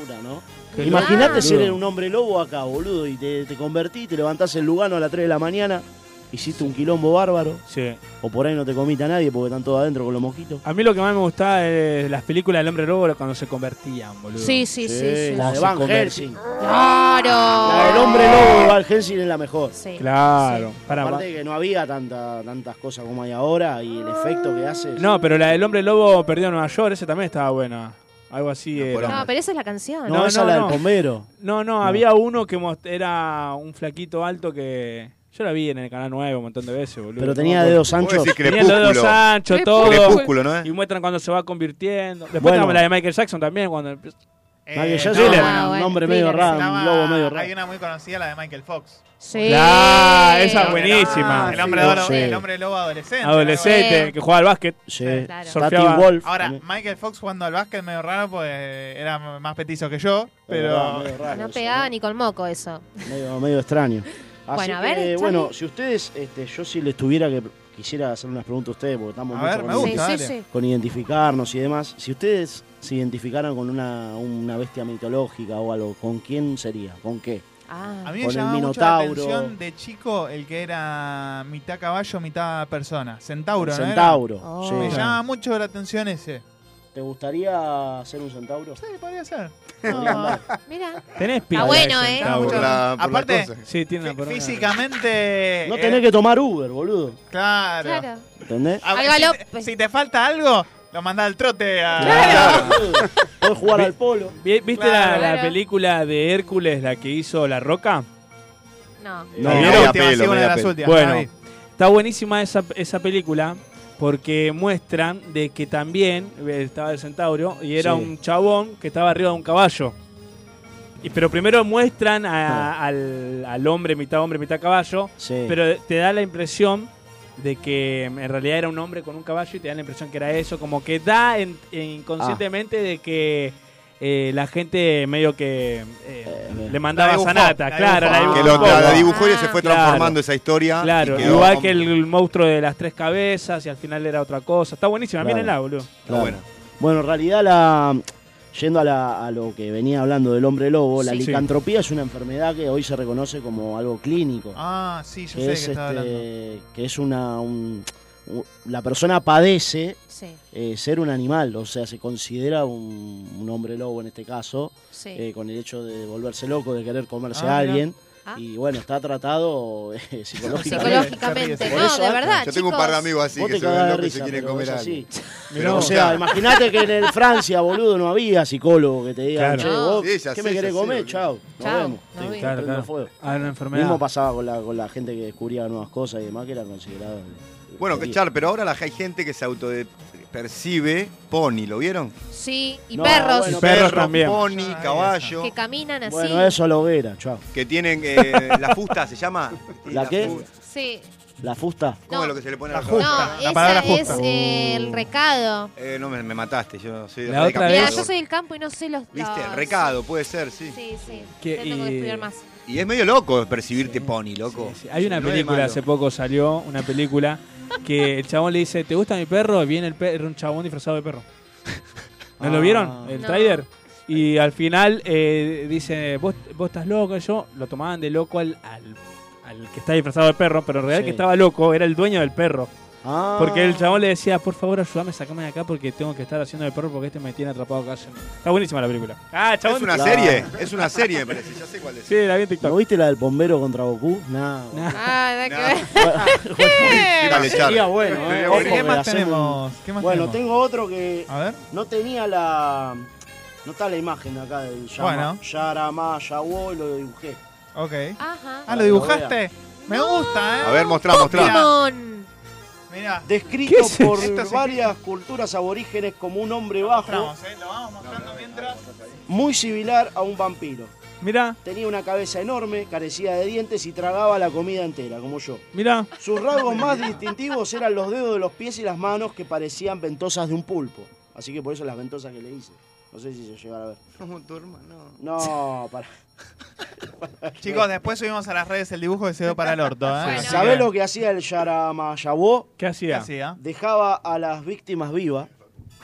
Qué
Imagínate
loco.
ser eres un hombre lobo acá, boludo, y te, te convertí, te levantás en Lugano a las 3 de la mañana, hiciste un quilombo bárbaro.
Sí.
O por ahí no te comita nadie porque están todos adentro con los mosquitos.
A mí lo que más me gustaba de las películas del hombre lobo era cuando se convertían, boludo.
Sí, sí, sí, Sí, sí.
La de
Ah,
Van Helsing.
Claro.
La del hombre lobo de Van Helsing es la mejor.
Claro. Pará,
Aparte que no había tanta, tantas cosas como hay ahora y el efecto que hace.
No, pero la del hombre lobo perdido en Nueva York, esa también estaba buena. Algo así era.
No, pero esa es la canción.
No, esa la del bombero.
No, no, había uno que most- era un flaquito alto que. Yo la vi en el canal 9 un montón de veces, boludo.
Pero tenía dedos Vos anchos. decís
Tenía dedos
Crepúsculo.
anchos, todo.
Crepúsculo, ¿no, eh?
Y muestran cuando se va convirtiendo. Después
Bueno. Eh,
tenemos la de Michael Jackson también. Cuando empieza- Eh,
Michael Jackson,
Thriller.
Ah,
bueno, un nombre medio raro, un lobo medio raro.
Hay una muy conocida, la de Michael Fox. (laughs)
Sí.
Ah, esa es
El hombre-
buenísima.
Ah, El hombre,
Sí,
lobo,
sí.
el hombre lobo adolescente.
Adolescente, que juega al básquet. Eh,
Sí,
Claro.
Surfeaba.
Ahora, Michael Fox jugando al básquet medio raro, pues era más petizo que yo,
verdad,
pero...
medio
No pegaba ni con moco eso. (laughs)
Medio, medio extraño. Así
Bueno, a
que,
ver, Charlie.
bueno, si ustedes, este, yo si les tuviera que quisiera hacer unas preguntas a ustedes, porque estamos
A
mucho
ver,
con,
me
el-
gusta, Sí, sí, dale. sí.
con identificarnos y demás. Si ustedes se identificaran con una, una bestia mitológica o algo, ¿con quién sería? ¿Con qué?
Ah.
A mí me
Con el
llamaba mucho la
Minotauro.
atención de chico el que era mitad caballo, mitad persona. Centauro,
El
¿no? era?
centauro, Oh. sí.
Me llama mucho la atención ese.
¿Te gustaría ser un centauro?
Sí, podría ser.
Mira.
Tenés
pinta bueno, de ¿eh? centauro. Por la- por la
Aparte,
cosa.
Sí, tiene una
fí- físicamente.
No
eh,
tenés que tomar Uber, boludo.
Claro.
¿Entendés?
A ver, si, te, si te falta algo, lo mandás al trote a.
Podés jugar al polo.
Vi- ¿Viste la,
Claro.
la
Claro.
película de Hércules, la que hizo La Roca?
No.
¿La
No,
vieron?
la última, sí, una de las últimas, la
Bueno,
vi.
está buenísima esa, esa película porque muestran de que también eh, estaba el centauro y era
Sí.
un chabón que estaba arriba de un caballo. Y, pero primero muestran a- al, al hombre, mitad hombre, mitad caballo,
Sí.
pero te da la impresión de que mm, en realidad era un hombre con un caballo y te da la impresión que era eso, como que da en-
Ah.
inconscientemente de que eh, la gente medio que eh, le mandaba
La dibujó,
sanata,
la
claro,
dibujó.
la
Que
dibujó.
lo- la dibujó y se fue transformando esa historia
Claro,
y quedó
igual
como-
que el monstruo de las tres cabezas y al final era otra cosa. Está buenísima,
Claro.
mírenla, boludo.
Claro. Bueno, en realidad, la, yendo a, la- a lo que venía hablando del hombre lobo, la
Sí. Sí.
licantropía es una enfermedad que hoy se reconoce como algo clínico.
Ah, sí, yo
que
sé de
es,
qué estaba
este,
hablando.
que es una. un- u- la persona padece
Sí.
eh, ser un animal, o sea, se considera un, un hombre lobo en este caso,
Sí.
eh, con el hecho de volverse loco, de querer comerse
Ah,
a
mira.
alguien.
Ah.
Y bueno, está tratado (laughs) eh, psicológicamente.
Psicológicamente,
Por
no, de
ah,
verdad, Yo tengo un par de chicos. amigos
así
Vos
que
te
se ven
cagás de
locos y se
risa,
quieren
pero
comer
es
algo.
así.
Mirá
Pero, o
vos.
sea, imagínate que en el Francia, boludo, no había psicólogo que te diga,
Claro.
che,
No.
vos,
Sí, ya
¿qué
sé,
me
ya
querés
sé,
comer?
boludo.
Chao.
Chao,
Nos vemos.
nos
Sí,
vemos. Claro,
prendo
claro.
fuego.
Ah, una enfermedad.
Mismo pasaba con la, con la gente que descubría nuevas cosas y demás, que era considerado.
Bueno, que Char, pero ahora la, hay gente que se autopercibe pony, ¿lo vieron?
Sí, y
No,
perros.
bueno, Y perros perros, también. pony, caballo.
Que caminan así.
Bueno, eso a la hoguera, chao.
Que tienen (laughs) eh, la fusta, ¿se llama?
¿La qué?
fu-
Sí.
¿La fusta?
¿Cómo es lo que se le pone a la Uh.
No,
fusta?
esa es eh, el recado.
Eh, no, me, me mataste, yo soy
La otra
Mira,
recapitador.
yo soy del campo y no sé los.
¿Viste?
los-
Recado, puede ser, sí.
Sí, sí.
Que-
Yo tengo que eh,
y-
estudiar más.
Y es medio loco percibirte pony, loco.
Hay una
No es
película,
malo.
hace poco salió una película que el chabón le dice, ¿te gusta mi perro? Y viene el perro, un chabón disfrazado de perro. ¿No
Ah.
lo vieron? El
No.
trailer. Y al final eh, dice, vos, vos estás loco, yo lo tomaban de loco al, al, al que está disfrazado de perro, pero en realidad
Sí.
el que estaba loco era el dueño del perro.
Ah.
Porque el chabón le decía, por favor, ayúdame, sacame de acá porque tengo que estar haciendo el perro porque este me tiene atrapado acá. Está buenísima la película. Ah, chabón.
Es una
Claro.
serie, es una serie, me parece. Ya sé
(laughs)
cuál es.
Sí, la vi en TikTok.
¿No viste la del bombero contra Goku? Nah.
Ah,
(laughs)
nada
que ver. (laughs)
Dale, Char.
Sería bueno, ¿eh?
Sería
Ojo,
bueno.
que
¿Qué más
hacemos-
tenemos? ¿Qué más
bueno,
tenemos?
tengo otro que
A ver.
no tenía la... No está la imagen de acá del Yama,
Bueno.
Yarama, Yawo, y lo dibujé.
Ok.
Ajá.
Ah, ¿lo dibujaste? Me gusta, ¿eh?
A ver, mostrá, mostrá.
Mirá.
Descrito por
Este
varias culturas aborígenes como un hombre bajo,
Mostramos, ¿eh? Lo vamos mostrando mientras.
muy similar a un vampiro.
Mira.
Tenía una cabeza enorme, carecía de dientes y tragaba la comida entera, como yo.
Mira.
Sus rasgos más distintivos eran los dedos de los pies y las manos que parecían ventosas de un pulpo. Así que por eso las ventosas que le hice. No sé si se llegará a ver.
Como tu hermano.
(laughs)
No, para.
Chicos, después subimos a las redes el dibujo que se dio para el orto, ¿eh? Así
¿Sabés lo que hacía el Yaramayabó?
¿Qué hacía?
¿Qué hacía?
Dejaba a las víctimas vivas.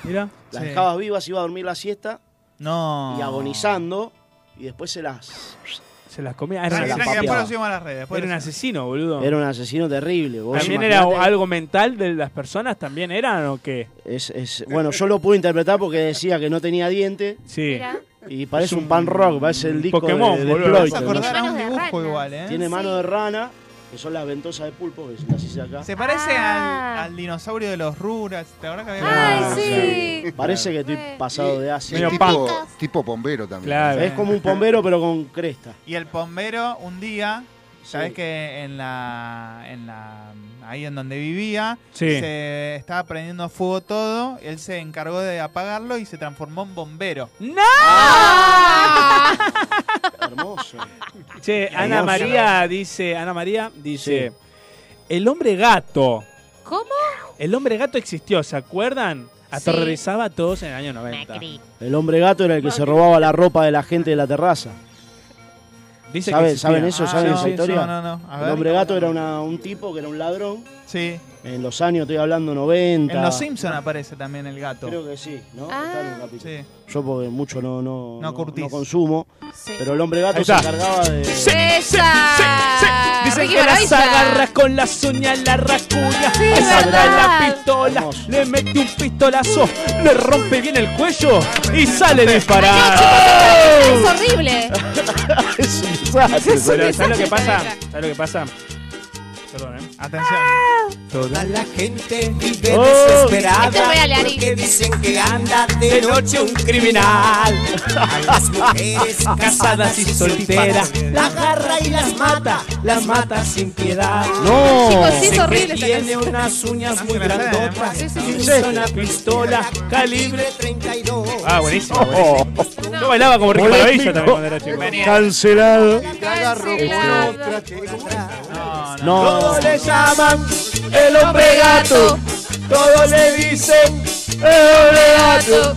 Mira.
Las
Sí.
dejaba vivas, iba a dormir la siesta
No.
y agonizando. Y después se las.
Se las comía.
Se
un
las
asesino.
papeaba.
Era un asesino, boludo.
Era un asesino terrible. vos
¿También era
imaginate.
algo mental de las personas? ¿También eran o qué?
Es, Bueno, yo lo pude interpretar porque decía que no tenía diente.
Sí.
Y parece un pan rock, parece el disco
Pokémon,
de, de
boludo.
Ploy,
Vas a
¿no?
acordar a un dibujo igual, ¿eh?
Tiene mano
Sí.
de rana, que son las ventosas de pulpo, que las hice acá.
Se parece al, al dinosaurio de los Ruras. ¿Te acuerdas que había?
Ah, claro. Parece que estoy pasado de ácido.
Es tipo, tipo bombero también.
eh.
Es como un bombero, pero con cresta.
Y el bombero un día, sabes que en la, en la ahí en donde vivía,
Sí.
se estaba prendiendo fuego todo, él se encargó de apagarlo y se transformó en bombero.
¡No!
Hermoso.
Che, Ana
hermoso.
María dice, Ana María dice, el hombre gato,
¿Cómo?
el hombre gato existió, ¿se acuerdan? Aterrorizaba a todos en el año 90.
El hombre gato era el que se robaba la ropa de la gente de la terraza.
Dice que
¿Saben,
existía.
¿Saben eso?
Ah,
¿Saben
no,
esa
sí,
historia?
no, no, no. A
el
ver.
hombre gato era una- un tipo que era un ladrón.
Sí.
En los años, estoy hablando 90.
En Los Simpson aparece también el gato. Creo
que sí, ¿no?
Sí.
Yo porque mucho no, no,
No curtís.
consumo. Pero el hombre
Ahí
gato se
está.
encargaba de...
Dicen
Ricky
que las
Maravilla.
agarras (laughs) con las uñas, la rascuña,
Sí,
le saldrá
verdad.
la pistola, le mete un pistolazo, le rompe bien el cuello y sale disparado.
Es horrible.
es un
desastre.
Es un
Pero, ¿Sabes lo
desastre,
que pasa?
Rebeca.
¿Sabes lo que pasa? Perdón, ¿eh?
Atención.
Toda
Ah. la gente vive
Oh.
desesperada
Esto es real, Ari.
porque dicen que anda de noche un criminal. A las mujeres (laughs) casadas y solteras la agarra y las mata, las mata sin piedad.
No. Chicos, sí es
Dicen que
horrible esta
Tiene unas uñas muy grandotas y
sí,
usa
sí.
una pistola calibre 32.
Ah, buenísimo. buenísimo. Yo bailaba como Ricky Maravilla también cuando era chico.
Cancelado. No.
Todos le llaman el hombre gato. Todos le dicen el hombre gato.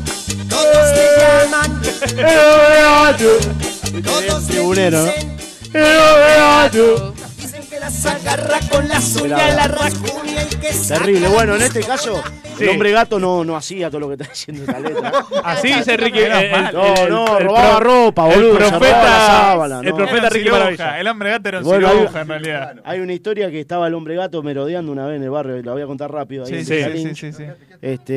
Todos le llaman el hombre gato. Todos le
Tribunero, ¿no?
dicen el hombre gato. Dicen que las agarra con las uñas, la rasguña y que saca
Terrible.
la
Bueno, en este caso,
Sí.
el hombre gato no, no hacía todo lo que está diciendo esta letra.
(laughs) Así dice Ricky. eh, el- el-
No,
el-
no,
el
robaba
pro-
ropa,
el
boludo. se
profeta-
robaba la sábana,
el
¿no?
profeta Era un Ricky ciruja, Maravilla. el hombre gato era un ciruja, en realidad.
(laughs) Hay una historia que estaba el hombre gato merodeando una vez en el barrio, y la voy a contar rápido. ahí
Sí,
en
sí,
Villa
sí,
Lynch.
sí, sí.
Este,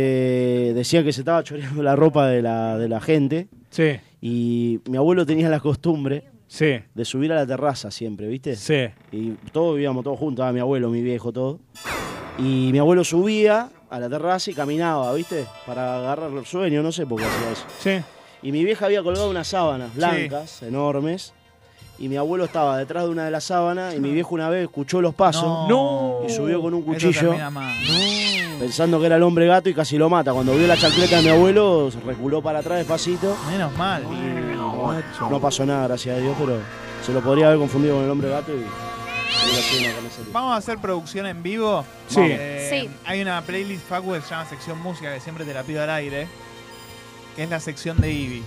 decía que se estaba choreando la ropa de la, de la gente.
Sí.
Y mi abuelo tenía la costumbre
Sí.
de subir a la terraza siempre, ¿viste?
Sí.
Y todos vivíamos todos juntos, estaba mi abuelo, mi viejo, todo. Y mi abuelo subía a la terraza y caminaba, ¿viste? Para agarrar el sueño, no sé por qué hacía eso.
Sí.
Y mi vieja había colgado unas sábanas blancas, enormes. Y mi abuelo estaba detrás de una de las sábanas y mi viejo una vez escuchó los pasos
No.
y subió con un
Eso
cuchillo
termina mal.
pensando que era el hombre gato y casi lo mata. Cuando vio la chancleta de mi abuelo, se reculó para atrás despacito.
Menos mal.
No pasó nada, gracias a Dios, pero se lo podría haber confundido con el hombre gato y hubiera sido una carnicería.
Vamos a hacer producción en vivo.
Sí.
Eh,
Sí.
Hay una playlist Facu que se llama sección música que siempre te la pido al aire. Que es la sección de Ivy.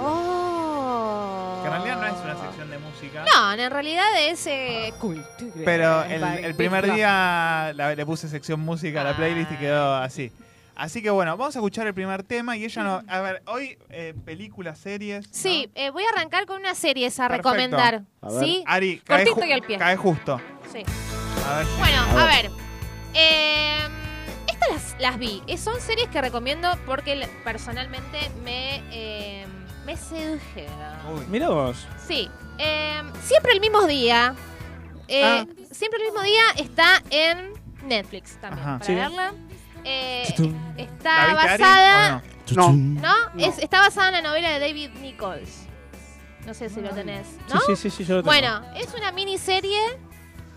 Oh,
Que en realidad no es
Ah.
una sección de música.
No, en realidad es eh, cultura.
Pero el, el primer día la- le puse sección música a la playlist y quedó
Ah.
así. Así que bueno, vamos a escuchar el primer tema y ella no. A ver, hoy eh, películas, series.
Mm. Sí, eh, voy a arrancar con una serie a
Perfecto.
recomendar. ¿Sí?
Ari, cae,
Cortito
ju-
y al pie.
cae justo.
Sí.
A ver si-
Bueno, a ver. Eh, estas las, las vi. Eh, Son series que recomiendo porque l- personalmente me, eh, me sedujeron.
Mira vos.
Sí. eh, siempre el mismo día. eh,
Ah.
Siempre el mismo día está en Netflix también.
Ajá.
Para
Sí.
verla. Eh,
Tutum.
está
¿La viste, Ari,
basada.
o no?
¿No? Es- está basada en la novela de David Nichols. No sé si lo tenés.
Sí,
¿no?
sí, sí, sí, yo lo tengo.
Bueno, es una miniserie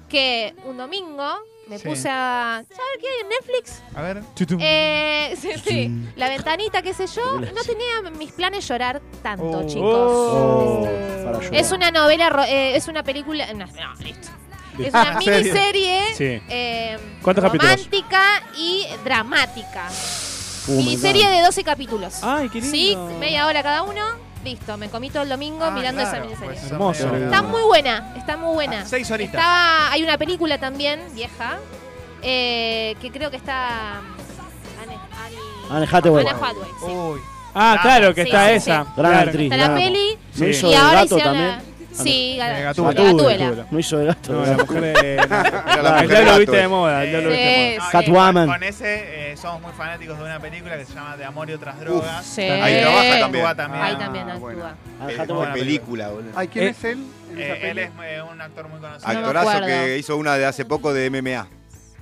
que un domingo me
Sí.
puse a. ¿Sabes qué hay en Netflix?
A ver.
Eh, (laughs) sí, sí. La ventanita, qué sé yo. No tenía mis planes llorar tanto,
Oh.
chicos. Oh.
para
Es una novela, ro- eh, es una película. No, no, listo. Es
Ah, (laughs)
una
serie.
miniserie
Sí.
eh,
¿Cuántos capítulos?
romántica y dramática.
Uh, me
miniserie
encanta.
de 12 capítulos.
Ay, qué lindo. Ah,
Sí, media hora cada uno. Listo, me comí todo el domingo mirando esa miniserie.
Pues
Hermoso.
Está muy buena, está muy buena.
Ah, seis horitas.
Estaba, hay una película también, vieja, eh, que creo que está... Anne,
Anne Hathaway.
Anne Hathaway, sí.
Ah, claro, que
Sí,
está
sí,
esa.
sí.
Gran
Claro.
actriz.
Está la
la amo.
peli
¿No hizo
y
de
ahora
gato
hicieron la-
también?
Sí,
eh,
Gat-
Gatúbela.
Gatúbela.
No hizo de gato. (laughs)
No, la mujer de-
Era
Ah,
mujer
el diablo
gato,
viste
eh.
de moda, el diablo
Sí,
viste de
sí.
moda.
Catwoman.
Con ese eh, somos muy fanáticos de una película que se llama De Amor y otras drogas.
sí.
Ahí trabaja también.
Actúa también. Ah, Eh,
Ahí también actúa.
Qué
Hathaway.
buena película, boludo.
Ay, ¿quién es él? en esa
Eh, él
peli?
es
Ah,
eh, un actor muy conocido.
Actorazo que hizo una de hace poco de MMA.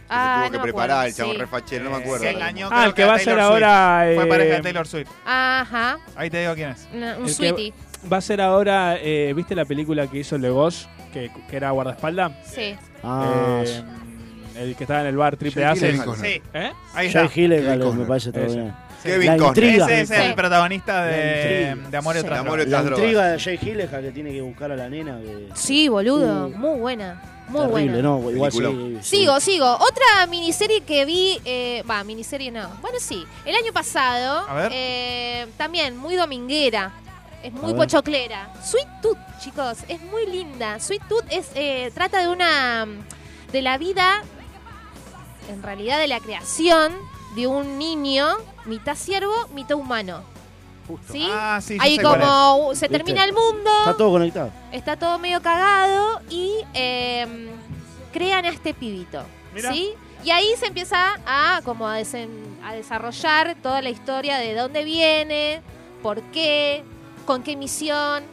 Ah,
Tuvo que
no me
preparar
acuerdo,
el chabón
sí.
refachero, no me
Eh,
acuerdo.
se engañó,
Ah,
creo
el que va a ser
Taylor Swift.
ahora.
Fue
eh,
pareja de Taylor Swift.
Ajá,
Ahí te digo quién es.
una- un
el que
sweetie.
Va a ser ahora. eh, ¿Viste la película que hizo Legos? Que, que era guardaespaldas.
Sí.
Ah,
Eh, el que estaba en el bar triple A.
Jake
se-
Gyllenhaal.
Sí.
¿Eh?
Ahí
Jack
está.
Gyllenhaal, me parece todo
Ese.
bien.
Kevin
La
Costner.
intriga.
Ese es el protagonista
La
de,
intriga.
de Amor y
Sí.
otras
Amor y
drogas.
La
otras drogas.
intriga de Jay Hilleja que tiene que buscar a la nena. Que...
Sí, boludo,
Uh,
muy buena, muy
terrible,
buena.
no, igual
Peliculón.
sí.
Sigo, sigo. Otra miniserie que vi, eh, va, miniserie no. Bueno, sí, el año pasado,
A ver.
eh, también muy dominguera, es
A
muy
ver.
pochoclera. Sweet Tooth, chicos, es muy linda. Sweet Tooth es, eh, trata de una, de la vida, en realidad de la creación de un niño, mitad ciervo, mitad humano. ¿Sí?
Ah, sí, yo
Ahí
sé cuál
como uh, se
¿Viste?
termina el mundo,
Está todo conectado.
está todo medio cagado y eh, crean a este pibito. ¿sí? Y ahí se empieza a, como a, desen- a desarrollar toda la historia de dónde viene, por qué, con qué misión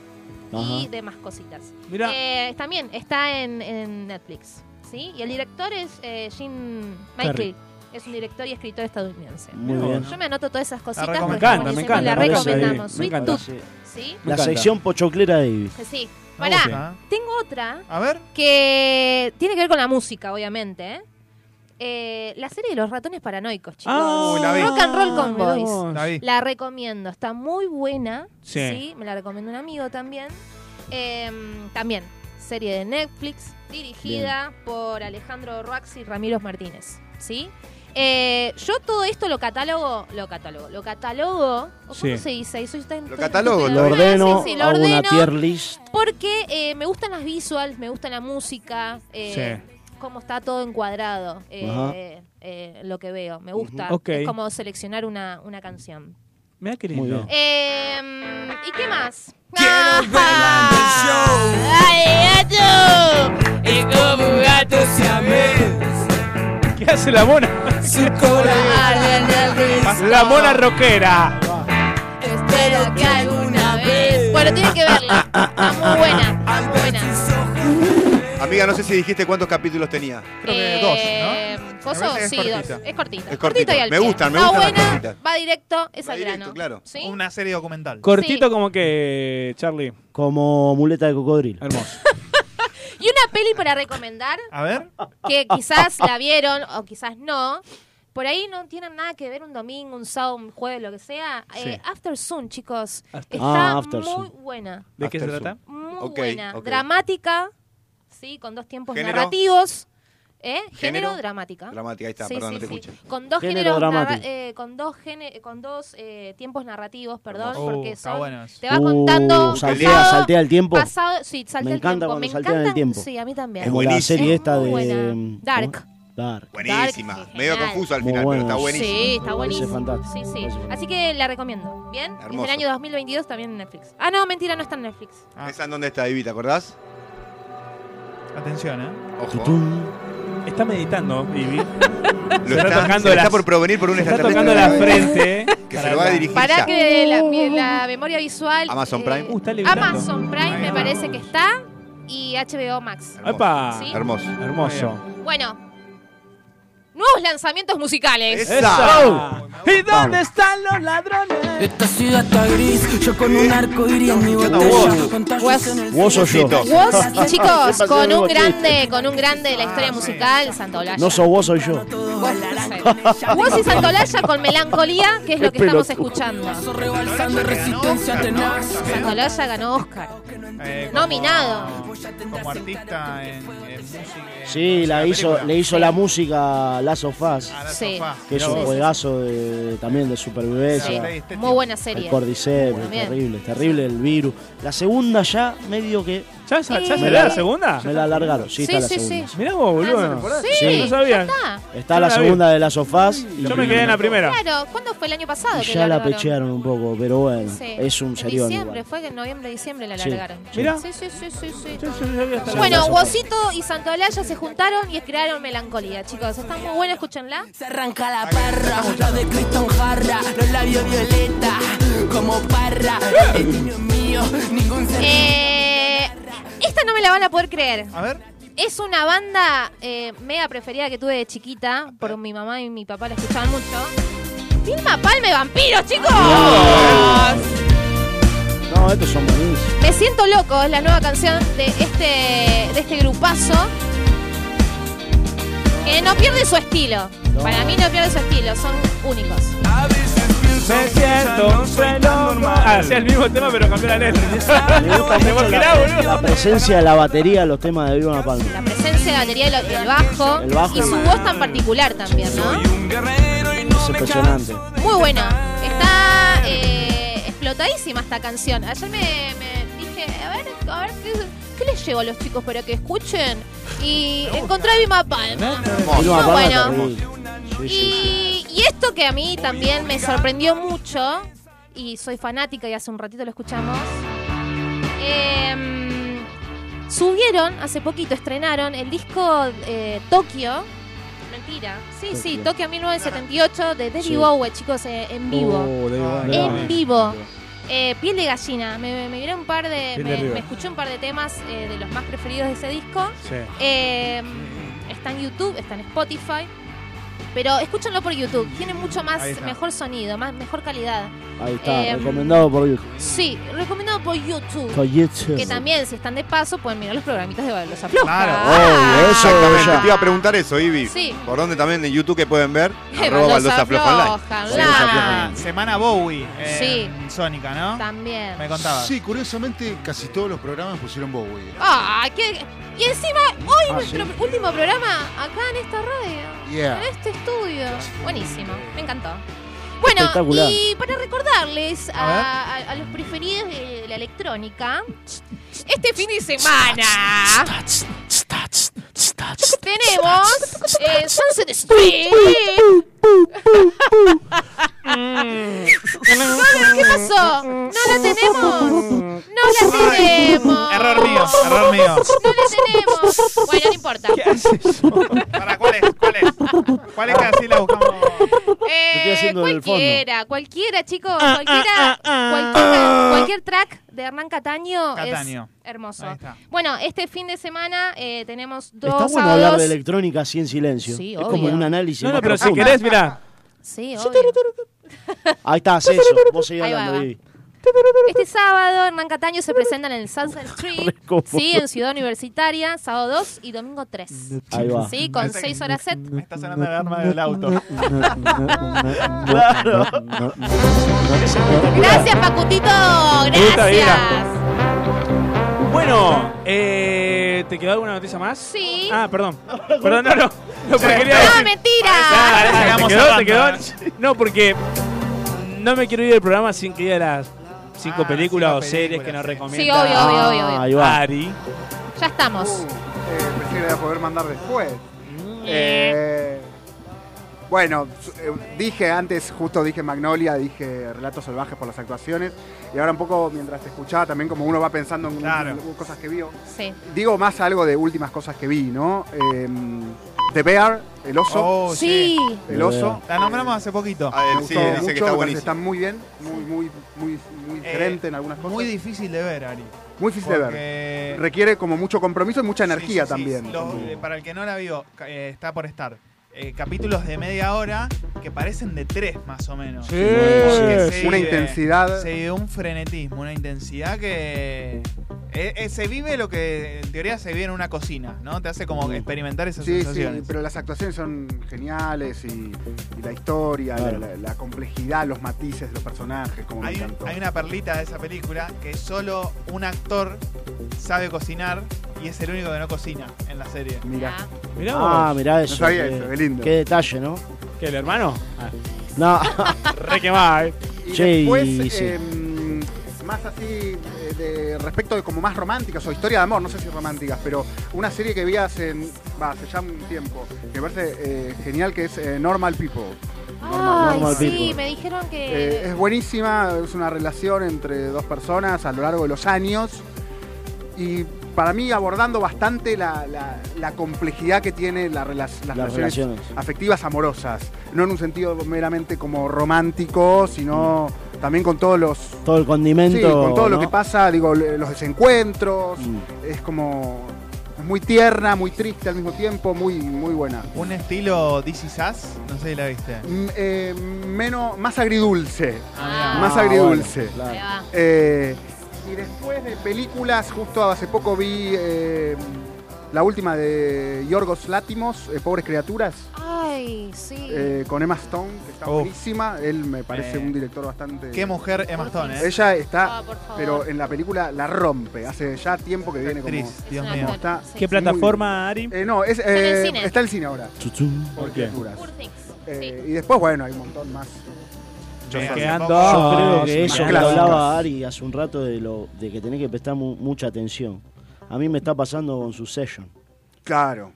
y
Ajá.
demás cositas.
Mirá.
Eh, también está en, en Netflix. ¿sí? Y el director es eh, Jim Michael.
Carrey.
Es un director y escritor estadounidense.
Muy bien.
Yo me anoto todas esas cositas.
recomendamos.
porque
Me encanta, me
buenísima,
encanta,
La
me parece
recomendamos.
ahí, me
Sweet
encanta.
Tooth, ¿sí?
La
encanta.
sección pochoclera de Ivy.
Que Sí.
Vamos,
Pará,
ah.
tengo otra
A ver.
que tiene que ver con la música, obviamente. ¿eh? Eh, la serie de los ratones paranoicos, chicos.
Ah, Uy, la vi.
Rock and Roll con
mirá
Boys.
vos.
La vi.
La recomiendo, está muy buena.
Sí.
Sí. me la recomendó un amigo también. Em, también, serie de Netflix, dirigida por Alejandro Roax y Ramiro Martínez. ¿Sí? Eh, yo todo esto lo catálogo, lo catálogo, lo catálogo, ¿o
Sí.
¿cómo se dice? Ahí soy tan-
Lo catálogo,
tan-
Lo
Ah,
ordeno,
sí, sí, lo
hago una
ordeno.
tier list.
Porque eh, me gustan las visuals, me gusta la música, eh, cómo está todo encuadrado, eh, eh, lo que veo, me gusta.
Ujú. Ok.
Es como seleccionar una, una canción.
Mirá qué
Muy
lindo.
bien.
Eh, ¿Y qué más? Ah. ¡Ay, gato!
Y como gato se
¿Qué hace la mona?
Su cola
la mona rockera.
Espero que alguna vez. Bueno, tiene que verla. Está muy buena. está muy buena.
Amiga, no sé si dijiste cuántos capítulos tenía.
Creo que dos,
Eh, ¿coso?
Me parece que es
Sí,
cortita.
dos. Es cortita.
Es cortito.
y al
Me
pie.
gustan, me
Está
gustan las
buena,
cortitas.
Va directo, es
Va
al
directo,
grano.
claro.
¿Sí?
Una serie documental.
Cortito como que, Charlie.
Como muleta de cocodrilo.
Hermoso.
Y una peli para recomendar
A ver.
(laughs)
que quizás la vieron o quizás no. Por ahí no tienen nada que ver un domingo, un sábado, un jueves, lo que sea. Eh, After Soon, chicos. Está
Ah, After
muy
Soon.
buena.
¿De qué se
After
trata?
Muy
Ok,
buena.
ok.
Dramática, sí, con dos tiempos
Género.
narrativos. ¿Eh? Género,
Género.
dramática.
Dramática, ahí está,
Sí,
perdón,
sí,
no te
sí.
escuché.
Con dos
Género
géneros narra-
dramático.
eh, con dos gene- con dos eh, tiempos narrativos, perdón,
Hermoso. Uh,
porque
está
son-
bueno eso.
te va
Uh,
contando
saltea-
pasado-
saltea el tiempo.
pasado- sí, saltea
Me
el
encanta
tiempo.
cuando
Me
saltean el
encantan-
tiempo.
Sí, a mí también.
Como la serie esta
muy
de.
Ah, buena. Dark.
Dark.
Buenísima.
Dark,
Medio
genial.
confuso al
Muy
final,
buena.
pero está buenísimo.
Sí, está
Parece
buenísimo.
fantástico.
Sí, sí.
Parece fantástico.
Así que la recomiendo. ¿Bien? Es del
Hermoso.
año 2022 también en Netflix. Ah, no, mentira, no está en Netflix.
¿Esa en dónde está, Ivy? ¿Te acordás?
Atención, ¿eh?
Ojo.
Tutum.
Está meditando,
(laughs)
Vivi.
Lo está, se le está por provenir por un
se está tocando
extraterrestre.
la frente. ¿eh?
Que se lo va a dirigir
Para
ya.
que la, mi- la memoria visual.
Amazon
eh,
Prime. Uh, está
levitando.
Amazon Prime me parece que está. Y HBO Max.
¡Epa!
Sí.
Hermoso.
Hermoso.
Bueno. Nuevos lanzamientos musicales.
¡Esa!
¿Y dónde
están los ladrones?
Esta ciudad está gris, yo con un arco iría en mi
vos.
Vos sos yo.
Pues,
(laughs)
Vos y chicos, con un grande, con un grande de la historia musical, Pues, Santolaya.
No sos vos, soy yo.
Vos, no sé. Vos
(laughs)
y Santolaya con melancolía, que es lo que
Qué
estamos
pelotudo.
escuchando.
Rebalsando resistencia tenaz.
Santolaya ganó Oscar.
Eh, como-
Nominado.
Como artista en, en música.
Sí, la hizo, le hizo la música a Last of Us,
Sí.
que es un
Sí.
juegazo de- también de supervivencia.
Sí. Muy buena serie.
El Cordyceps,
También.
terrible, terrible el virus. La segunda ya, medio que.
¿Ya,
ya- ya Sí. se da la segunda?
Me la alargaron, sí,
Sí,
está la
sí,
segunda.
sí.
Mirá vos, boludo.
Ah, Sí,
Sí.
ya
No sabía.
está.
Está
Yo
la
la vi.
segunda de las sofás. y-
Yo me quedé en la primera.
Claro, ¿cuándo fue el año pasado?
Y
que
ya la
largaron?
pechearon un poco, pero bueno,
Sí.
es un
En
serión
diciembre,
igual.
fue que en noviembre, diciembre la
Sí.
largaron.
Sí. Mirá.
Sí, sí, sí, sí, sí.
hasta la-
Bueno,
Lazo.
Wosito y Santolaya se juntaron y crearon melancolía, chicos. Está muy buena, escúchenla.
Se arranca la parra, la de Cristo en jarra, los labios violeta, como parra.
Eh.
El niño mío, ningún ser.
Eh, esta no me la van a poder creer.
A ver.
Es una banda eh, mega preferida que tuve de chiquita, por mi mamá y mi papá la escuchaban mucho. Vilma Palme Vampiros, chicos.
No, estos son buenísimos.
Me siento loco es la nueva canción de este de este grupazo que no pierde su estilo. Para mí no pierde su estilo, son únicos.
Me siento, soy normal. Ah, sí, el mismo tema, pero cambió la letra. (laughs) Me volcará, boludo.
La presencia de la batería, los temas de Viva Palma.
La presencia de batería y lo- y el bajo,
El bajo.
y su voz tan particular también, ¿no?
Es impresionante.
Muy buena. Está eh, explotadísima esta canción. Ayer me, me dije, a ver, a ver ¿qué, qué les llevo a los chicos para que escuchen? Y encontré a Vilma Palma.
Viva
Muy
Palma
bueno.
terrible. Sí, sí, sí.
Y, y esto que a mí también me sorprendió mucho, y soy fanática y hace un ratito lo escuchamos, em, subieron, hace poquito estrenaron el disco eh, Tokio, mentira, sí, sí,
Tokio.
Tokio 1978 de David
Sí.
Bowie, chicos, eh, en vivo.
Oh, David Bowie.
en
Ah.
vivo. Eh, piel de gallina, me, me miré un par de,
Piel de
me,
arriba.
me escuché un par de temas eh, de los más preferidos de ese disco.
Sí.
Eh, está en YouTube, está en Spotify. Pero escúchenlo por YouTube, tiene mucho más,
Ahí está.
mejor sonido, más, mejor calidad.
Ahí está,
Em,
recomendado por YouTube.
Sí, recomendado por YouTube.
Por YouTube.
Que también, si están de paso, pueden mirar los programitas de Los Afloja.
Obvio, Exactamente, te iba a preguntar eso, Ibi.
Sí.
¿Por dónde también en YouTube que pueden ver?
Eh,
Arroba
Baldosa
Baldosa Floja Online.
Floja,
Semana, semana Bowie. eh,
Sí.
Sónica,
(laughs)
¿no?
También.
Me contabas.
Sí, curiosamente casi todos los programas pusieron Bowie.
Ah, qué- Y encima, hoy
Ah,
nuestro
sí.
último programa acá en esta radio.
Yeah.
En este estudio. Buenísimo, me encantó. Bueno,
Espectacular.
y para recordarles a, a- a los preferidos de la electrónica, este fin de semana tenemos eh, Sunset Strip. Solo, ¿Qué pasó? No la tenemos. No la tenemos.
Error mío, error mío.
No la tenemos. Bueno, no importa.
¿Cuál es que así la buscamos?
Eh,
haciendo del fondo.
cualquiera, cualquiera, chicos,
Ah,
cualquiera,
ah, ah, ah.
cualquiera- cualquier track de Hernán Cataño,
Cataño.
es hermoso.
Ahí está.
Bueno, este fin de semana eh, tenemos dos
Está bueno
sábados.
hablar de electrónica así en silencio.
Sí,
es
obvio.
como un análisis.
No, no,
más
pero si
profundo.
querés, mirá.
Sí, obvio.
Ahí está, haz eso. Vos seguís
Ahí va,
hablando,
va.
Vivi.
Este sábado Hernán Cataño se presenta en
(laughs)
el Sunset Street,
cómodo.
sí,
(laughs)
en Ciudad Universitaria, sábado 2 y domingo 3.
Ahí va.
Sí, con 6 horas set.
Está sonando la alarma del auto.
Claro.
Gracias, Pacutito. Gracias.
Bueno, eh, ¿te quedó alguna noticia más?
Sí. Ah,
Ah, perdón. Perdón, no, no. No, porque quería
No,
decir-
mentira.
Ah, ¿Te
Llegamos
quedó? ¿Te quedó?
hablando,
No, porque no me quiero ir del programa sin que diga las cinco películas o series que nos recomienda.
Sí, obvio, obvio, obvio, obvio.
ahí va.
Ari.
Ya estamos.
pensé que la iba a poder mandar después.
Mm.
Eh, bueno, su- eh, dije antes, justo dije Magnolia, dije Relatos Salvajes por las actuaciones, y ahora un poco mientras te escuchaba, también como uno va pensando en, en cosas que vio.
Sí.
Digo más algo de últimas cosas que vi, ¿no? Eh, The Bear, el oso.
Oh, sí. Ah,
El oso.
La nombramos hace poquito.
Me gustó mucho, me parece que está muy bien, muy, muy, muy, muy diferente en algunas cosas.
Eh, Muy difícil de ver, Ari.
Muy difícil de
Porque-
ver. Requiere como mucho compromiso y mucha energía
Sí, sí, sí.
también.
Lo- eh, para el que no la vio, ca- eh, está por estar. Eh, capítulos de media hora que parecen de tres más o menos.
Sí.
Porque
Sí. Una intensidad.
Se vive un frenetismo, una intensidad que. eh, eh, se vive lo que en teoría se vive en una cocina, ¿no? Te hace como experimentar esas
Sí, sí,
sensaciones.
pero las actuaciones son geniales y, y la historia,
Claro.
la, la- la complejidad, los matices de los personajes, como me
Hay,
encantó.
hay una perlita de esa película que solo un actor sabe cocinar y es el único que no cocina en la serie.
Mira.
Mirá
Ah, mirá eso.
No sabía
qué,
eso, qué lindo.
qué detalle, ¿no?
¿Qué, el hermano?
No.
Ah. Re quemada, eh.
Y
Che,
después,
y sí.
em, más así, eh, de, respecto de como más románticas o historia de amor, no sé si románticas, pero una serie que vi hace, va, hace ya un tiempo, que me parece eh, genial, que es eh, Normal People.
Ay,
Normal
sí,
People.
me dijeron que.
Eh, es buenísima, es una relación entre dos personas a lo largo de los años y para mí abordando bastante la, la- la complejidad que tiene la rela- las, relaciones,
relaciones.
afectivas amorosas, no en un sentido meramente como romántico, sino también con todos los...
Todo el condimento.
sí, con todo lo
¿no?
que pasa, digo, le- los desencuentros,
Mm.
es como... es muy tierna, muy triste al mismo tiempo, muy, muy buena.
Un estilo DC Sass, no sé si la viste.
Mm, eh, menos, más agridulce.
Ah,
más
bueno,
agridulce.
claro. Ahí va.
Eh, y después de películas, justo hace poco vi eh, la última de Yorgos Látimos, eh, Pobres Criaturas,
Ay, sí.
eh, con Emma Stone, que está
Uf.
buenísima. Él me parece
Eh,
un director bastante.
Oh. Qué mujer Emma Stone, ¿eh?
Ella está, pero en la película la rompe. Hace ya tiempo que viene como.
actriz, Dios
como
mío.
está
¿Qué
muy-
plataforma,
Ari?
Eh, no, es,
Está en el
eh,
cine.
está en el cine ahora.
¿Por
qué?
qué?
Eh, Y después, bueno, hay un montón más.
Yo
Ah,
creo que eso que hablaba Ari hace un rato de, lo, de que tenés que prestar mu- mucha atención. A mí me está pasando con Succession.
Claro.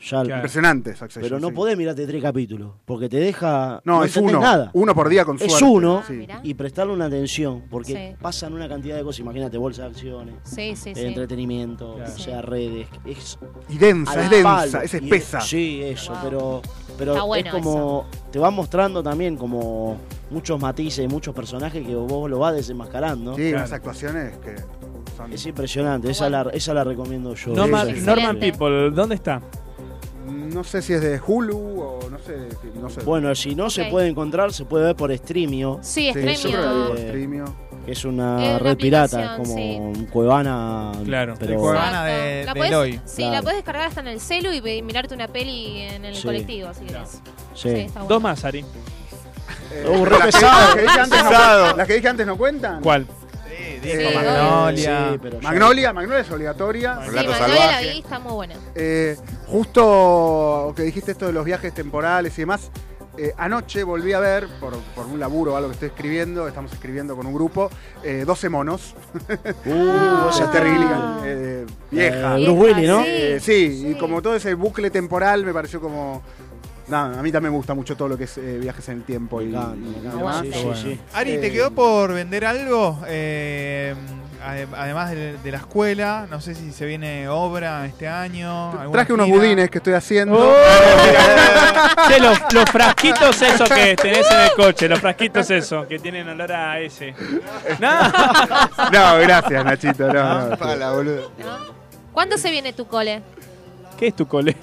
Ya,
Claro. Impresionante Succession,
Pero no
sí.
podés mirarte tres capítulos, porque te deja...
No, es
entendés
uno.
Nada.
Uno por día con
Es
suerte,
uno
sí.
y prestarle una atención, porque
Ah, Sí.
pasan una cantidad de cosas. Imagínate, bolsa de acciones,
Sí, sí,
eh,
sí.
entretenimiento, o sea, redes. Es,
Y densa,
al
es densa,
palo.
es
Y
espesa.
sí, eso,
Wow.
pero, pero
Está bueno
es como... Te va mostrando también como muchos matices y muchos personajes que vos lo vas desenmascarando.
Sí, unas actuaciones que son.
Es impresionante, esa la, esa la recomiendo yo.
Normal-
Esa.
Normal
People, ¿dónde está?
No sé si es de Hulu o no sé. si- No sé.
Bueno, si no se
Ok.
puede encontrar, se puede ver por Streamio.
Sí,
Sí, yo Streamio. creo que por
Streamio. Es
Es
una
una
red pirata, es
aplicación,
como
sí.
un Cuevana.
Claro.
pero-
El Cuevana
de-
La
de
podés-
Eloy.
Sí, la
Claro.
puedes descargar hasta en el celu y ve- mirarte una peli en el
Sí.
colectivo, si querés.
Sí.
está bueno.
Dos más, Ari.
Uh, re pesado. Pesado. ¿Las que dije antes no cuentan?
¿Cuál?
Eh,
Magnolia.
sí, pero Magnolia, Magnolia es obligatoria.
Sí, Magnolia la vi, está
(laughs)
muy buena.
Eh, justo que dijiste esto de los viajes temporales y demás, eh, anoche volví a ver, por, por un laburo o algo que estoy escribiendo, estamos escribiendo con un grupo, eh, 12 monos. (laughs)
Uh,
esa
esa-
Terry Gilligan, eh, vieja.
Eh, Bruce Willis, ¿no?
Eh, sí, y como todo ese bucle temporal me pareció como... Nada, a mí también me gusta mucho todo lo que es eh, viajes en el tiempo y, y demás.
sí, sí, Bueno. sí.
Ah.
Ari, ¿te
Eh,
quedó por vender algo? Eh, ade- además de, de la escuela, no sé si se viene obra este año. alguna
Traje unos
gira.
budines que estoy haciendo.
(laughs)
Che, los, los frasquitos esos que tenés en el coche, los frasquitos esos que tienen olor a ese.
No, gracias, Nachito. No, no.
¿Cuándo se viene tu cole?
¿Qué es tu cole?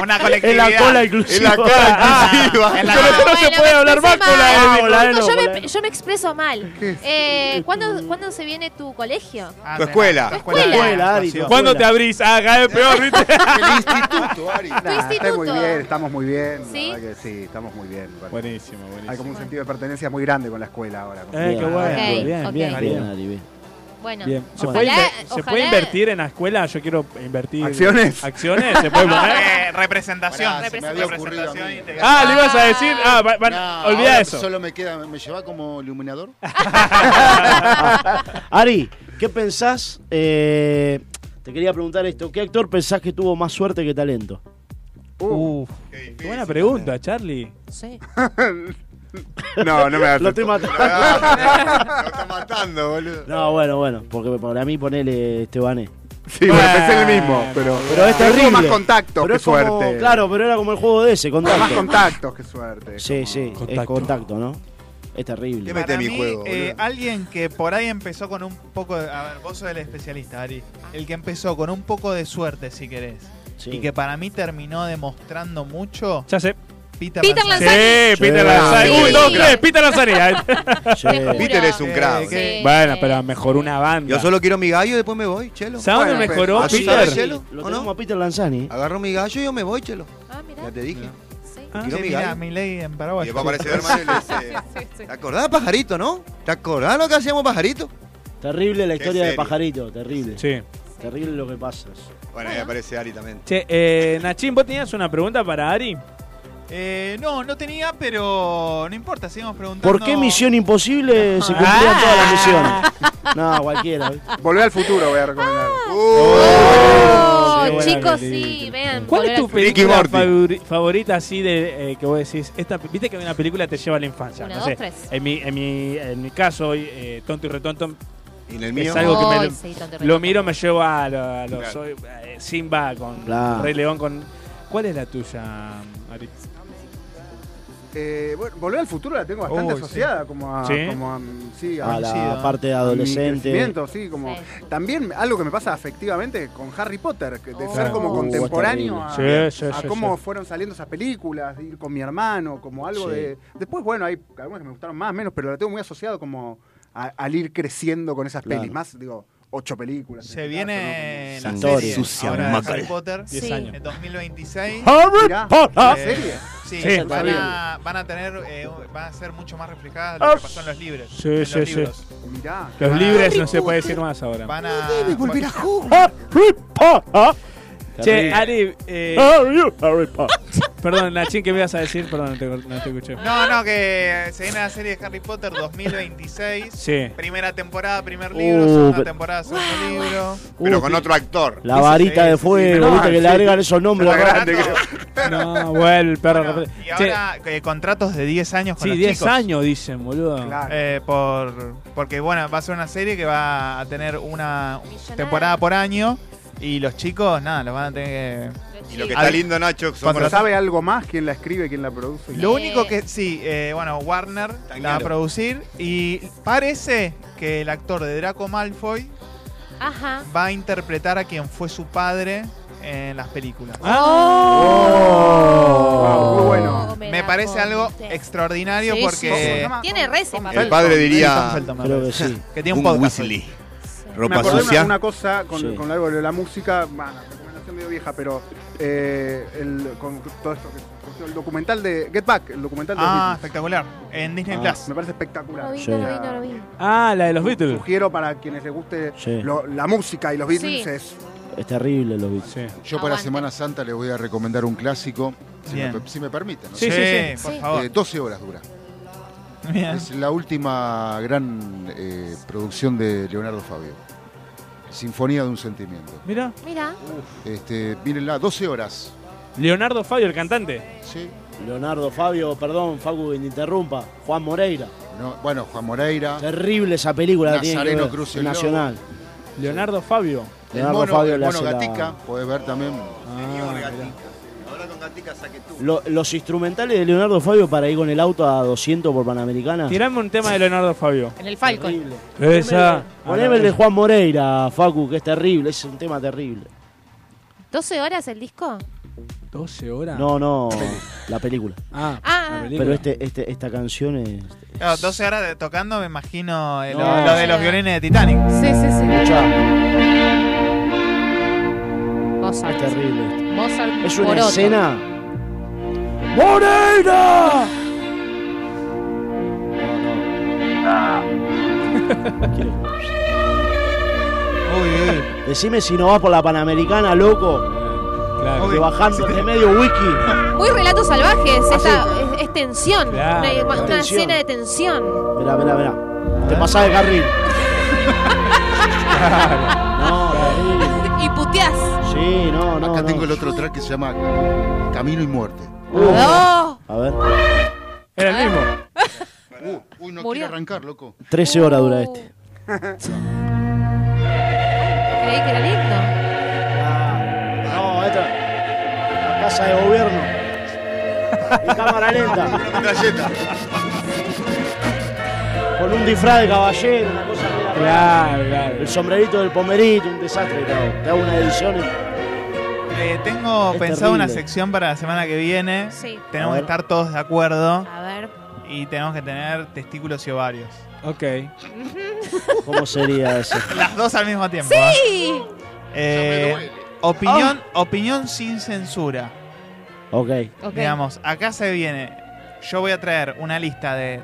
Una
colectividad. Es la cola inclusiva.
Es la
(laughs)
cola inclusiva.
Es Ah, la-
Pero no se
pues,
puede hablar más con la
Ah,
L, con la L,
Nico,
con
yo,
la
me,
L.
yo me expreso mal. Eh, ¿cuándo, ¿Cuándo se viene tu colegio?
Ah,
Tu escuela.
Tu escuela.
¿Cuándo te abrís? Ah, cada vez peor,
(laughs)
¿viste?
Nah, Ah, está muy
instituto.
bien, estamos muy bien. la
¿Sí?
verdad que sí, estamos muy bien. me parece.
Buenísimo, buenísimo.
Hay como un sentido de pertenencia muy grande con la escuela ahora. con-
Eh, qué bueno.
Ok,
bien, bien,
ok. Bien,
bien.
Ari, bien.
Bueno,
Bien. ¿Se,
ojalá-
puede, inver- se
ojalá-
puede invertir en la escuela? Yo quiero invertir.
¿Acciones?
¿Acciones? ¿Se puede
(laughs)
poner?
Eh, representación.
Pará, se me había ocurrido a mí.
representación integral.
Ah, le ibas a decir. Ah, va- va-
Nah,
olvida
ahora
eso. Ah,
Solo me queda, ¿me lleva como iluminador?
Ari, ¿qué pensás? Eh, te quería preguntar esto. ¿Qué actor pensás que tuvo más suerte que talento?
Uf, qué buena pregunta, Charlie.
Sí.
eh. (laughs)
(laughs)
No, no me hagas
Lo estoy
esto.
matando.
Lo está matando, boludo.
No, bueno, bueno, porque para mí ponele Estebané.
Sí, bueno, pensé en el mismo, pero,
Pero es
pero tuvo
terrible.
más contactos,
Pero
qué
es como-
suerte.
Claro, pero era como el juego de ese, contacto.
más contactos, qué suerte.
Sí, sí, es contacto, ¿no? Es terrible.
Para mí, eh, alguien que por ahí empezó con un poco de. A ver, vos sos el especialista, Ari. El que empezó con un poco de suerte, si querés. Y que para mí terminó demostrando mucho.
Ya sé.
Peter,
Peter Lanzani. Sí, Peter Lanzani. Un, dos, tres, Eh, Peter
(laughs)
Lanzani. Te juro. Peter es
Eh,
un crack. Sí. Bueno, pero mejoró una banda.
Yo solo quiero mi gallo y después me voy, chelo.
¿Sabes dónde mejoró
¿Así
Peter?
sabe, chelo?
Lo
¿O
tenemos
no?
a Peter Lanzani.
Agarro mi gallo y yo me voy, chelo. Ya te dije.
Ah,
Quiero
sí,
mi
mirá,
gallo.
Milei en
Y
Paraguay.
después aparece Berman y
(laughs)
le dice, ¿Te acordás, pajarito, no? ¿Te acordás lo que hacíamos, pajarito?
Terrible la
Qué
historia de
serio.
Pajarito, terrible.
Sí.
Terrible lo que pasa.
Bueno, ahí aparece Ari también.
Che, eh, Nachín, ¿vos tenías una pregunta para Ari?
(laughs) Eh, no, no tenía, pero no importa, seguimos preguntando.
¿Por qué Misión Imposible se cumplía toda la
(laughs)
misión? No, cualquiera.
Volver al futuro, voy a recomendar.
Oh,
Qué buena película.
chicos, sí, vean.
¿Cuál es tu
volver al
película
futuro.
favori- favorita así de eh, que vos decís? Esta, Viste que una película te lleva a la infancia.
Una,
no
dos,
sé.
tres.
En mi, en mi, en mi caso, eh, Tonto y Retonto.
¿Y en el
Es
mío?
algo que me
Ay,
lo,
sí, Tonto y
lo
Retonto.
miro, me lleva a, lo- a los.
Claro.
soy, eh, Simba con
Claro.
Rey León. con ¿Cuál es la tuya, Ari?
Eh, bueno, Volver al futuro la tengo bastante
Uy, sí.
asociada como a,
Sí.
como a, mm, sí,
A la
sí, a-
parte de
a mi
adolescente.
crecimiento, sí, como también algo que me pasa afectivamente con Harry Potter, que de ser como
Uh,
contemporáneo a,
es terrible. Sí, sí,
a
sí,
cómo
sí.
fueron saliendo esas películas, de ir con mi hermano, como algo
Sí.
de después bueno, hay algunas que me gustaron más, menos, pero la tengo muy asociado como a- al ir creciendo con esas
Claro.
pelis, más digo, ocho películas.
Se viene la
Santorio.
serie
Sucia
ahora de
Macal.
Harry Potter
Diez
sí.
años.
en 2026.
Harry
Mirá,
Potter.
eh,
¿En serio?
Sí,
Sí,
van,
está
a, van a tener, eh, van a ser mucho más reflejadas lo que pasó en los libros.
Sí,
en los
sí, sí.
libros.
Mirá.
Los
Van a-
libres no se puede decir más ahora.
Van a Eh,
volver a
Che,
Terrible.
Ari. eh, (laughs) Perdón, Nachín, ¿qué me ibas a decir? Perdón, no te, no te escuché.
No, no, que se viene la serie de Harry Potter 2026.
Sí.
Primera temporada, primer libro,
Uh,
segunda
pero-
temporada, segundo libro.
Pero
Uh,
con
sí.
otro actor.
La varita de fuego,
no,
viste que le
sí.
agregan esos nombres.
Está
raros.
No, bueno, el perro.
Y ahora eh, contratos de 10 años con
sí,
los
10
chicos.
años dicen, boludo.
Eh, por, porque bueno, va a ser una serie que va a tener una temporada por año y los chicos, nada, los van a tener que...
Y lo que está
Al-
lindo, Nacho, que somos
Cuando
los-
sabe algo más, quién la escribe, quién la produce.
Lo único que sí, eh, bueno, Warner la va a
claro.
producir y parece que el actor de Draco Malfoy
Ajá.
va a interpretar a quien fue su padre en las películas.
Oh.
Muy bueno.
Oh,
Me parece algo extraordinario
Sí, sí,
porque
sí. Tiene recepa.
El padre diría.
Creo que sí.
que tiene un,
un
podcast.
Weasley.
Me
Ropa
acordé
sucia.
Una, una cosa con,
Sí.
con algo de la música, bueno, recomendación medio vieja, pero eh, el, con todo esto, que- el documental de Get Back, el documental de los
Ah,
Beatles.
espectacular. En Disney
Ah,
Plus.
Me parece espectacular.
No lo vi,
Sí.
no lo vi, no lo vi.
Ah, la de los Beatles.
Sugiero para quienes les guste
Sí.
lo- la música y los Beatles
Sí.
es
Es terrible lo Beatles.
Yo para Semana Santa les voy a recomendar un clásico, si, me, si me permiten. ¿no?
Sí, sí, sí. Sí, por favor.
Eh, 12 horas dura.
Bien.
Es la última gran eh, producción de Leonardo Fabio. Sinfonía de un sentimiento.
Mira.
Mira.
Este, mírenla, 12 horas.
Leonardo Fabio, el cantante.
Sí.
Leonardo, Fabio, perdón, Facu, que te interrumpa. Juan Moreira.
No, bueno, Juan Moreira.
Terrible esa película. la tienen que
Nazareno
ver,
Cruz
en
y el Lobo.
Nacional.
Leonardo Fabio.
El
Leonardo
mono,
Fabio
el
le
mono
hace la-
Gatica, podés ver también.
Ah,
Ahora con Gatica saque tú.
Lo- los instrumentales de Leonardo Fabio para ir con el auto a 200 por Panamericana.
Tirame un tema de Leonardo Fabio.
En el Falcon.
Esa.
Poneme el de Juan Moreira, Facu, que es terrible, es un tema terrible.
¿12 horas el disco?
12 horas.
No,
(laughs)
no, la película.
Ah,
Ah. la
película.
pero este, este, esta canción es.
Claro, 12 oh, horas de- tocando, me imagino eh, lo,
No.
lo de los violines de Titanic.
Sí, sí, sí.
Es terrible.
Mozart
Es una
Poroto.
escena. ¡Moreira! Decime si no vas por la Panamericana, loco. Claro. bajando de medio wiki.
(laughs)
Muy relatos salvajes. Esta, es, es tensión.
Claro.
Una- Una, una
Tensión.
escena de tensión.
Mirá, mirá, mirá. Te pasás de carril. No,
(laughs) y puteás.
Sí, no, no.
Acá tengo el otro track que se llama Camino y Muerte.
No.
Uh. A ver.
Era el mismo.
uy,
Uh,
no quiero arrancar, loco.
13 horas dura este.
Qué creí que era lindo.
Ah, No, esto. la Casa de gobierno. Y cámara lenta. Con un disfraz de caballero, una cosa media rara. El sombrerito del pomerito, un desastre. Te hago, te hago una edición. y-
Eh, tengo
Es
pensado una
terrible.
sección para la semana que viene.
Sí. Ah.
Tenemos
A
que
ver.
estar todos de acuerdo
A ver.
y tenemos que tener testículos y ovarios.
Ok.
¿Cómo sería eso?
Las dos al mismo tiempo. ¿eh?
¡Sí! Oh.
Eh,
Oh.
opinión, opinión sin censura.
Ok.
Ok.
Digamos, acá se viene. Yo voy a traer una lista de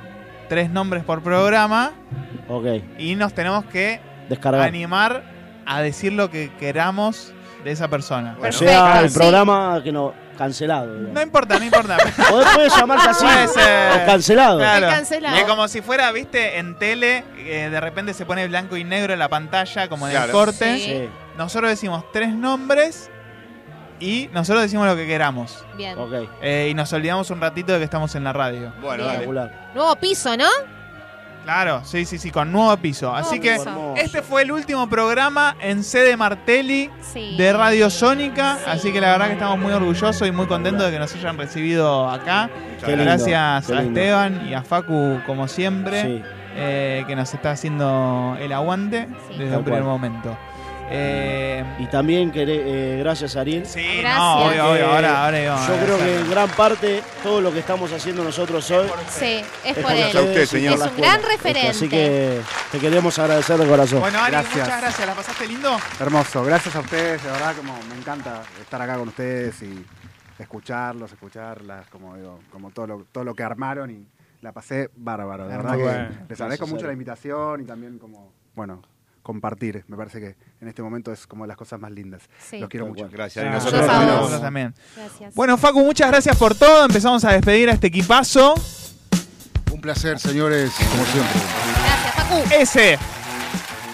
tres nombres por programa
Ok.
y nos tenemos que
Descargar.
animar a decir lo que queramos de esa persona.
o sea, el programa que no. Cancelado. digamos.
No importa, no importa.
Puede- puede llamarse así.
Puede ser.
O cancelado.
Claro.
Es cancelado.
Es como si fuera, viste, en tele, eh, de repente se pone blanco y negro en la pantalla, como en el
Claro.
corte.
Sí.
Nosotros decimos tres nombres y nosotros decimos lo que queramos.
Bien.
Eh, y nos olvidamos un ratito de que estamos en la radio.
Bueno,
Bien.
dale.
Nuevo piso, ¿no?
Claro, sí, sí, sí, con nuevo piso. Así que
piso.
este fue el último programa en sede Martelli
Sí.
de Radio Sónica. Así que la verdad que estamos muy orgullosos y muy contentos de que nos hayan recibido acá.
Qué lindo,
Gracias
qué
a
lindo.
Esteban y a Facu, como siempre,
Sí.
eh, que nos está haciendo el aguante desde
Tal
un primer
cual.
momento. Eh,
Y también queré- eh, gracias Ariel.
Sí, no, Gracias. obvio, obio, ahora- ahora digo,
yo
eh,
creo
o sea,
que en gran parte todo lo que estamos haciendo nosotros hoy
Sí, es por
porque
él.
ustedes y por
Es
la
un
escuela.
gran
Este,
referente.
Así que te queremos agradecer de corazón.
bueno, Ari, muchas gracias. ¿La pasaste lindo?
Hermoso, gracias a ustedes, de verdad como me encanta estar acá con ustedes y escucharlos, escucharlas, como digo, como todo lo, todo lo que armaron y la pasé bárbaro,
Ah,
de verdad
Muy
que
bueno.
les
Gracias,
agradezco mucho
Sara.
la invitación y también como, bueno, compartir, me parece que en este momento es como las cosas más lindas.
Sí.
Los quiero
Tal
mucho.
cual. Gracias, y
Ah,
nosotros
gracias a
también.
vos.
Nosotros
también.
Gracias.
Bueno, Facu, muchas gracias por todo. Empezamos a despedir a este equipazo.
Un placer, señores, como siempre.
Ese.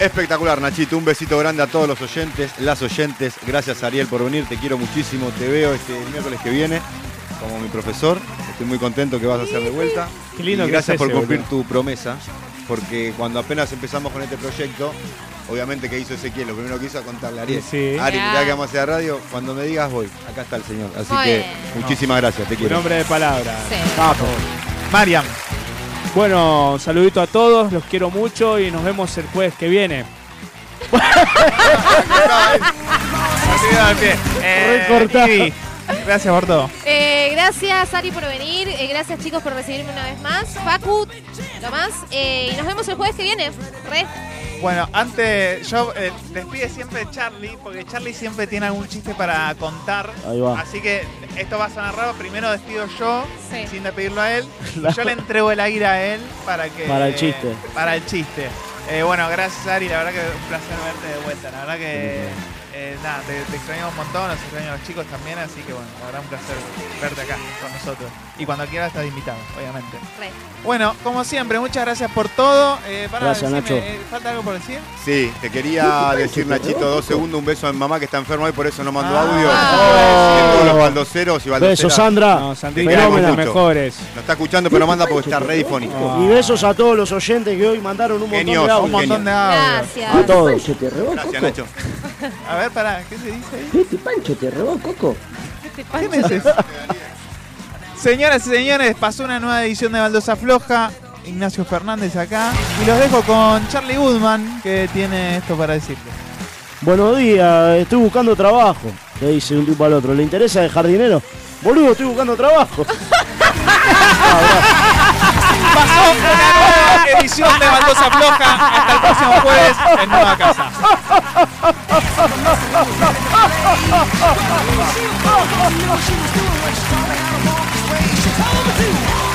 Espectacular, Nachito. Un besito grande a todos los oyentes, las oyentes. Gracias, Ariel, por venir. Te quiero muchísimo. Te veo este miércoles que viene como mi profesor. Estoy muy contento que vas a hacer de vuelta.
Qué lindo
Y
que es
gracias
ese,
por cumplir
boludo.
tu promesa, porque cuando apenas empezamos con este proyecto, obviamente que hizo Ezequiel, lo primero que hizo es contarle a Ariel.
Sí.
Ari, mirá
Ya.
que vamos a hacer radio. Cuando me digas, voy. Acá está el señor. Así
Muy
que
bien.
muchísimas gracias. Te
Un
quiero.
hombre de palabra.
Sí.
Capo.
Mariam.
Bueno, un saludito a todos, los quiero mucho y nos vemos el jueves que viene.
(laughs)
Eh, Ivy, Gracias por todo.
Eh, gracias, Ari, por venir. Eh, gracias, chicos, por recibirme una vez más. Facu, lo más. Eh, y nos vemos el jueves que viene. Re.
Bueno, antes yo eh, despide siempre Charlie, porque Charlie siempre tiene algún chiste para contar.
Ahí va.
Así que esto va a sonar raro. Primero despido yo, sin
(laughs)
despedirlo a él. y
Claro.
yo le entrego el aire a él para que.
Para el chiste.
Para el chiste. Eh, bueno, gracias Ari, la verdad que un placer verte de vuelta. La verdad que eh, nada, te, te extrañamos un montón, nos extrañan los chicos también, así que bueno, la verdad un placer verte acá con nosotros. Y cuando quieras estás invitado, obviamente.
Re.
Bueno, como siempre, muchas gracias por todo. Eh, pará,
Gracias,
decime,
Nacho.
eh, ¿Falta algo por decir?
Sí, te quería decir, Nachito, dos segundos, un beso a mi mamá que está enferma y por eso no mando audio.
Ah.
Y a todos los baldoceros y baldoceras.
Beso, Sandra.
Te
No, Sandrita,
queremos
fenómena.
mucho.
Mejores.
Nos está escuchando, pero no manda porque está re difónico.
Y besos a todos los oyentes que hoy mandaron un montón
Genios,
de audios.
un montón de audios.
Gracias.
A todos.
Gracias, Nacho.
A ver, pará, ¿qué se dice ahí?
Este Pancho te robó, Coco.
¿Qué me haces? Señoras y señores, pasó una nueva edición de Baldosa Floja. Ignacio Fernández acá. Y los dejo con Charlie Goodman, que tiene esto para decirles.
Buenos días, estoy buscando trabajo. Le dice un tipo al otro. ¿Le interesa de jardinero? Boludo, estoy buscando trabajo.
Pasó una nueva edición de Baldosa Floja. Hasta el próximo jueves en Nueva Casa.
Oh,